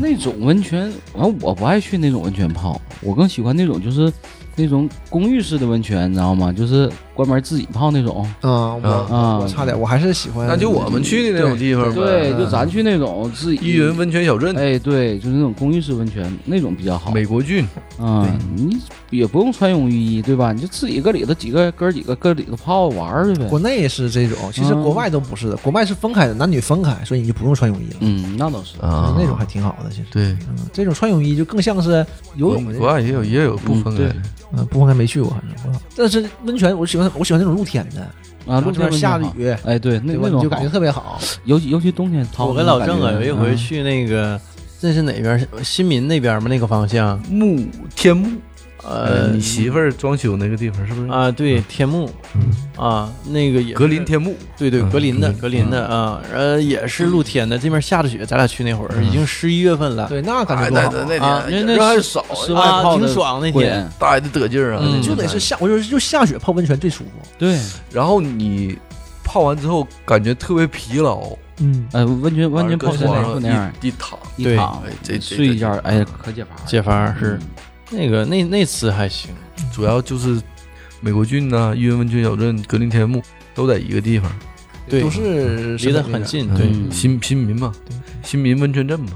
[SPEAKER 5] 那种温泉，完我不爱去那种温泉泡，我更喜欢那种就是那种公寓式的温泉，你知道吗？就是关门自己泡那种。
[SPEAKER 4] 嗯，我
[SPEAKER 5] 啊
[SPEAKER 4] 我差点，我还是喜欢。
[SPEAKER 6] 那就我们去的那种地方呗。
[SPEAKER 5] 对，就咱去那种自己
[SPEAKER 6] 依云温泉小镇，
[SPEAKER 5] 哎，对，就是那种公寓式温泉那种比较好。
[SPEAKER 6] 美国郡，
[SPEAKER 5] 嗯，你也不用穿泳衣，对吧？你就自己搁里头几个哥几个搁里头泡玩儿去呗。
[SPEAKER 4] 国内是这种，其实
[SPEAKER 5] 嗯
[SPEAKER 4] 国外都不是的，国外是分开的，男女分开，所以你就不用穿泳衣了。
[SPEAKER 5] 嗯，那倒是。
[SPEAKER 6] 啊
[SPEAKER 4] 那种还挺好的，其实，
[SPEAKER 6] 对，
[SPEAKER 4] 嗯，这种穿泳衣就更像是游泳的那
[SPEAKER 6] 国
[SPEAKER 4] 种，
[SPEAKER 6] 外也有也有不分开的，
[SPEAKER 4] 嗯，不分开没去过，反正。但是温泉我喜欢，我喜欢那种露天的，
[SPEAKER 5] 啊，露
[SPEAKER 4] 这边
[SPEAKER 5] 天
[SPEAKER 4] 下着
[SPEAKER 5] 温泉好
[SPEAKER 4] 雨，
[SPEAKER 5] 哎，对，那
[SPEAKER 4] 对吧
[SPEAKER 5] 那
[SPEAKER 4] 你
[SPEAKER 5] 种
[SPEAKER 4] 就感觉
[SPEAKER 5] 好
[SPEAKER 4] 特别好。
[SPEAKER 5] 尤其尤其冬天掏，
[SPEAKER 3] 我跟老郑啊，有一
[SPEAKER 5] 嗯
[SPEAKER 3] 回去那个，这是哪边儿？新民那边儿吗？那个方向？
[SPEAKER 6] 木天幕，
[SPEAKER 3] 呃，
[SPEAKER 6] 你媳妇儿装修那个地方是不是？
[SPEAKER 3] 啊，对，天幕啊，那个也是
[SPEAKER 6] 格林，天幕，
[SPEAKER 3] 对对，
[SPEAKER 6] 嗯
[SPEAKER 3] 格林的，格
[SPEAKER 6] 格
[SPEAKER 3] 林的啊，呃，也是露天的。这边下着雪，咱俩去那会儿已经十一月份了，
[SPEAKER 4] 对，那感觉
[SPEAKER 6] 哎那
[SPEAKER 4] 多好
[SPEAKER 6] 那
[SPEAKER 4] 啊。
[SPEAKER 6] 那
[SPEAKER 3] 啊
[SPEAKER 6] 天
[SPEAKER 5] 那
[SPEAKER 6] 人
[SPEAKER 5] 那
[SPEAKER 6] 还
[SPEAKER 5] 是
[SPEAKER 6] 少，
[SPEAKER 5] 室外
[SPEAKER 3] 啊，
[SPEAKER 5] 泡
[SPEAKER 3] 挺
[SPEAKER 5] 的
[SPEAKER 3] 爽那天
[SPEAKER 5] 滚，
[SPEAKER 6] 大爷的得劲儿啊！
[SPEAKER 3] 嗯
[SPEAKER 6] 那
[SPEAKER 4] 就
[SPEAKER 6] 就
[SPEAKER 4] 得是下，我就是就下雪泡温泉最舒服。
[SPEAKER 5] 对，
[SPEAKER 6] 然后你泡完之后感觉特别疲劳，
[SPEAKER 4] 嗯，
[SPEAKER 5] 呃，温泉温泉泡
[SPEAKER 6] 完了
[SPEAKER 5] 身
[SPEAKER 6] 搁床
[SPEAKER 5] 内裤
[SPEAKER 6] 上
[SPEAKER 5] 那样
[SPEAKER 6] 一一躺，
[SPEAKER 5] 一
[SPEAKER 3] 对
[SPEAKER 5] 躺
[SPEAKER 6] 哎这这
[SPEAKER 5] 睡一觉
[SPEAKER 6] 这，
[SPEAKER 5] 哎，可解乏了。
[SPEAKER 3] 解乏是
[SPEAKER 5] 嗯
[SPEAKER 3] 那个那那次还行，
[SPEAKER 6] 主要就是美国郡呐、玉渊温泉小镇、格林天幕都在一个地方，
[SPEAKER 3] 对
[SPEAKER 4] 都是
[SPEAKER 3] 离得很，近，对，
[SPEAKER 5] 嗯
[SPEAKER 6] 新新民嘛
[SPEAKER 4] 对，
[SPEAKER 6] 新民温泉镇嘛，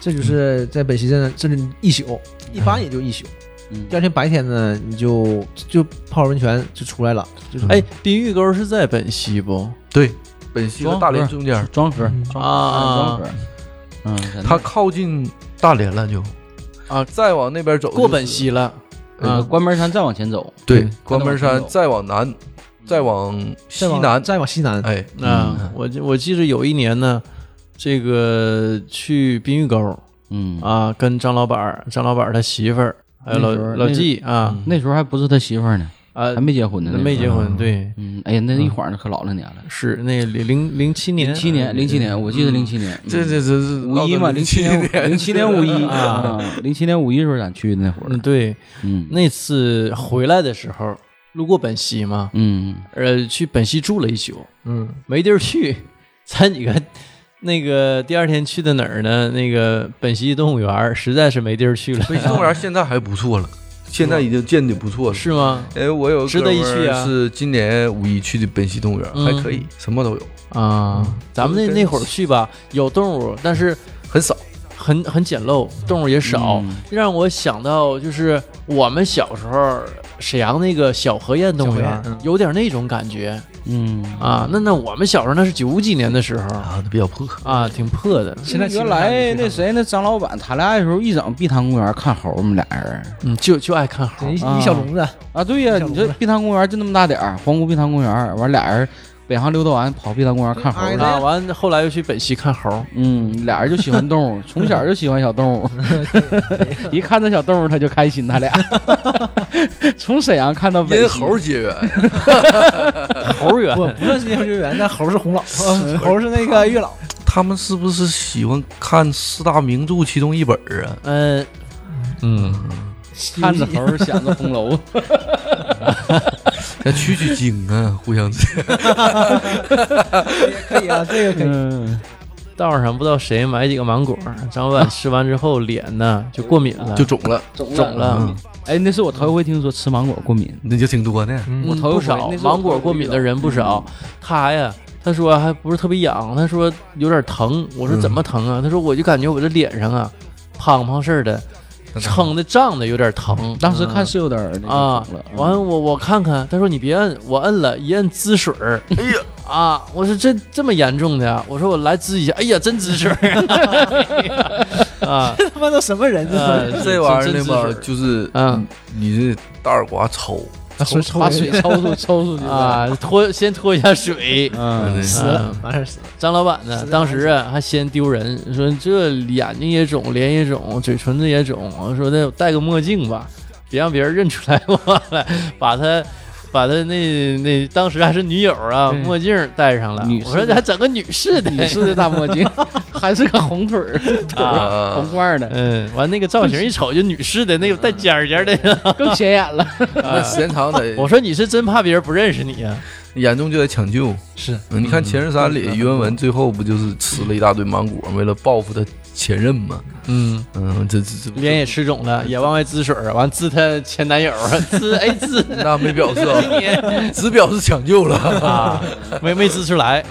[SPEAKER 4] 这就是在北溪镇，这是一宿，一般也就一宿。
[SPEAKER 5] 嗯
[SPEAKER 4] 第二天白天呢，你就就泡温泉就出来了。就是
[SPEAKER 3] 哎，冰峪沟是在本溪不？
[SPEAKER 6] 对，本溪和
[SPEAKER 5] 庄
[SPEAKER 6] 大连
[SPEAKER 5] 不是
[SPEAKER 6] 中间，
[SPEAKER 5] 庄河
[SPEAKER 4] 嗯
[SPEAKER 5] 庄河
[SPEAKER 3] 啊
[SPEAKER 5] 庄河，嗯，真的
[SPEAKER 6] 它靠近大连了就
[SPEAKER 3] 啊
[SPEAKER 6] 再往那边走
[SPEAKER 3] 过
[SPEAKER 6] 就是
[SPEAKER 3] 本溪了，
[SPEAKER 5] 呃
[SPEAKER 3] 啊
[SPEAKER 5] 关门山再往前走，
[SPEAKER 6] 对
[SPEAKER 3] 对，
[SPEAKER 6] 关门
[SPEAKER 5] 再往
[SPEAKER 6] 山
[SPEAKER 5] 前走
[SPEAKER 6] 再往
[SPEAKER 5] 嗯
[SPEAKER 6] 南，再往西
[SPEAKER 4] 再往
[SPEAKER 6] 南，
[SPEAKER 4] 再往西南，
[SPEAKER 6] 哎，
[SPEAKER 3] 啊，
[SPEAKER 5] 嗯
[SPEAKER 3] 我记我记得有一年呢，这个去冰峪沟
[SPEAKER 5] 嗯，
[SPEAKER 3] 啊，跟张老板儿、张老板儿他媳妇儿还有老
[SPEAKER 5] 那时候
[SPEAKER 3] 老纪啊
[SPEAKER 5] 那时候还不是他媳妇儿呢，
[SPEAKER 3] 啊
[SPEAKER 5] 还，没结婚呢，
[SPEAKER 3] 没结婚，
[SPEAKER 6] 嗯
[SPEAKER 3] 对，
[SPEAKER 5] 嗯，哎呀，那一晃儿可老了年了，
[SPEAKER 3] 是那零零零七年，
[SPEAKER 5] 零七年，零七年，我记得
[SPEAKER 6] 嗯
[SPEAKER 5] 零七年，嗯
[SPEAKER 6] 这这这是
[SPEAKER 5] 五一嘛，零七
[SPEAKER 6] 七
[SPEAKER 5] 年，零七年五一啊，零七年五一时候咱去的那会
[SPEAKER 3] 嗯，
[SPEAKER 5] 儿，
[SPEAKER 3] 对，
[SPEAKER 5] 嗯，
[SPEAKER 3] 那次回来的时候路过本溪嘛，
[SPEAKER 5] 嗯，
[SPEAKER 3] 呃，去本溪住了一宿，
[SPEAKER 4] 嗯，
[SPEAKER 3] 没地儿去，咱几个那个第二天去的哪儿呢？那个本溪动物园儿，实在是没地儿去了，
[SPEAKER 6] 北京动物园现在还不错了，现在已经建的不错了。
[SPEAKER 3] 是吗？
[SPEAKER 6] 哎，我有个
[SPEAKER 3] 值得一去啊
[SPEAKER 6] 哥们儿是今年五一去的本溪动物园，
[SPEAKER 3] 嗯
[SPEAKER 6] 还可以，什么都有，
[SPEAKER 3] 啊，咱们那那会儿去吧，有动物，但是
[SPEAKER 6] 很少。
[SPEAKER 3] 很很简陋，动物也少，让我想到就是我们小时候沈阳那个小河堰动物园
[SPEAKER 4] 小河堰嗯，
[SPEAKER 3] 有点那种感觉
[SPEAKER 5] 嗯
[SPEAKER 3] 啊。那那我们小时候那是九几年的时候
[SPEAKER 6] 啊，比较 破。
[SPEAKER 3] 啊，挺破的，
[SPEAKER 4] 现在
[SPEAKER 5] 原来那谁那张老板谈恋爱的时候一整碧塘公园看猴儿，我们俩人
[SPEAKER 3] 嗯，就就爱看猴
[SPEAKER 4] 一。
[SPEAKER 5] 啊
[SPEAKER 4] 一小笼子，
[SPEAKER 5] 啊，对呀，你这碧塘公园就那么大点儿，皇姑碧塘公园，完俩人北航溜达完跑碧塘公园看猴儿
[SPEAKER 4] 哎
[SPEAKER 5] 了，
[SPEAKER 3] 啊，完后来又去本溪看猴，
[SPEAKER 5] 嗯，俩人就喜欢动 物，从小就喜欢小动 物，一看这小动物他就开心，他俩 从沈阳看到北
[SPEAKER 6] 因
[SPEAKER 5] 京
[SPEAKER 6] 猴结缘，
[SPEAKER 3] 猴园
[SPEAKER 4] 不不算是幼儿园，但猴是红老，呃猴是那个月老。
[SPEAKER 6] 他们是不是喜欢看四大名著其中一本儿啊？
[SPEAKER 3] 嗯嗯，
[SPEAKER 5] 看着猴儿想着红 楼，
[SPEAKER 6] 咱取取经啊，互相之间。
[SPEAKER 4] 可以啊，这个可以。
[SPEAKER 5] 嗯，
[SPEAKER 3] 道上不知道谁买几个芒果，张老板吃完之后脸呢就过敏了，
[SPEAKER 6] 就肿了，嗯
[SPEAKER 5] 肿
[SPEAKER 3] 肿了，嗯
[SPEAKER 5] 哎，那是我头一回听说吃芒果过敏。
[SPEAKER 6] 那就挺多呢。
[SPEAKER 3] 我
[SPEAKER 5] 我
[SPEAKER 3] 头不
[SPEAKER 5] 头一回
[SPEAKER 3] 少
[SPEAKER 5] 嗯那，是我嗯
[SPEAKER 3] 芒果过敏的人不少。他哎呀，他说还不是特别痒，他说有点疼。我
[SPEAKER 5] 嗯
[SPEAKER 3] 说怎么疼啊？他说我就感觉我这脸上啊，胖胖似的，撑的胀的有点疼
[SPEAKER 5] 嗯当时看是有点儿那
[SPEAKER 3] 啊
[SPEAKER 5] 个肿了。。嗯
[SPEAKER 3] 完了我我看看，他说你别摁，我摁了一摁滋水儿。
[SPEAKER 6] 哎呀，
[SPEAKER 3] 啊！我说这这么严重的呀、我说我来滋一下，哎呀，真滋水 儿啊！
[SPEAKER 4] 他妈都什么人？这
[SPEAKER 3] 呃
[SPEAKER 6] 这玩意儿
[SPEAKER 3] 真
[SPEAKER 6] 呢
[SPEAKER 3] 滋水
[SPEAKER 6] 吧，就是
[SPEAKER 3] 嗯
[SPEAKER 6] 你这大耳刮抽，
[SPEAKER 4] 抽抽
[SPEAKER 5] 把水抽出抽出去
[SPEAKER 3] 啊，脱先脱一下水。
[SPEAKER 6] 啊
[SPEAKER 3] 啊
[SPEAKER 5] 嗯，
[SPEAKER 4] 死了，完事儿死了。
[SPEAKER 3] 张老板呢，当时啊还嫌丢人，说这眼睛也肿，脸也肿，嘴唇子也肿，说那我戴个墨镜吧，别让别人认出来我来，把他。把他那那当时还是女友啊，
[SPEAKER 5] 对
[SPEAKER 3] 墨镜戴上了。
[SPEAKER 5] 女
[SPEAKER 3] 我
[SPEAKER 5] 士
[SPEAKER 3] 说
[SPEAKER 5] 的
[SPEAKER 3] 还整个女士的，
[SPEAKER 5] 女士的大墨 镜，还是个红腿儿，腿儿
[SPEAKER 6] 啊
[SPEAKER 5] 红块儿 的，
[SPEAKER 3] 嗯，完那个造型一瞅就女士的，那个带尖儿尖儿的。
[SPEAKER 5] 更显眼了。
[SPEAKER 6] 那时间长得
[SPEAKER 3] 我说你是真怕别人不认识你啊？
[SPEAKER 6] 严重就得抢救。
[SPEAKER 4] 是，
[SPEAKER 6] 嗯你看《前任三》里，于文
[SPEAKER 3] 嗯
[SPEAKER 6] 文最后不就是吃了一大堆芒果，为了报复他前任吗？
[SPEAKER 3] 嗯，
[SPEAKER 6] 嗯，这这这
[SPEAKER 3] 脸也吃肿了，也往外滋水儿，完滋她前男友，滋哎滋
[SPEAKER 6] 那没表示啊， 只表示抢救了。
[SPEAKER 3] 啊， 没没滋出来。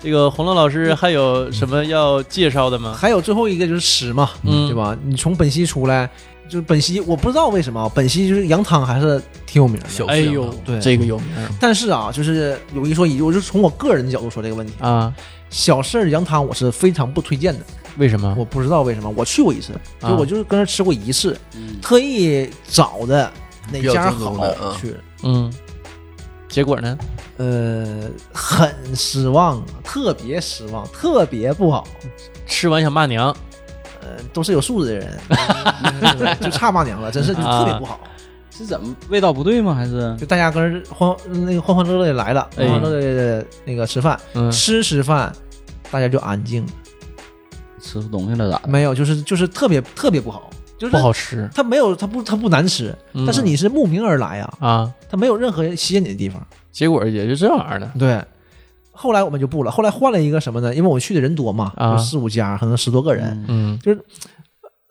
[SPEAKER 3] 这个洪浪老师还有什么要介绍的吗？
[SPEAKER 4] 还有最后一个就是吃嘛，
[SPEAKER 3] 嗯
[SPEAKER 4] 对吧？你从本溪出来，就是本溪，我不知道为什么本溪就是羊汤还是挺有名的。
[SPEAKER 6] 小
[SPEAKER 3] 哎
[SPEAKER 6] 事啊
[SPEAKER 3] 呦，
[SPEAKER 4] 对
[SPEAKER 3] 这个有名儿
[SPEAKER 4] 但是啊，就是有一说一，我就从我个人的角度说这个问题，
[SPEAKER 3] 啊？
[SPEAKER 4] 小事儿羊汤我是非常不推荐的。
[SPEAKER 3] 为什么？
[SPEAKER 4] 我不知道为什么，我去过一次，
[SPEAKER 3] 啊嗯
[SPEAKER 4] 就我就是跟那吃过一次，特意找的哪
[SPEAKER 6] 比较
[SPEAKER 4] 家
[SPEAKER 6] 正宗
[SPEAKER 4] 好
[SPEAKER 6] 的啊
[SPEAKER 4] 去。
[SPEAKER 3] 嗯，结果呢？
[SPEAKER 4] 呃，很失望，啊特别失望，特别不好。
[SPEAKER 3] 吃完想骂娘，
[SPEAKER 4] 呃，都是有素质的人，嗯 就差骂娘了，
[SPEAKER 3] 啊
[SPEAKER 4] 真是就特别不好。
[SPEAKER 5] 是怎么味道不对吗？还是
[SPEAKER 4] 就大家跟人欢那个欢欢乐乐的来了，
[SPEAKER 3] 哎
[SPEAKER 4] 欢欢乐乐的那个吃饭，
[SPEAKER 3] 嗯
[SPEAKER 4] 吃吃饭，大家就安静，
[SPEAKER 5] 吃出东西了咋的？
[SPEAKER 4] 没有，就是就是特别特别不好，就是
[SPEAKER 3] 不好。吃
[SPEAKER 4] 它没有，它不，它不难吃，
[SPEAKER 3] 嗯
[SPEAKER 4] 但是你是慕名而来啊，
[SPEAKER 3] 啊。
[SPEAKER 4] 它没有任何吸引你的地方。
[SPEAKER 3] 结果也就这玩意儿呢。
[SPEAKER 4] 对，后来我们就不了，后来换了一个什么呢？因为我们去的人多嘛，
[SPEAKER 3] 啊
[SPEAKER 4] 有四五家，可能十多个人。
[SPEAKER 3] 嗯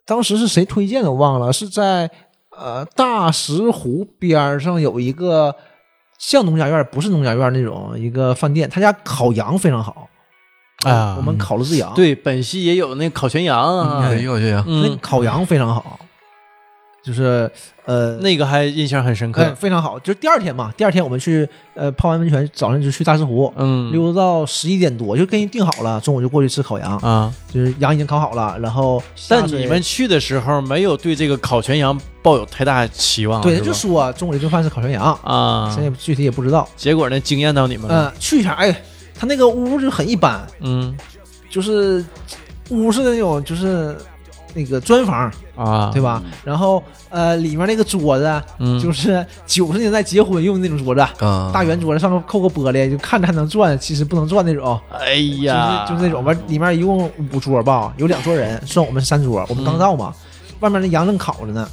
[SPEAKER 4] 当时是谁推荐的我忘了，是在呃大石湖边儿上有一个像农家院儿，不是农家院儿那种一个饭店，他家烤羊非常好
[SPEAKER 3] 啊，
[SPEAKER 4] 我们烤了只羊，，
[SPEAKER 3] 嗯对本溪也有那烤全羊啊，
[SPEAKER 6] 哎呦哎呀，
[SPEAKER 4] 那
[SPEAKER 3] 嗯，
[SPEAKER 4] 烤羊非常好，就是呃。
[SPEAKER 3] 那个还印象很深
[SPEAKER 4] 哎
[SPEAKER 3] 刻。
[SPEAKER 4] 非常好，就是第二天嘛。第二天我们去，呃，泡完温泉，早上就去大石湖，
[SPEAKER 3] 嗯
[SPEAKER 4] 溜达到十一点多，就跟人定好了，中午就过去吃烤羊。
[SPEAKER 3] 啊，
[SPEAKER 4] 就是羊已经烤好了，然后下
[SPEAKER 3] 但
[SPEAKER 4] 水
[SPEAKER 3] 你们去的时候没有对这个烤全羊抱有太大期望，
[SPEAKER 4] 对
[SPEAKER 3] 啊是吧
[SPEAKER 4] 就说、啊中午这顿饭是烤全羊，
[SPEAKER 3] 啊
[SPEAKER 4] 现，在具体也不知道。
[SPEAKER 3] 结果呢惊艳到你们了。
[SPEAKER 4] 嗯，去一下，哎，他那个屋就很一般，
[SPEAKER 3] 嗯
[SPEAKER 4] 就是屋是那种就是那个砖房，
[SPEAKER 3] 啊，
[SPEAKER 4] 对吧？然后呃，里面那个桌子
[SPEAKER 3] 嗯，
[SPEAKER 4] 就是九十年代结婚用的那种桌子，
[SPEAKER 6] 啊，
[SPEAKER 4] 大圆桌子上面扣个玻璃，就看着还能转，其实不能转那种。
[SPEAKER 3] 哎
[SPEAKER 4] 就是
[SPEAKER 3] 呀，
[SPEAKER 4] 就是那种完，里面一共五桌吧，有两桌人，算我们是三桌，我们刚到嘛，
[SPEAKER 3] 嗯
[SPEAKER 4] 外面那羊正烤着呢。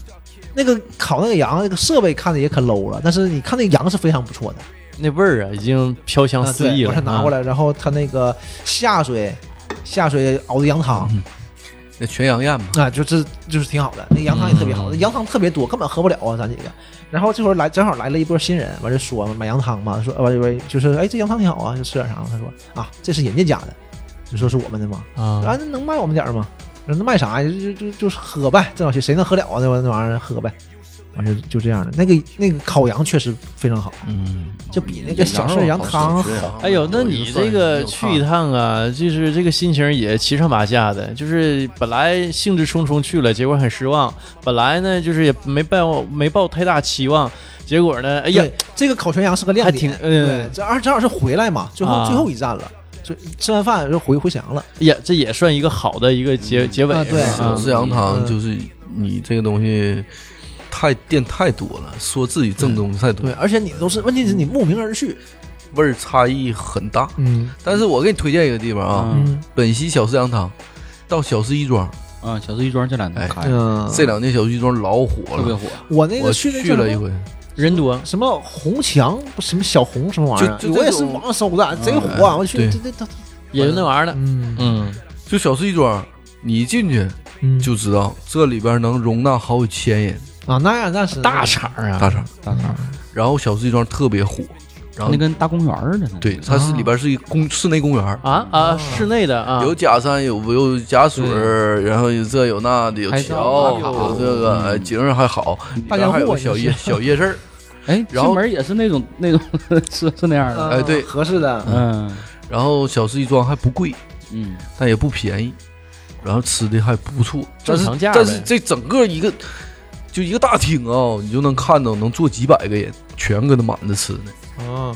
[SPEAKER 4] 那个烤那个羊，那个设备看着也可 low 了，但是你看那羊是非常不错的。
[SPEAKER 3] 那味儿啊，已经飘香
[SPEAKER 4] 啊，
[SPEAKER 3] 四
[SPEAKER 4] 对，
[SPEAKER 3] 溢
[SPEAKER 4] 我
[SPEAKER 3] 了。嗯
[SPEAKER 4] 是拿过来，然后它那个下水下水熬的羊汤
[SPEAKER 3] 嗯
[SPEAKER 6] 那全羊宴嘛，
[SPEAKER 4] 啊，就是就是挺好的，那羊汤也特别好，
[SPEAKER 3] 嗯
[SPEAKER 4] 那羊汤特别多，根本喝不了啊，咱几个。然后这会儿来正好来了一波新人，完就说嘛买羊汤嘛，说完完就是哎这羊汤挺好啊，就吃点啥嘛。他说啊这是人家家的，就说是我们的嘛，
[SPEAKER 3] 啊
[SPEAKER 4] 啊，那能卖我们点儿吗？那卖啥呀？就就就就是喝呗，这东西谁能喝了啊？那玩那玩意儿喝呗，完就就这样的。那个那个烤羊确实非常好，
[SPEAKER 6] 嗯，
[SPEAKER 4] 就比那个小涮羊汤好。
[SPEAKER 3] 哎呦，那你这个去一趟啊，就是这个心情也七上八下的，就是本来兴致冲冲去了，结果很失望；本来呢，就是也没抱没抱太大期望，结果呢，哎
[SPEAKER 4] 哎
[SPEAKER 3] 呀，，
[SPEAKER 4] 这个烤全羊是个亮
[SPEAKER 3] 还挺
[SPEAKER 4] 点。
[SPEAKER 3] 嗯
[SPEAKER 4] 对，这二正好是回来嘛，最后、
[SPEAKER 3] 啊
[SPEAKER 4] 最后一站了，就吃完饭就回回沈阳了。
[SPEAKER 3] 哎呀，这也算一个好的一个结结尾
[SPEAKER 4] 啊，对
[SPEAKER 3] 是吧
[SPEAKER 6] 小
[SPEAKER 3] 啊
[SPEAKER 6] 吃羊汤
[SPEAKER 4] 嗯
[SPEAKER 6] 就是你这个东西太店太多了，说自己正宗太多
[SPEAKER 4] 对，，而且你都是问题是你慕名而去。
[SPEAKER 6] 味儿差异很大。
[SPEAKER 4] 嗯
[SPEAKER 6] 但是我给你推荐一个地方啊，
[SPEAKER 5] 嗯
[SPEAKER 4] 嗯
[SPEAKER 6] 本溪小吃羊汤，到小吃亦庄，
[SPEAKER 5] 啊，小吃一庄这两
[SPEAKER 6] 哎
[SPEAKER 5] 天开
[SPEAKER 4] 嗯，
[SPEAKER 6] 这两年小吃亦庄老火
[SPEAKER 5] 特别
[SPEAKER 6] 了，
[SPEAKER 5] 火，
[SPEAKER 4] 我那
[SPEAKER 6] 我
[SPEAKER 4] 个那
[SPEAKER 6] 去
[SPEAKER 4] 叫
[SPEAKER 6] 了
[SPEAKER 4] 什
[SPEAKER 6] 一
[SPEAKER 4] 么
[SPEAKER 6] 回，
[SPEAKER 3] 人多，
[SPEAKER 4] 什么红墙，不什么小红什么玩意
[SPEAKER 6] 就
[SPEAKER 4] 儿，
[SPEAKER 6] 就
[SPEAKER 4] 我也
[SPEAKER 6] 这
[SPEAKER 4] 是
[SPEAKER 6] 种
[SPEAKER 4] 网上搜的，贼火、啊
[SPEAKER 6] 嗯
[SPEAKER 4] 我去，
[SPEAKER 6] 对
[SPEAKER 4] 这这这，
[SPEAKER 3] 也就那玩意儿了。
[SPEAKER 4] 嗯
[SPEAKER 3] 嗯，
[SPEAKER 6] 就小吃亦庄，你一进去
[SPEAKER 4] 嗯
[SPEAKER 6] 就知道这里边能容纳好几千人，
[SPEAKER 4] 啊，那样那是
[SPEAKER 3] 大厂啊，
[SPEAKER 6] 大厂。
[SPEAKER 5] 大肠
[SPEAKER 6] 然后小吃亦庄特别火，然后
[SPEAKER 5] 那跟大公园儿似的。
[SPEAKER 6] 对，它是里边是一公室内公园儿，
[SPEAKER 3] 啊啊，室内的啊，
[SPEAKER 6] 有假山，有有假水儿，然后有这有那的，有
[SPEAKER 5] 拍
[SPEAKER 6] 桥，
[SPEAKER 5] 照
[SPEAKER 6] 有这个
[SPEAKER 3] 嗯
[SPEAKER 6] 哎景儿还好，
[SPEAKER 4] 大家
[SPEAKER 6] 然后还有
[SPEAKER 4] 伙
[SPEAKER 6] 个小
[SPEAKER 4] 你
[SPEAKER 6] 夜小夜市儿，
[SPEAKER 5] 哎，
[SPEAKER 6] 然后
[SPEAKER 5] 进门也是那 种那种是是那样的。
[SPEAKER 6] 哎对
[SPEAKER 4] 呃合适的，
[SPEAKER 5] 嗯
[SPEAKER 6] 然后小吃一庄还不贵，
[SPEAKER 5] 嗯，
[SPEAKER 6] 但也不便宜，然后吃的还不错，
[SPEAKER 3] 正
[SPEAKER 6] 但是
[SPEAKER 3] 常价
[SPEAKER 6] 但是
[SPEAKER 3] 呗
[SPEAKER 6] 这整个一个就一个大厅啊、你就能看到能坐几百个人，全搁那满着吃呢。
[SPEAKER 4] 嗯，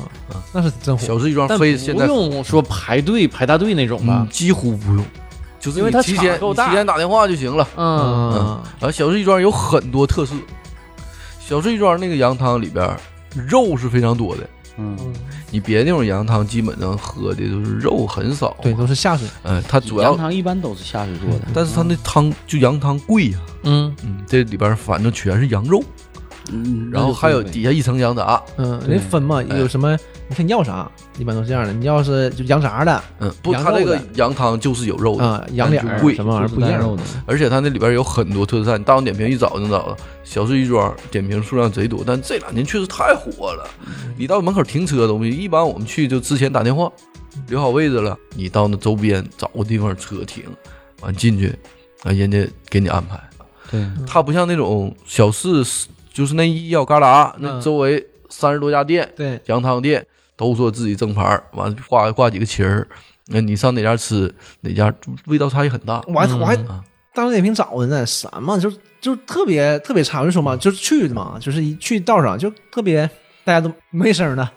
[SPEAKER 4] 那是真火，
[SPEAKER 6] 小吃一庄
[SPEAKER 3] 哦但不
[SPEAKER 6] 非现在
[SPEAKER 3] 用说排队排大队那种吧
[SPEAKER 6] 嗯。几乎不用，就是
[SPEAKER 3] 因为
[SPEAKER 6] 你
[SPEAKER 3] 它
[SPEAKER 6] 提
[SPEAKER 3] 场
[SPEAKER 6] 前
[SPEAKER 3] 够
[SPEAKER 6] 你
[SPEAKER 3] 大
[SPEAKER 6] 提前打电话就行了。
[SPEAKER 3] 嗯
[SPEAKER 4] 嗯，
[SPEAKER 6] 然后小吃一庄有很多特色，小吃一庄那个羊汤里边儿肉是非常多的，
[SPEAKER 5] 嗯，
[SPEAKER 6] 你别那种羊汤基本上喝的都是肉很少。
[SPEAKER 4] 对，，都是下水，
[SPEAKER 6] 嗯，它主
[SPEAKER 5] 羊
[SPEAKER 6] 要，
[SPEAKER 5] 汤一般都是下水做的。
[SPEAKER 6] 但是它那汤就羊汤贵呀、
[SPEAKER 3] 嗯，
[SPEAKER 6] 嗯，这里边儿反正全是羊肉，
[SPEAKER 5] 嗯，
[SPEAKER 6] 然后还有底下一层羊杂，
[SPEAKER 4] 嗯，人分嘛，
[SPEAKER 6] 哎
[SPEAKER 4] 有什么你看你要啥，一般都是这样的，你要是就羊杂的，
[SPEAKER 6] 嗯，不，
[SPEAKER 4] 羊
[SPEAKER 6] 它这
[SPEAKER 4] 肉
[SPEAKER 6] 个
[SPEAKER 4] 的
[SPEAKER 6] 羊汤就是有肉
[SPEAKER 5] 嗯
[SPEAKER 6] 的，
[SPEAKER 4] 啊，羊脸儿
[SPEAKER 6] 贵
[SPEAKER 4] 什么玩意儿不一样，
[SPEAKER 5] 的，
[SPEAKER 6] 而且它那里边有很多特色菜，你大众点评一找就能找到。小吃一庄点评数量贼多，但这两年确实太火了。你到门口停车都没，一般我们去就之前打电话，留好位置了，你到那周边找个地方车停，完进去，啊，人家给你安排。
[SPEAKER 5] 对，
[SPEAKER 6] 它不像那种小市，就是那一咬旮旯，那
[SPEAKER 4] 嗯
[SPEAKER 6] 周围三十多家店，
[SPEAKER 4] 对，
[SPEAKER 6] 羊汤店都说自己正牌儿，完了挂挂几个旗儿。那你上哪家吃哪家味道差异很大，
[SPEAKER 4] 我还我还
[SPEAKER 6] 啊
[SPEAKER 4] 大众点评找的呢，什么就就特 别特别差，我就说嘛，就是去的嘛，就是一去道上就特别大家都没声儿的，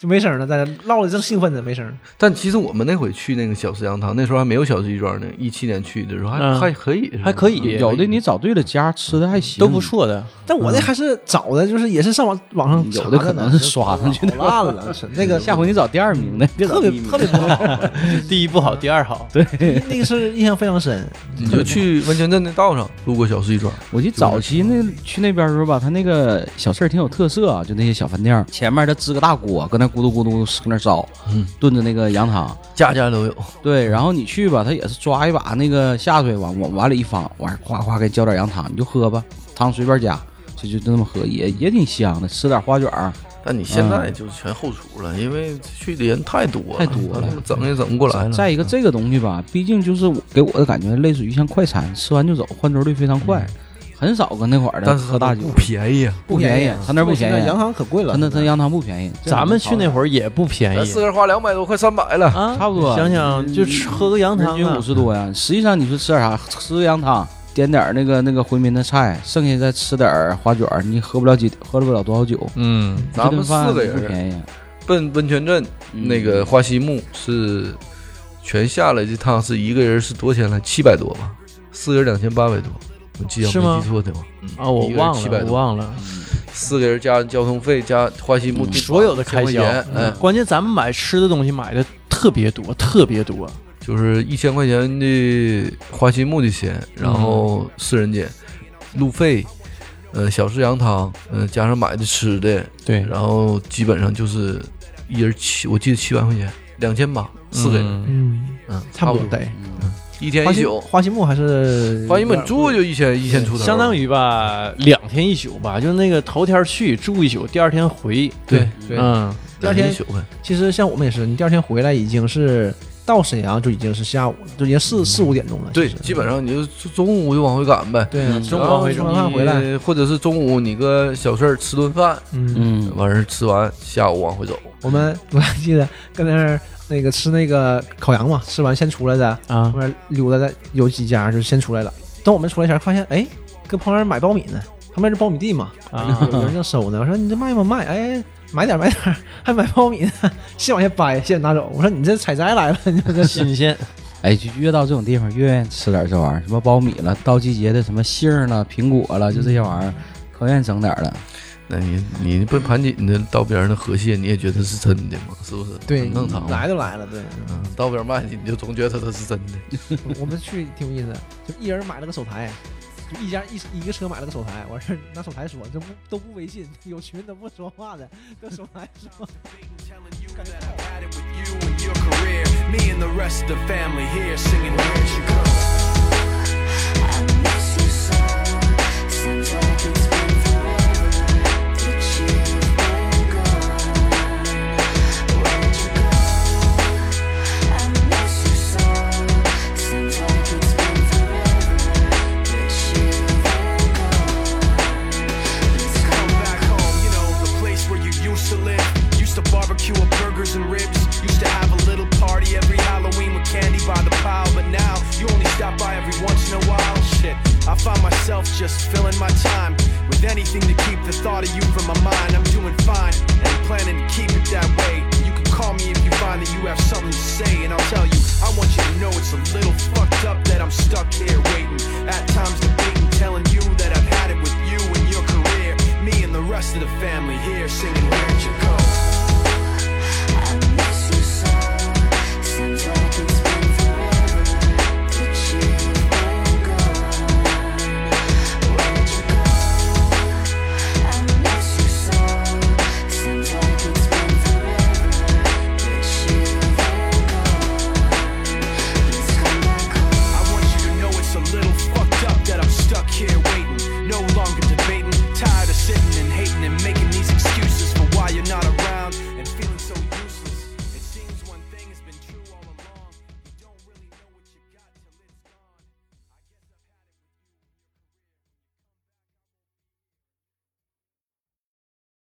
[SPEAKER 4] 就没声儿了，在那唠的正兴奋呢，没声儿。
[SPEAKER 6] 但其实我们那回去那个小石羊汤，那时候还没有小西庄呢，一七年去的时候还、
[SPEAKER 3] 嗯
[SPEAKER 6] 还可以是嗯吧，
[SPEAKER 3] 还可以
[SPEAKER 5] 有的你找对了家，吃的还行，
[SPEAKER 3] 都不。错的。
[SPEAKER 4] 但我那还是找的，就是也是上网网上
[SPEAKER 5] 嗯有的
[SPEAKER 4] 查
[SPEAKER 5] 可能
[SPEAKER 4] 呢
[SPEAKER 5] 是刷上去的
[SPEAKER 4] 老烂了，是那个
[SPEAKER 5] 下 回你找第二名的，别找
[SPEAKER 4] 特别
[SPEAKER 5] 第一名
[SPEAKER 4] 特别不好，
[SPEAKER 3] 第一不好，第二好。
[SPEAKER 4] 那个是印象非常深。
[SPEAKER 6] 你就去温泉镇那道上路过小西庄，
[SPEAKER 5] 我记得早期那去那边的时候吧，他那个小吃儿挺有特色啊，就那些小饭店儿，前面他支个大锅，搁那咕嘟咕嘟搁那烧，
[SPEAKER 6] 嗯
[SPEAKER 5] 炖着那个羊汤。
[SPEAKER 6] 家家都有。
[SPEAKER 5] 对，然后你去吧，他也是抓一把那个下水往往碗里一放，完夸夸给你浇点羊汤，你就喝吧，汤随便加，就就那么喝，也也挺香的。吃点花卷儿，
[SPEAKER 6] 但你现在就是全后厨了，因为去的人嗯太多了，
[SPEAKER 5] 太多了
[SPEAKER 6] 整也整不过来了。
[SPEAKER 5] 再一个这个东西吧，毕竟就是我给我的感觉类似于像快餐，吃完就走，换桌率非常快，很少搁那块儿的
[SPEAKER 6] 但是
[SPEAKER 5] 喝大酒
[SPEAKER 6] 不，便宜啊，
[SPEAKER 5] 不便宜，他那儿不
[SPEAKER 4] 现
[SPEAKER 5] 便
[SPEAKER 4] 在
[SPEAKER 3] 啊
[SPEAKER 5] 宜，啊
[SPEAKER 4] 洋行可贵了，
[SPEAKER 5] 他那他羊汤不便宜。
[SPEAKER 3] 咱们去那会儿也不便
[SPEAKER 5] 啊
[SPEAKER 6] 咱
[SPEAKER 3] 宜
[SPEAKER 6] 四个人花两百多，快三百了。
[SPEAKER 3] 呃啊，
[SPEAKER 5] 差不多
[SPEAKER 3] 想想就吃喝个羊
[SPEAKER 5] 人
[SPEAKER 3] 汤
[SPEAKER 5] 均
[SPEAKER 3] 啊
[SPEAKER 5] 五，十多呀。实际上你说吃点啥？吃个羊汤，点点儿那个那个回民的菜，剩下再吃点儿花卷儿，你喝不了几喝不了多少酒。
[SPEAKER 3] 嗯，
[SPEAKER 6] 咱们四个
[SPEAKER 5] 这顿饭不
[SPEAKER 6] 人
[SPEAKER 5] 便宜，
[SPEAKER 6] 奔温泉镇，
[SPEAKER 5] 嗯
[SPEAKER 6] 那个花溪木是全下来这趟是一个人是多少钱来？七百多吧，四个人两千八百多，我记得
[SPEAKER 3] 是
[SPEAKER 6] 没
[SPEAKER 3] 吗
[SPEAKER 6] 记错对吧？嗯
[SPEAKER 3] 啊，我
[SPEAKER 6] 一个人
[SPEAKER 3] 忘
[SPEAKER 6] 700
[SPEAKER 3] 了，
[SPEAKER 6] 多
[SPEAKER 3] 我忘了，嗯
[SPEAKER 6] 四个人加上交通费加花溪木地方
[SPEAKER 3] 所有的开
[SPEAKER 6] 1000
[SPEAKER 3] 销
[SPEAKER 6] 块钱，嗯，
[SPEAKER 3] 关键咱们买吃的东西买的特别多，特别多，
[SPEAKER 6] 就是一千块钱的花溪木的钱，然
[SPEAKER 3] 嗯
[SPEAKER 6] 后四人间，路费，呃，小吃羊汤，嗯、加上买的吃的，
[SPEAKER 3] 对
[SPEAKER 6] 然后基本上就是一人七，我记得七百块钱，两千八，四个人，嗯，
[SPEAKER 3] 人，
[SPEAKER 4] 嗯，差不多得。
[SPEAKER 6] 一天
[SPEAKER 4] 花
[SPEAKER 6] 一
[SPEAKER 4] 西
[SPEAKER 6] 宿。
[SPEAKER 4] 花西木还是
[SPEAKER 6] 花一本住就一千一千出头，
[SPEAKER 3] 相当于吧两天一宿吧，就那个头天去住一宿，第二天回，
[SPEAKER 6] 对
[SPEAKER 4] 对
[SPEAKER 3] 嗯，
[SPEAKER 4] 第二天
[SPEAKER 6] 一宿呗。
[SPEAKER 4] 其实像我们也是，你第二天回来已经是到沈阳就已经是下午了，就已经四四五点钟了。
[SPEAKER 6] 嗯对，
[SPEAKER 4] 其实
[SPEAKER 6] 基本上你就中午就往回赶呗。
[SPEAKER 4] 对啊，
[SPEAKER 5] 嗯
[SPEAKER 4] 中午回中午饭回来，
[SPEAKER 6] 你，或者是中午你搁小事儿吃顿饭，
[SPEAKER 4] 嗯，
[SPEAKER 5] 嗯，
[SPEAKER 6] 完事儿吃完下午往回走。
[SPEAKER 4] 我们 我还记得跟那儿那个吃那个烤羊嘛，吃完先出来的，
[SPEAKER 3] 啊
[SPEAKER 4] 旁边溜达的有几家就先出来了。等我们出来前发现，哎，跟旁边买苞米呢，旁边是苞米地嘛，
[SPEAKER 3] 啊，
[SPEAKER 4] 有人正收呢。我说你这卖吗卖？哎，买点买点， 还买苞米呢，现往下掰，现拿走。我说你这采摘来了，你这这
[SPEAKER 3] 新鲜，
[SPEAKER 5] 哎，就越到这种地方越愿意吃点这玩意儿，什么苞米了，到季节的什么杏儿了、苹果了，就这些玩意儿，可愿意整点儿了。
[SPEAKER 6] 那你你不盘锦的到边上的河蟹，你也觉得是真的吗？是不是？
[SPEAKER 4] 对
[SPEAKER 6] 很正常。啊
[SPEAKER 4] 来都来了，对。
[SPEAKER 6] 嗯，到边卖去，你就总觉得它是真的。
[SPEAKER 4] 我们去挺有意思的，就一人买了个手台，就一家一一个车买了个手台，完事儿拿手台说，这不都不微信，有群都不说话的，都手台说。
[SPEAKER 2] telling you that I've had it with you and your career. Me and the rest of the family here singing Where'd You Go?
[SPEAKER 1] I miss you so. Seems like it's been forever that you've been gone. Where'd you go? I miss you so. Seems like it's been forever that you've been gone. Please come
[SPEAKER 2] Come back home, you know, the place where you used to live. Used to barbecue with burgers and ribs. Used to have a little party every Halloween with candy by the pile. But now, you only stop by every once in a while. Shit, I find myself just filling my time with anything to keep the thought of you from my mind. I'm doing fine, and I'm planning to keep it that way.